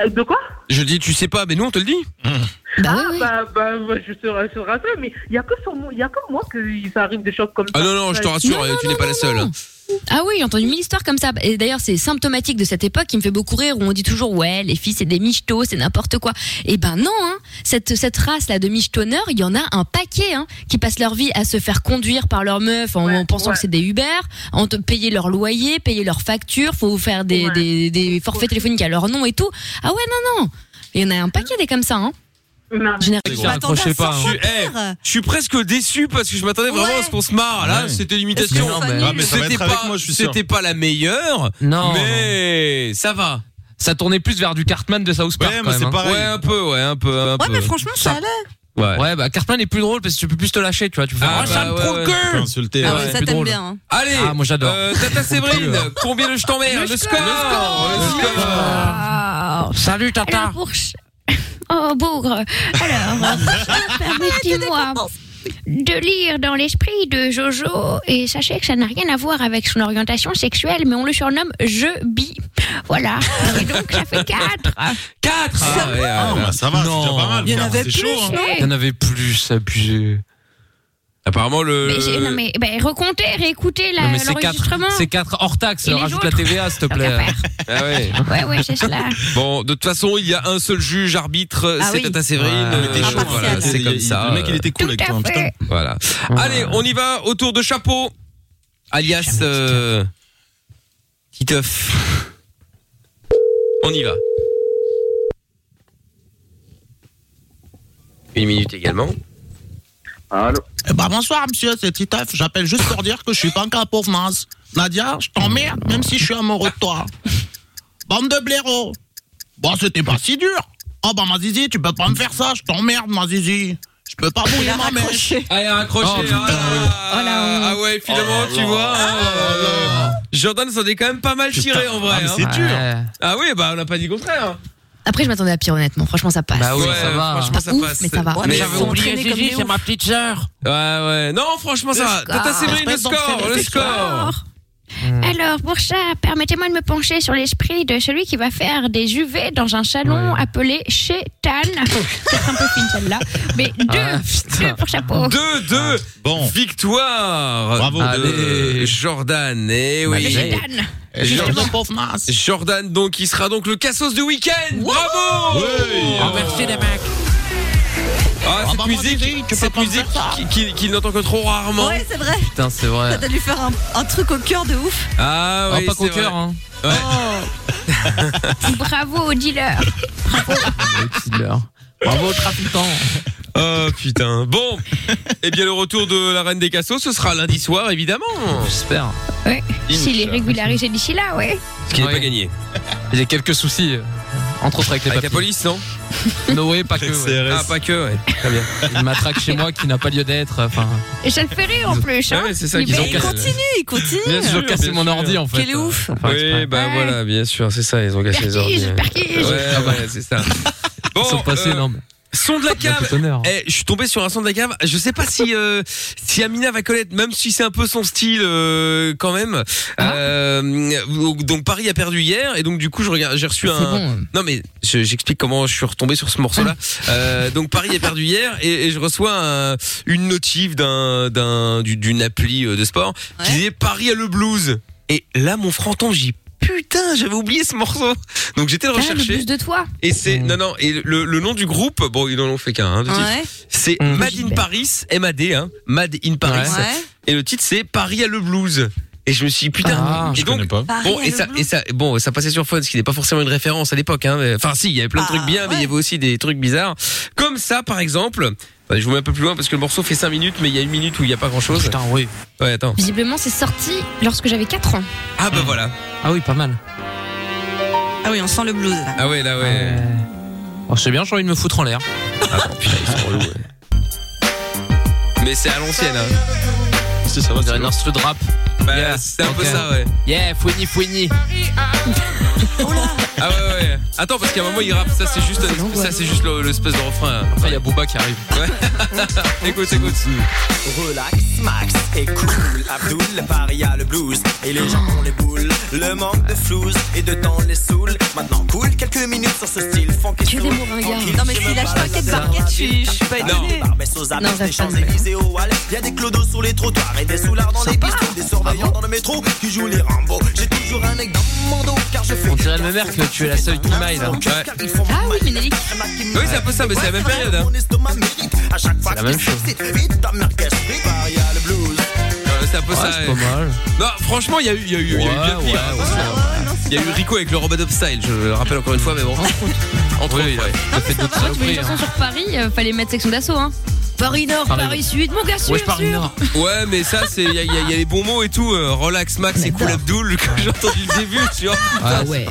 M: Euh, De quoi
B: Je dis tu sais pas mais nous on te le dit.
M: ah, bah, bah, bah, je serai, je serai rassurée, mais il n'y a, que sur moi- y a que moi que ça arrive des choses comme ça.
B: Ah non non je te rassure tu n'es pas la seule.
C: Ah oui, j'ai entendu mille histoires comme ça. Et d'ailleurs, c'est symptomatique de cette époque qui me fait beaucoup rire où on dit toujours ouais, les filles c'est des michetots, c'est n'importe quoi. Eh ben non, hein. cette cette race là de michetonneurs, il y en a un paquet hein, qui passent leur vie à se faire conduire par leur meuf en, en pensant que c'est des Uber, en te payer leur loyer, payer leurs factures, faut vous faire des, des, des forfaits téléphoniques à leur nom et tout. Ah ouais, non non. Il y en a un paquet des comme ça hein.
B: Je m'attendais
E: pas,
B: à ça.
E: hein.
B: Je- eh, je suis presque déçu parce que je m'attendais vraiment à ce qu'on se marre. Là,
E: Ouais.
B: c'était l'imitation.
E: Mais non, mais- Ah, mais ça va
B: C'était
E: être avec
B: pas,
E: moi, je suis sûr.
B: c'était pas la meilleure.
E: Non.
B: Mais ça va.
E: Ça tournait plus vers du Cartman de South Park.
B: Ouais,
E: quand
B: mais
E: même,
B: c'est
E: hein.
B: pareil. Ouais, un peu, ouais, un peu, un peu. hein.
E: Ça- Ouais. bah Cartman est plus drôle parce que tu peux plus te lâcher, tu vois. Tu peux faire,
B: Ah,
E: oh,
B: bah,
E: ça me
B: ouais,
E: prouve
B: ouais.
E: que.
B: Tu peux insulter, Ah ouais, ouais. ça
E: Plus
B: t'aime
E: drôle.
B: bien, hein. Allez.
E: Ah, moi j'adore.
B: Euh, Tata Séverine,
E: hein.
B: combien de je t'emmerde Le score Le score
E: Salut Tata.
P: Oh, bougre. Alors, euh, permettez-moi de lire dans l'esprit de Jojo, et sachez que ça n'a rien à voir avec son orientation sexuelle, mais on le surnomme Je Bi. Voilà. Et donc, ça fait 4.
B: 4
E: Ah, ouais,
D: Ah, bah, ça va, c'est déjà pas mal.
P: Il y en
D: Car
P: avait
D: c'est
P: plus,
D: chaud, hein.
P: non
E: Il y en avait plus, abusé.
B: Apparemment le.
P: Mais, j'ai- non, mais ben, recomptez, réécoutez la-
E: Euh. Non, mais c'est quatre-
P: l'enregistrement.
E: c'est 4 hors taxe,
P: Et les
E: rajoute la
P: autres
E: TVA s'il te plaît.
B: Ah ouais.
P: Ouais, ouais, c'est cela.
B: Bon, de toute façon, il y a un seul juge arbitre,
P: Ah
B: c'est
P: oui.
B: Tata Séverine.
D: Ouais, mais t'es
B: Euh,
D: chaud,
B: voilà,
D: impartial.
B: c'est comme ça.
D: Le mec, il était cool
B: Tout
D: avec
B: à
D: toi, hein,
B: fait.
D: putain.
B: Voilà. Allez,
E: Ah.
B: on y va au tour de chapeau. Alias euh, Titeuf. On y va. Une minute également.
G: Allô
Q: Bah bonsoir monsieur, c'est Titeuf. J'appelle juste pour dire que je suis pas encore pauvre mince. Nadia, je t'emmerde même si je suis amoureux de toi. Bande de blaireaux. Bah c'était pas si dur. Oh bah ma zizi, tu peux pas me faire ça, je t'emmerde ma zizi. Je peux pas
B: Il
Q: bouiller
B: a
Q: ma mèche. Oh.
B: Allez, raccroché. ah, ah ouais, finalement,
E: Oh,
B: tu vois. hein, euh, Jordan s'en est quand même pas mal tiré en vrai.
E: mais c'est
B: hein.
E: dur. Ouais.
B: Ah oui, bah on n'a pas dit le contraire.
C: Après, je m'attendais à pire honnêtement. Franchement, Ah ça passe.
E: Bah oui, ça va.
B: Franchement, ça
C: Ouf,
B: passe.
C: mais ça va.
E: Mais j'avais oublié
C: entraînés comme
E: Gigi,
C: des
E: c'est
C: ouf.
E: ma petite sœur.
B: Ouais, ouais. Non, franchement,
E: Le
B: ça va.
E: score.
B: Tata Séverine, le
E: Espèce
B: score,
E: d'entraînée
B: le score.
P: Alors pour ça, permettez-moi de me pencher sur l'esprit de celui qui va faire des UV dans un salon appelé chez Tan. C'est un peu fine celle-là, mais deux,
C: Ah,
P: deux pour chapeau.
B: 2-2. Bon. Victoire.
D: Bravo.
B: de
D: Allez.
B: Jordan. Eh oui.
P: Chez Tan.
B: Et Jordan, Jordan, donc, qui sera donc le cassos du week-end. Bravo.
Q: Oh, merci, les mecs.
B: Ah,
Q: Ah,
B: cette
Q: bah, moi,
B: musique, cette musique qui- qui- qu'il n'entend que trop rarement.
F: Ouais, c'est vrai.
E: Putain, c'est vrai.
F: Ça doit lui faire un, un truc au cœur de ouf.
B: Ah
E: Ah,
B: oui,
E: pas
B: c'est
E: qu'au
B: vrai.
E: cœur, hein.
B: Ouais.
P: Bravo au dealer.
E: Le dealer. Bravo, trafiquant.
B: Oh putain. Bon, eh bien le retour de la reine des cassos, ce sera lundi soir évidemment.
E: J'espère.
P: Ouais.
B: Inch.
P: S'il est régularisé d'ici là, ouais.
B: Ce qui n'est pas gagné.
E: Ah Il y a quelques soucis. euh, Entre autres avec les
B: Avec la
E: papiers.
B: police, non
E: No way, pas que. ouais.
B: Ah, pas que, ouais. Très bien.
E: Une matraque chez moi qui n'a pas lieu d'être. Enfin,
P: Et ça le fait rire en plus. Hein.
B: Ouais, c'est ça
P: Il
B: qu'ils ont
P: est-
B: cassé.
F: il continue.
E: Bien sûr, Ils ont cassé bien mon sûr. ordi, en fait.
F: Quel ouf.
B: Oui, bah voilà, bien sûr, c'est ça, ils ont cassé les ordi.
F: Perquise,
B: Ouais,
F: perquise.
E: Ah bah.
B: ouais, c'est ça. Bon, euh,
E: sont passés, non, mais-
B: Son de la
E: Bien
B: cave.
E: tout honneur.
B: Eh, je suis tombé sur un son de la cave. Je sais pas si euh, si Amina va connaître, même si c'est un peu son style euh, quand même.
E: Ah.
B: Euh, donc- donc Paris a perdu hier et donc du coup je regarde, j'ai reçu
E: C'est
B: un.
C: hein.
E: bon. Ah.
B: Non mais je- j'explique comment je suis retombé sur ce morceau-là. Euh, donc Paris a perdu hier et, et je reçois un- une notif d'un d'un du- d'une appli euh, de sport qui disait Paris a le blues. Et là mon franc-ton j'y Putain, j'avais oublié ce morceau. Donc j'étais le
P: Ah, le
B: rechercher.
P: plus de toi.
B: Et c'est
E: Mmh.
B: non non et le, le nom du groupe bon ils n'en ont fait qu'un hein, de titre.
P: Ouais.
B: c'est
E: Mm.
B: Mad in Paris MAD hein Mad in Paris
F: Ouais.
B: et le titre c'est Paris a le blues et je me suis dit, putain
E: Ah,
B: et
E: je
B: donc
E: connais pas.
F: Paris
B: bon
F: a
B: et
F: le
B: ça
F: blues.
B: et ça bon ça passait sur Fun ce qui n'est pas forcément une référence à l'époque hein mais- enfin si il y avait plein de
F: Ah,
B: trucs bien mais il y avait aussi des trucs bizarres comme ça par exemple Bah, je vous mets un peu plus loin parce que le morceau fait 5 minutes mais il y a une minute où il n'y a pas grand chose
E: Putain, oui.
B: ouais attends
P: Visiblement, c'est sorti lorsque j'avais 4 ans.
B: ah bah voilà
E: Ah oui, pas mal.
F: Ah oui, on sent le blues là.
B: ah ouais là ouais
E: Euh, oh, c'est bien, j'ai envie de me foutre en l'air.
B: attends putain ils sont relous, ouais. mais c'est à l'ancienne hein.
D: Si, ça va,
E: On
D: c'est
E: dirait un
D: bon.
E: instru de rap.
B: bah,
E: Yeah,
B: c'est un peu
E: ok.
B: ça ouais
E: Yeah, fouini, fouini.
B: Ah ouais, ouais, ouais. Attends, parce qu'à un moment il rappe, ça c'est juste, ça c'est juste le- l'espèce de refrain. hein.
E: Après, il y a Booba qui arrive.
B: Écoute, écoute.
R: Relax, Max est cool. Abdul, le Paris a le blues. Et les gens ont les boules. Le manque de flouze et de temps les saoule. Maintenant, cool quelques minutes sur ce style funky.
P: Que des mots ringards.
F: Non, mais s'il lâche pas quatre barquettes, je suis- je suis pas étonnée.
R: Barbès aux
P: Non,
R: abysses,
P: ça
R: des
P: sonne
R: Champs-Élysées aux Halles. Y a des clodos sur les trottoirs et des soulards dans les bistrots. Des
F: Ah
R: surveillants dans le métro qui jouent les Rambo. J'ai toujours un mec dans mon dos car je fais.
E: On dirait le même air que tu es la seule qui m'aille là.
R: Ouais.
P: Ah oui, Ménélique.
B: Oui, c'est un peu ça, mais c'est la même période. Hein.
E: C'est la même chose.
B: Euh, C'est un peu
E: Ouais,
B: ça.
E: c'est
B: ouais.
E: pas mal.
B: Non, franchement, il y a eu, il y a eu, il y a eu
E: Ouais,
B: bien pire.
E: ouais,
B: hein.
E: ouais,
B: Il y a eu Rico avec le robot d'Upstyle, je le rappelle encore une fois, mais bon. Entre eux, ouais.
E: Ça fait d'autres
C: Tu
E: saloperies.
C: voulais une
E: hein.
C: chanson sur Paris, euh, fallait mettre section d'assaut. Hein. Paris Nord,
E: Paris-
C: Paris, Sud, mon gars, sûr,
E: Ouais, je parle
C: sûr.
E: nord.
B: Ouais, mais ça, c'est, il y, a- il y a il y a les bons mots et tout. euh, relax, Max et Cool Abdul, que j'ai entendu le début, tu vois.
E: Ah
C: ouais.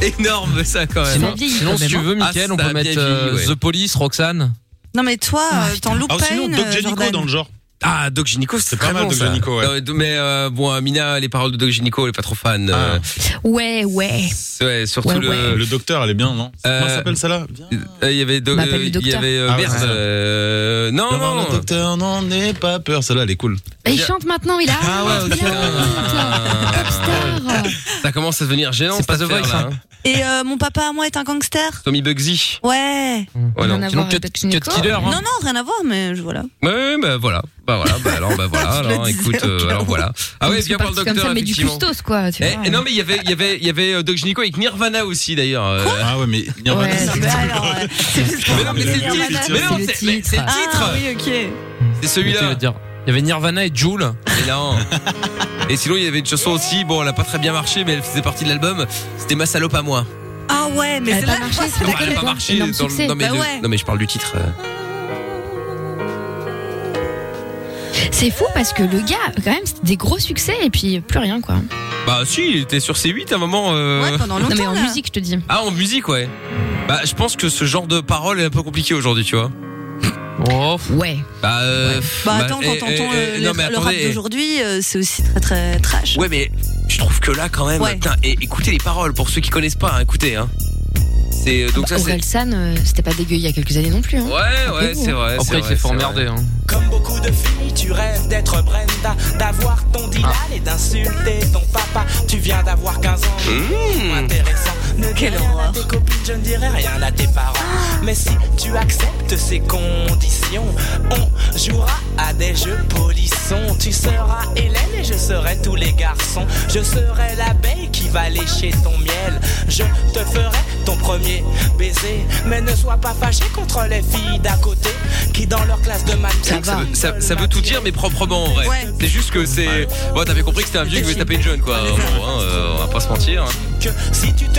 B: Énorme, ça, quand même.
C: Sinon,
E: Sinon, si tu veux, Mickaël,
B: Ah,
E: on
B: ça a
E: peut
B: bien
E: mettre
B: vieilli,
E: euh,
B: ouais.
E: The Police, Roxane.
F: Non, mais toi, euh, t'en loupes
D: Ah, ou
F: pas
D: sinon,
F: une.
D: Doc
F: euh,
D: Génico
F: Jordan.
D: dans le genre.
B: Ah, Doc Gynico, c'est
D: C'est pas
B: très
D: mal,
B: bon,
D: Doc
B: ça.
D: Gynéco, ouais.
B: Non, mais- mais euh, bon, Amina, les paroles de Doc Gynico, elle est pas trop fan. euh,
P: Ouais, ouais.
B: ouais, surtout
P: Ouais,
B: le.
P: ouais.
D: Ah. Le docteur, elle est bien, non
B: Euh,
D: Comment s'appelle ça là Viens.
B: Euh, Il y avait, do-
P: M'appelle
B: euh,
P: le
B: il y
P: docteur.
B: avait euh,
D: Ah ouais,
B: merde,
D: c'est ça.
B: euh, non,
D: Devant
B: non,
D: le docteur, n'en n'aie pas peur. Celle-là, elle est cool.
P: Et il chante maintenant, il a. Ah
B: ouais,
P: il a
B: ok.
P: Popstar.
B: ça commence à devenir gênant.
E: C'est pas
B: cette
E: The Voice,
B: affaire-là,
E: hein.
B: hein.
F: Et euh, mon papa à moi est un gangster.
B: Tommy Bugsy.
F: Ouais.
B: Ouais,
P: Rien
B: non.
P: à
E: Sinon,
P: voir
E: Cut
P: avec
E: Cut
P: Nico.
E: Killer. hein.
F: Non, non, rien à voir, mais je- voilà.
B: Ouais, ouais, bah voilà, bah voilà, bah alors, bah voilà,
F: Je le
B: alors,
F: disais
B: écoute,
F: au
B: euh,
F: cas
B: alors
F: où.
B: voilà. Ah ouais,
C: C'est
B: bien par le
C: parti comme
B: docteur,
C: ça, mais du
B: effectivement.
C: custos,
F: Ah,
C: quoi. Tu
B: Eh,
C: vois.
B: eh,
F: hein.
B: non mais il y avait, il y avait, il y avait euh, Doc Gynéco avec Nirvana aussi d'ailleurs. euh,
D: Ah ouais, mais Nirvana,
C: Ouais,
D: c'est-
F: Non, mais alors, euh, c'est juste pour
B: Mais non mais c'est le
F: Nirvana,
B: titre, mais non
C: c'est le
B: c'est mais c'est le
C: titre.
F: Ah
B: titre,
F: oui, ok.
B: c'est
E: Qu'est-ce que tu veux
B: celui-là.
E: dire Il y avait Nirvana et Joule.
B: Et non. Et sinon il y avait une chanson aussi, bon elle a pas très bien marché mais elle faisait partie de l'album. C'était Ma salope à moi.
F: Ah ouais, mais
C: Elle a
F: c'est
C: pas
F: là
C: marché,
F: je
C: c'est
B: Non,
F: crois que
B: elle a pas
C: Énorme
B: marché. dans le-
C: succès.
B: non, mais
F: Bah
B: le-
F: ouais.
B: non mais je parle du titre. euh.
P: C'est fou parce que le gars, quand même, c'était des gros succès et puis plus rien, quoi.
B: Bah si, il était sur C8 à un moment. euh,
F: Ouais, pendant
P: Non,
F: longtemps.
P: mais en
F: là.
P: musique, je te dis.
B: Ah, en musique, ouais. Bah, je pense que ce genre de parole est un peu compliqué aujourd'hui, tu vois.
E: Oh, pff,
P: Ouais.
B: Bah, euh, pff,
F: Bah attends,
B: eh,
F: quand
B: eh,
F: t'entends
B: eh,
F: euh,
B: non,
F: le
B: mais
F: le rap
B: attendez, eh.
F: d'aujourd'hui, euh, c'est aussi très très trash.
B: Ouais, mais je trouve que là, quand même,
F: Ouais.
B: putain, et, écoutez les paroles pour ceux qui connaissent pas, hein, écoutez, hein. C'est euh, donc
C: Bah,
B: ça, c'est.
P: Aurel San, euh, c'était pas dégueu il y a quelques années non plus. Hein.
B: Ouais, ouais, c'est vrai. c'est
E: Après, il
B: vrai,
E: s'est fait
B: c'est
E: emmerder.
B: vrai.
E: hein.
R: Comme beaucoup de filles, tu rêves d'être Brenda, d'avoir ton
B: Ah.
R: Dylan et d'insulter ton papa. Tu viens d'avoir 15 ans,
B: Mmh.
R: intéressant. Ne dis
F: Quelle
R: rien à
F: horreur.
R: tes copines, je ne dirai rien à tes parents. Mais si tu acceptes ces conditions, on jouera à des jeux polissons. Tu seras Hélène et je serai tous les garçons. Je serai l'abeille qui va lécher ton miel. Je te ferai ton premier baiser. Mais ne sois pas fâché contre les filles d'à côté qui, dans leur classe de maths,
B: C'est vrai que Ça, veut- ça, ça veut tout dire, mais proprement en vrai.
F: Ouais.
B: C'est juste que c'est. Bon, t'avais compris que c'était un vieux qui voulait taper une jeune, quoi. Bon, hein, euh, on va pas se mentir. hein.
R: que si tu te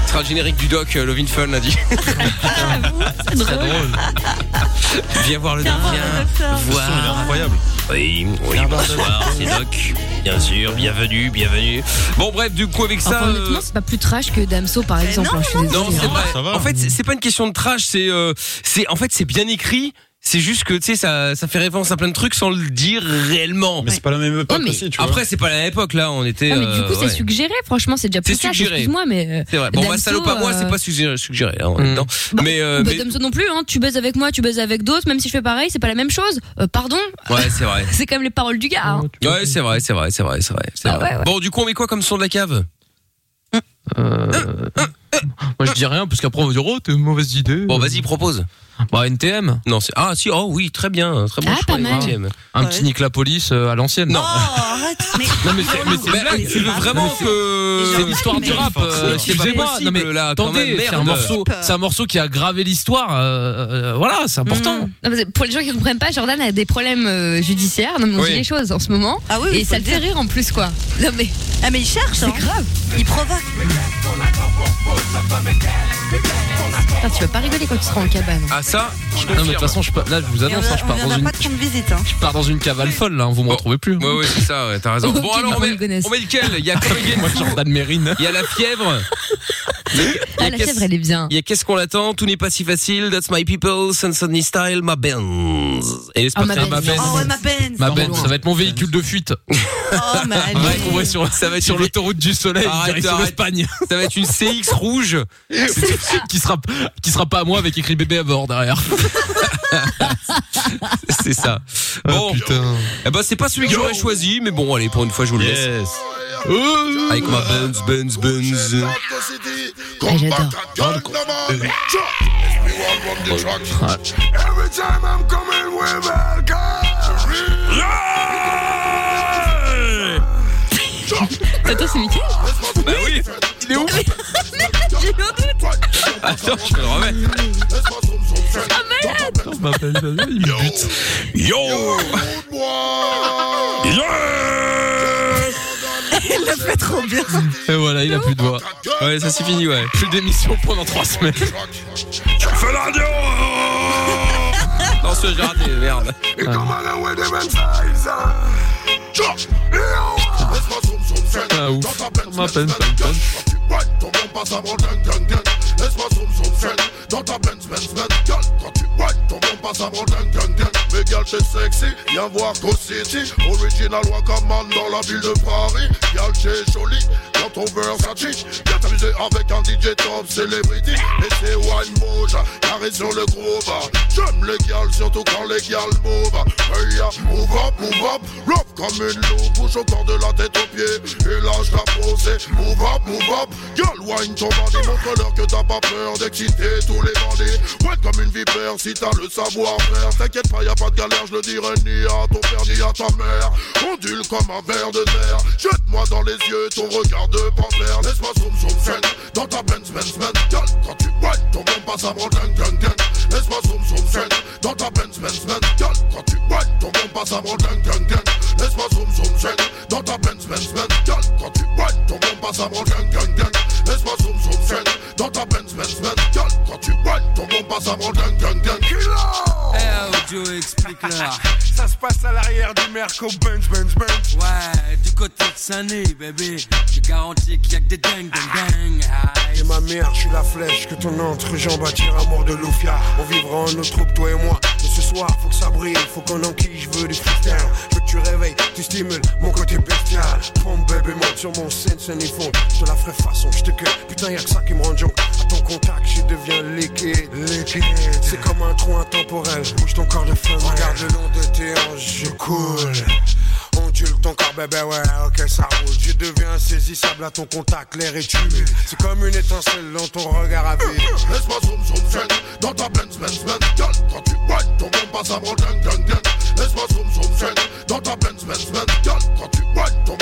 B: Ce sera le générique du doc euh, Lovin Fun lundi.
R: C'est
B: Très Ah, drôle. Viens voir le doc.
R: docteur.
B: Voir. incroyable. Oui, oui,
R: Viens voir le
B: bonsoir,
R: docteur.
B: c'est Doc. Bien sûr, bienvenue, bienvenue. Bon, bref, du coup, avec ça.
C: Enfin,
B: euh,
C: honnêtement, c'est pas plus trash que Damso, par exemple. hein, je suis désolée,
B: Non, c'est
C: hein.
B: pas. En fait, c'est c'est pas une question de trash. C'est, euh, c'est, en fait, c'est bien écrit. C'est juste que tu sais, ça, ça fait référence à plein de trucs sans le dire réellement. Oh, Mais c'est pas la même époque aussi. Tu Après, c'est pas la même époque là. On était.
C: Ah, mais du
B: euh,
C: coup,
B: ouais.
C: c'est suggéré, franchement, c'est déjà plus trash,
B: suggéré.
C: excuse-moi, mais. euh,
B: C'est vrai. Bon, bah,
C: Damso,
B: salope à moi,
C: euh,
B: c'est pas suggéré. suggéré hein, on est dedans. Mais, euh,
C: Bah,
B: mais-
C: Damso non plus, hein. tu baises avec moi, tu baises avec d'autres, même si je fais pareil, c'est pas la même chose. Euh, pardon
B: Ouais, c'est vrai.
C: C'est quand même les paroles du gars. hein.
B: Ouais, c'est vrai, c'est vrai, c'est vrai, c'est vrai. c'est
E: Ah
B: vrai. Bon, du coup, on met quoi comme son de la cave
E: Euh, Moi je dis rien parce qu'après on va dire oh t'es une mauvaise idée.
B: Bon vas-y propose.
E: Bah NTM.
B: Non c'est ah si oh oui très bien très bon
E: Ah,
B: choix, NTM.
E: Un
B: Ouais.
E: petit Nick la police euh, à l'ancienne.
B: Oh,
E: Non.
F: arrête. Mais,
E: non
B: Eh ben,
E: mais c'est mais c'est
B: Mais là,
E: blague.
B: tu veux vraiment
E: Non, mais
B: que-
E: c'est- c'est l'histoire du rap euh,
B: C'est pas
E: excusez-moi non
B: possible,
E: mais
B: là, quand même,
E: attendez c'est un
B: merde.
E: morceau c'est un morceau qui a gravé l'histoire euh, euh, voilà c'est important.
C: Non, parce que pour les gens qui comprennent pas, Jordan a des problèmes euh, judiciaires. Non, mais on
E: Oui.
C: dit les choses en ce moment.
F: Ah oui, oui,
C: et
F: faut
C: ça
F: le
C: le fait
F: dire.
C: rire en plus, quoi. Non, mais.
F: Ah, mais il cherche, C'est grave. Il provoque.
C: Putain, tu vas pas rigoler quand tu seras en cabane.
B: Ah ça
E: Non mais de toute façon je pars- là je vous annonce hein, je pars dans une
F: te rendre visite. Hein.
E: je pars dans une cavale folle là, hein, vous m'en retrouvez plus.
B: Oh. Ouais ouais c'est ça ouais, t'as raison. Bon alors on met, on met lequel Il y a Comédien Moi
E: Jordan Mérine.
B: Il y a la fièvre. Il y a- il y a
C: Ah, la
B: qu'est-ce-
C: chèvre, elle est bien.
B: Il y a qu'est-ce qu'on l'attend Tout n'est pas si facile. That's my people, Sunny style, my Benz. Et c'est
F: Oh,
B: parti.
F: ma Benz. Oh, ouais, ma Benz. Oh,
E: Ma
F: Non,
E: Benz,
F: loin.
E: ça va être mon véhicule de fuite. Ouais, qu'on voit sur,
B: ça va être
E: sur l'autoroute du soleil,
B: Arrête,
E: direction
B: arrête.
E: l'Espagne.
B: Ça va être une CX rouge
E: qui sera qui sera pas à moi avec écrit bébé à bord derrière.
B: C'est ça.
E: Ah,
B: Bon. Eh ben, c'est pas celui que j'aurais choisi, mais bon, allez, pour une fois, je vous le laisse. Avec ma Benz, Benz, Benz.
H: Every time I'm coming with
C: Attends, c'est Mickaël
B: Bah oui, il est où
H: Ah,
C: J'ai eu un doute.
B: Attends, je vais le remettre. Yo
F: Il le fait trop bien.
E: Et voilà, il a plus de voix.
B: Ouais, ça c'est fini, ouais.
E: Plus d'émission pendant 3 semaines.
H: Fais la radio
B: Non, ce j'ai raté, merde.
H: Ah ouf. Ma peine, peine, peine. Mes gars, c'est sexy, y'a voir qu'au City Original Wakaman dans la ville de Paris Y'a le chez joli, quand on veut ça chiche Viens t'amuser avec un DJ top celebrity Et c'est Wine Moja, carré sur le groove J'aime les gars, surtout quand les gars move Hey ya, move up, move up, rap comme une loupe Bouge au corps de la tête aux pieds, et lâche la posée Move up, move up, girl, wine ton bandit Montre-leur que t'as pas peur d'exciter tous les bandits Ouais comme une vipère, si t'as le savoir-faire T'inquiète pas, y'a pas de galère, je le dirai ni à ton père ni à ta mère Ondule comme un verre de terre Jette-moi dans les yeux ton regard de panthère Laisse-moi zoom zoom fen Dans ta Benz Benz Benz Gueule, Quand tu whines ton bon passe avant gang gang gang Laisse-moi zoom zoom fen Dans ta Benz Benz Benz Gueule, Quand tu whines ton bon passe avant gang gang gang Laisse-moi zoom zoom fen Dans ta Benz Benz Benz Gueule, Quand tu whines ton bon passe avant gang gang gang Laisse-moi zoom zoom fen Dans ta Benz Benz Benz Gueule, Quand tu whines ton bon passe avant gang gang gang Killer
R: audio, explique-leur.
H: Ça se passe à l'arrière du Merco Benz Benz Benz
R: Ouais, du côté de Sunny, bébé, je garantis qu'il y a que des dingues, dingues, dingues.
H: Et ma mère, je suis la flèche que ton entre-jambe attire à mort de Lufia. On vivra en nos troupes, toi et moi. Mais ce soir, faut que ça brille, faut qu'on enquille, je veux du freestyle. Je veux que tu réveilles, tu stimules mon côté bestial. Prends bébé, monte sur mon scène, ça n'y fond. Je te la ferai façon, je te cueille. Putain, y'a que ça qui me rend jonc. À ton contact, je deviens liquide. Liquide, c'est comme un trou intemporel. Bouge ton corps de flamme. Regarde le long de tes hanches, je coule. Ondule ton corps, bébé, ouais, ok, ça roule. Je deviens saisissable à ton contact, l'air est tué. C'est comme une étincelle dans ton regard à vide. Laisse-moi zoom zoom zen, dans ta benz benz benz gueule. Quand tu whines, ton bon passe avant gang gang gang. Laisse-moi zoom zoom zen, dans ta benz benz benz gueule.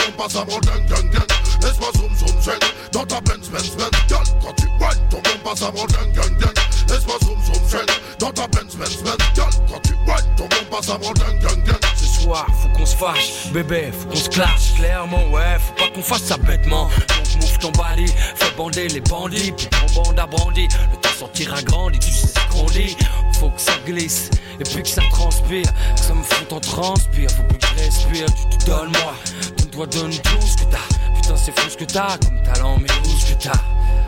H: gang, gang, gang. Laisse-moi zoom, zoom, shake. Dans ta Benz, Benz, Benz. Gal, quand tu whines, ton bon passe avant, gang, gang, gang.
R: Ce soir, faut qu'on se fâche, bébé, faut qu'on se clash, clairement, ouais, faut pas qu'on fasse ça bêtement. Donc move ton body, fais bander les bandits, puis ton bande à bandits, le temps sortira grandi, tu sais ce qu'on dit. Faut que ça glisse, et puis que ça transpire, que ça me foute en transpire, faut plus que je respire, tu te donnes moi, donne-toi, donne tout ce que t'as, putain c'est fou ce que t'as, comme talent, mais où ce que t'as.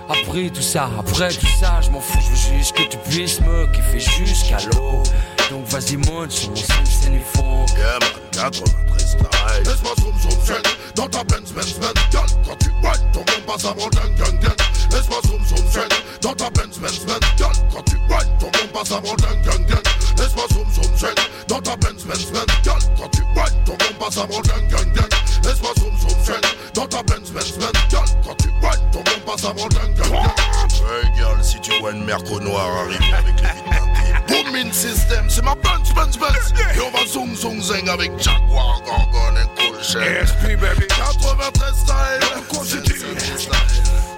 R: Après tout ça, après tout ça, je m'en fous, je veux juste que tu puisses me kiffer jusqu'à l'eau. Donc vas-y monte sur mon sim, c'est du fond.
H: Yeah, man, 93 style. Laisse-moi zoom, zoom, shake. Dans ta Benz, Benz, Benz. Gal, quand tu whines, ton bon passe avant, gang, gang, gang. Laisse-moi zoom, zoom, shake. Dans ta Benz, Benz, Benz. Gal, quand tu whines, ton bon passe avant, gang, gang, gang. Laisse-moi zoom, zoom, shake. Dans ta Benz, Benz, Benz. Gal, quand tu whines, ton bon passe avant, gang, gang, gang. Laisse-moi zoom, zoom, shake. Dans ta Benz, Benz, Benz. Gal, quand tu whines, ton bon passe avant, gang, gang, gang. Hey, gal, si tu whines, merco noir arrive avec les vides Booming system, c'est ma Benz, Benz, Benz. Et on va zoom, zoom, zing avec Jaguar, Gorgon et Cool Shell. ESP, baby. 93 style. Quantity.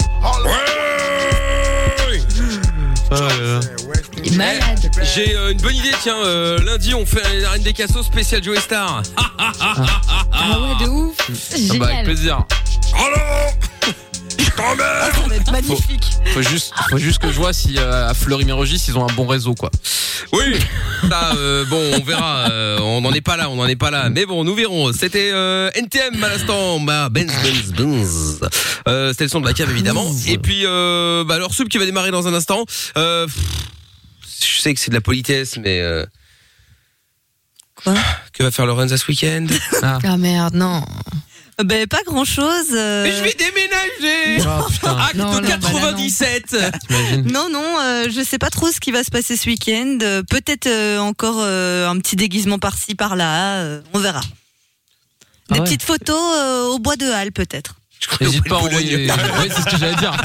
C: Il est malade.
B: J'ai euh, une bonne idée, tiens. euh, lundi, on fait un RND Casso spécial Joe Star. Ah, ah, ah, ah, ah, ah.
C: Ah ouais, de ouf.
B: Ah bah, avec
C: Génial.
B: plaisir.
C: Ah,
F: Ça va être magnifique.
E: Faut juste, faut juste que je vois si euh, à Fleury-Mérogis ils ont un bon réseau quoi.
B: Oui. Ça, euh, bon, on verra. euh, on n'en est pas là, on n'en est pas là. Mais bon, nous verrons. C'était euh, NTM à l'instant. Bah, benz, benz, benz. Euh, C'était le son de la cave, évidemment. Et puis, euh, bah, leur sub qui va démarrer dans un instant. Euh, pff, je sais que c'est de la politesse, mais... euh, Que va faire Lorenza ce week-end
C: Ah, merde, non.
F: Ben, pas euh. grand chose.
B: Mais je vais déménager
E: Ah, Oh,
B: Acte
C: bah,
B: 97
F: Non, non, euh, je sais pas trop ce qui va se passer ce week-end. Euh, Peut-être euh, encore euh, un petit déguisement par-ci, par-là. euh, on verra.
E: Ah
F: Des petites photos euh, au bois de Halle, peut-être.
E: N'hésite pas à envoyer. Oui, c'est ce que j'allais dire.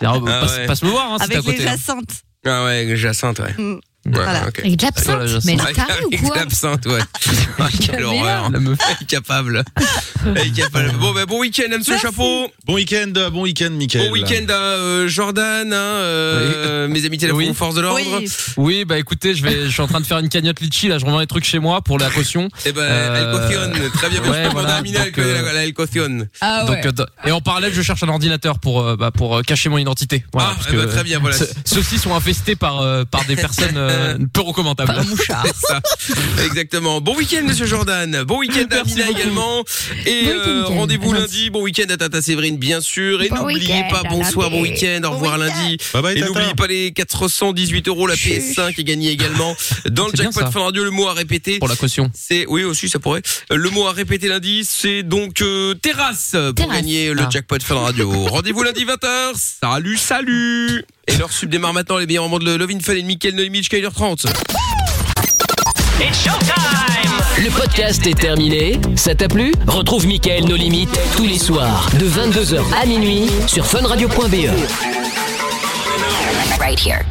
E: Alors,
B: Ah
E: passe,
B: ouais.
E: passe me voir hein, si t'es à
F: Avec les
E: côté. hein.
F: jacentes.
B: Ah ouais, avec Jacinthe, ouais.
F: Mm.
B: Ouais,
F: Voilà.
B: ok.
F: Avec de l'absinthe,
B: Voilà, Jacinthe.
F: mais elle est tarée ou
B: Avec
F: quoi
B: de l'absinthe, ouais. Ah, Quelle horreur. La meuf est incapable. incapable. Bon, ben, bon week-end, M. Chapeau.
D: Bon week-end, euh, bon week-end, Mickaël.
B: Bon week-end à euh, Jordan, hein, euh, mes amis téléphones aux forces de l'ordre.
E: Oui, bah écoutez, je vais, je suis en train de faire une cagnotte litchi là. Je revends les trucs chez moi pour la caution. Euh,
B: Eh ben, El Cocion, très bien,
E: ouais,
B: je
E: voilà,
B: Minel
E: donc,
B: que
E: euh,
B: la, la El Cocion.
E: Ah ouais. et en parallèle, je cherche un ordinateur pour euh, bah, pour euh, cacher mon identité. Voilà, parce
B: eh ben,
E: que
B: très bien, voilà.
E: ce- Ceux-ci sont infestés par euh, par des personnes euh, peu recommandables.
B: C'est ça. Exactement. Bon week-end, monsieur Jordan. Bon week-end, à Amina également. Et euh, rendez-vous lundi. Bon week-end à Tata Séverine, bien sûr. Et
E: Bon
B: n'oubliez
E: week-end
B: pas,
E: à
B: bonsoir,
E: lundi.
B: bon week-end. Au
E: Bon
B: revoir
E: week-end.
B: lundi.
D: Bye bye,
B: et
D: Tata.
B: n'oubliez pas les 418 euros, la PS5 est gagnée également. Dans le
E: C'est bien,
B: jackpot
E: ça.
B: Fun Radio, le mot à répéter. Pour
E: la caution.
B: C'est, oui, aussi, ça pourrait. Euh, Le mot à répéter lundi, c'est donc euh, terrasse pour gagner
E: Ah.
B: le jackpot Fun Radio. rendez-vous lundi 20h. Salut, salut. Et leur sub démarre maintenant les meilleurs moments de Love in Fun et de Mickaël Nolimit jusqu'à 1h30.
A: Le podcast est terminé. Ça t'a plu Retrouve Mickaël Nos Limites tous les soirs de E. 22h à minuit sur funradio.be.
S: Right here.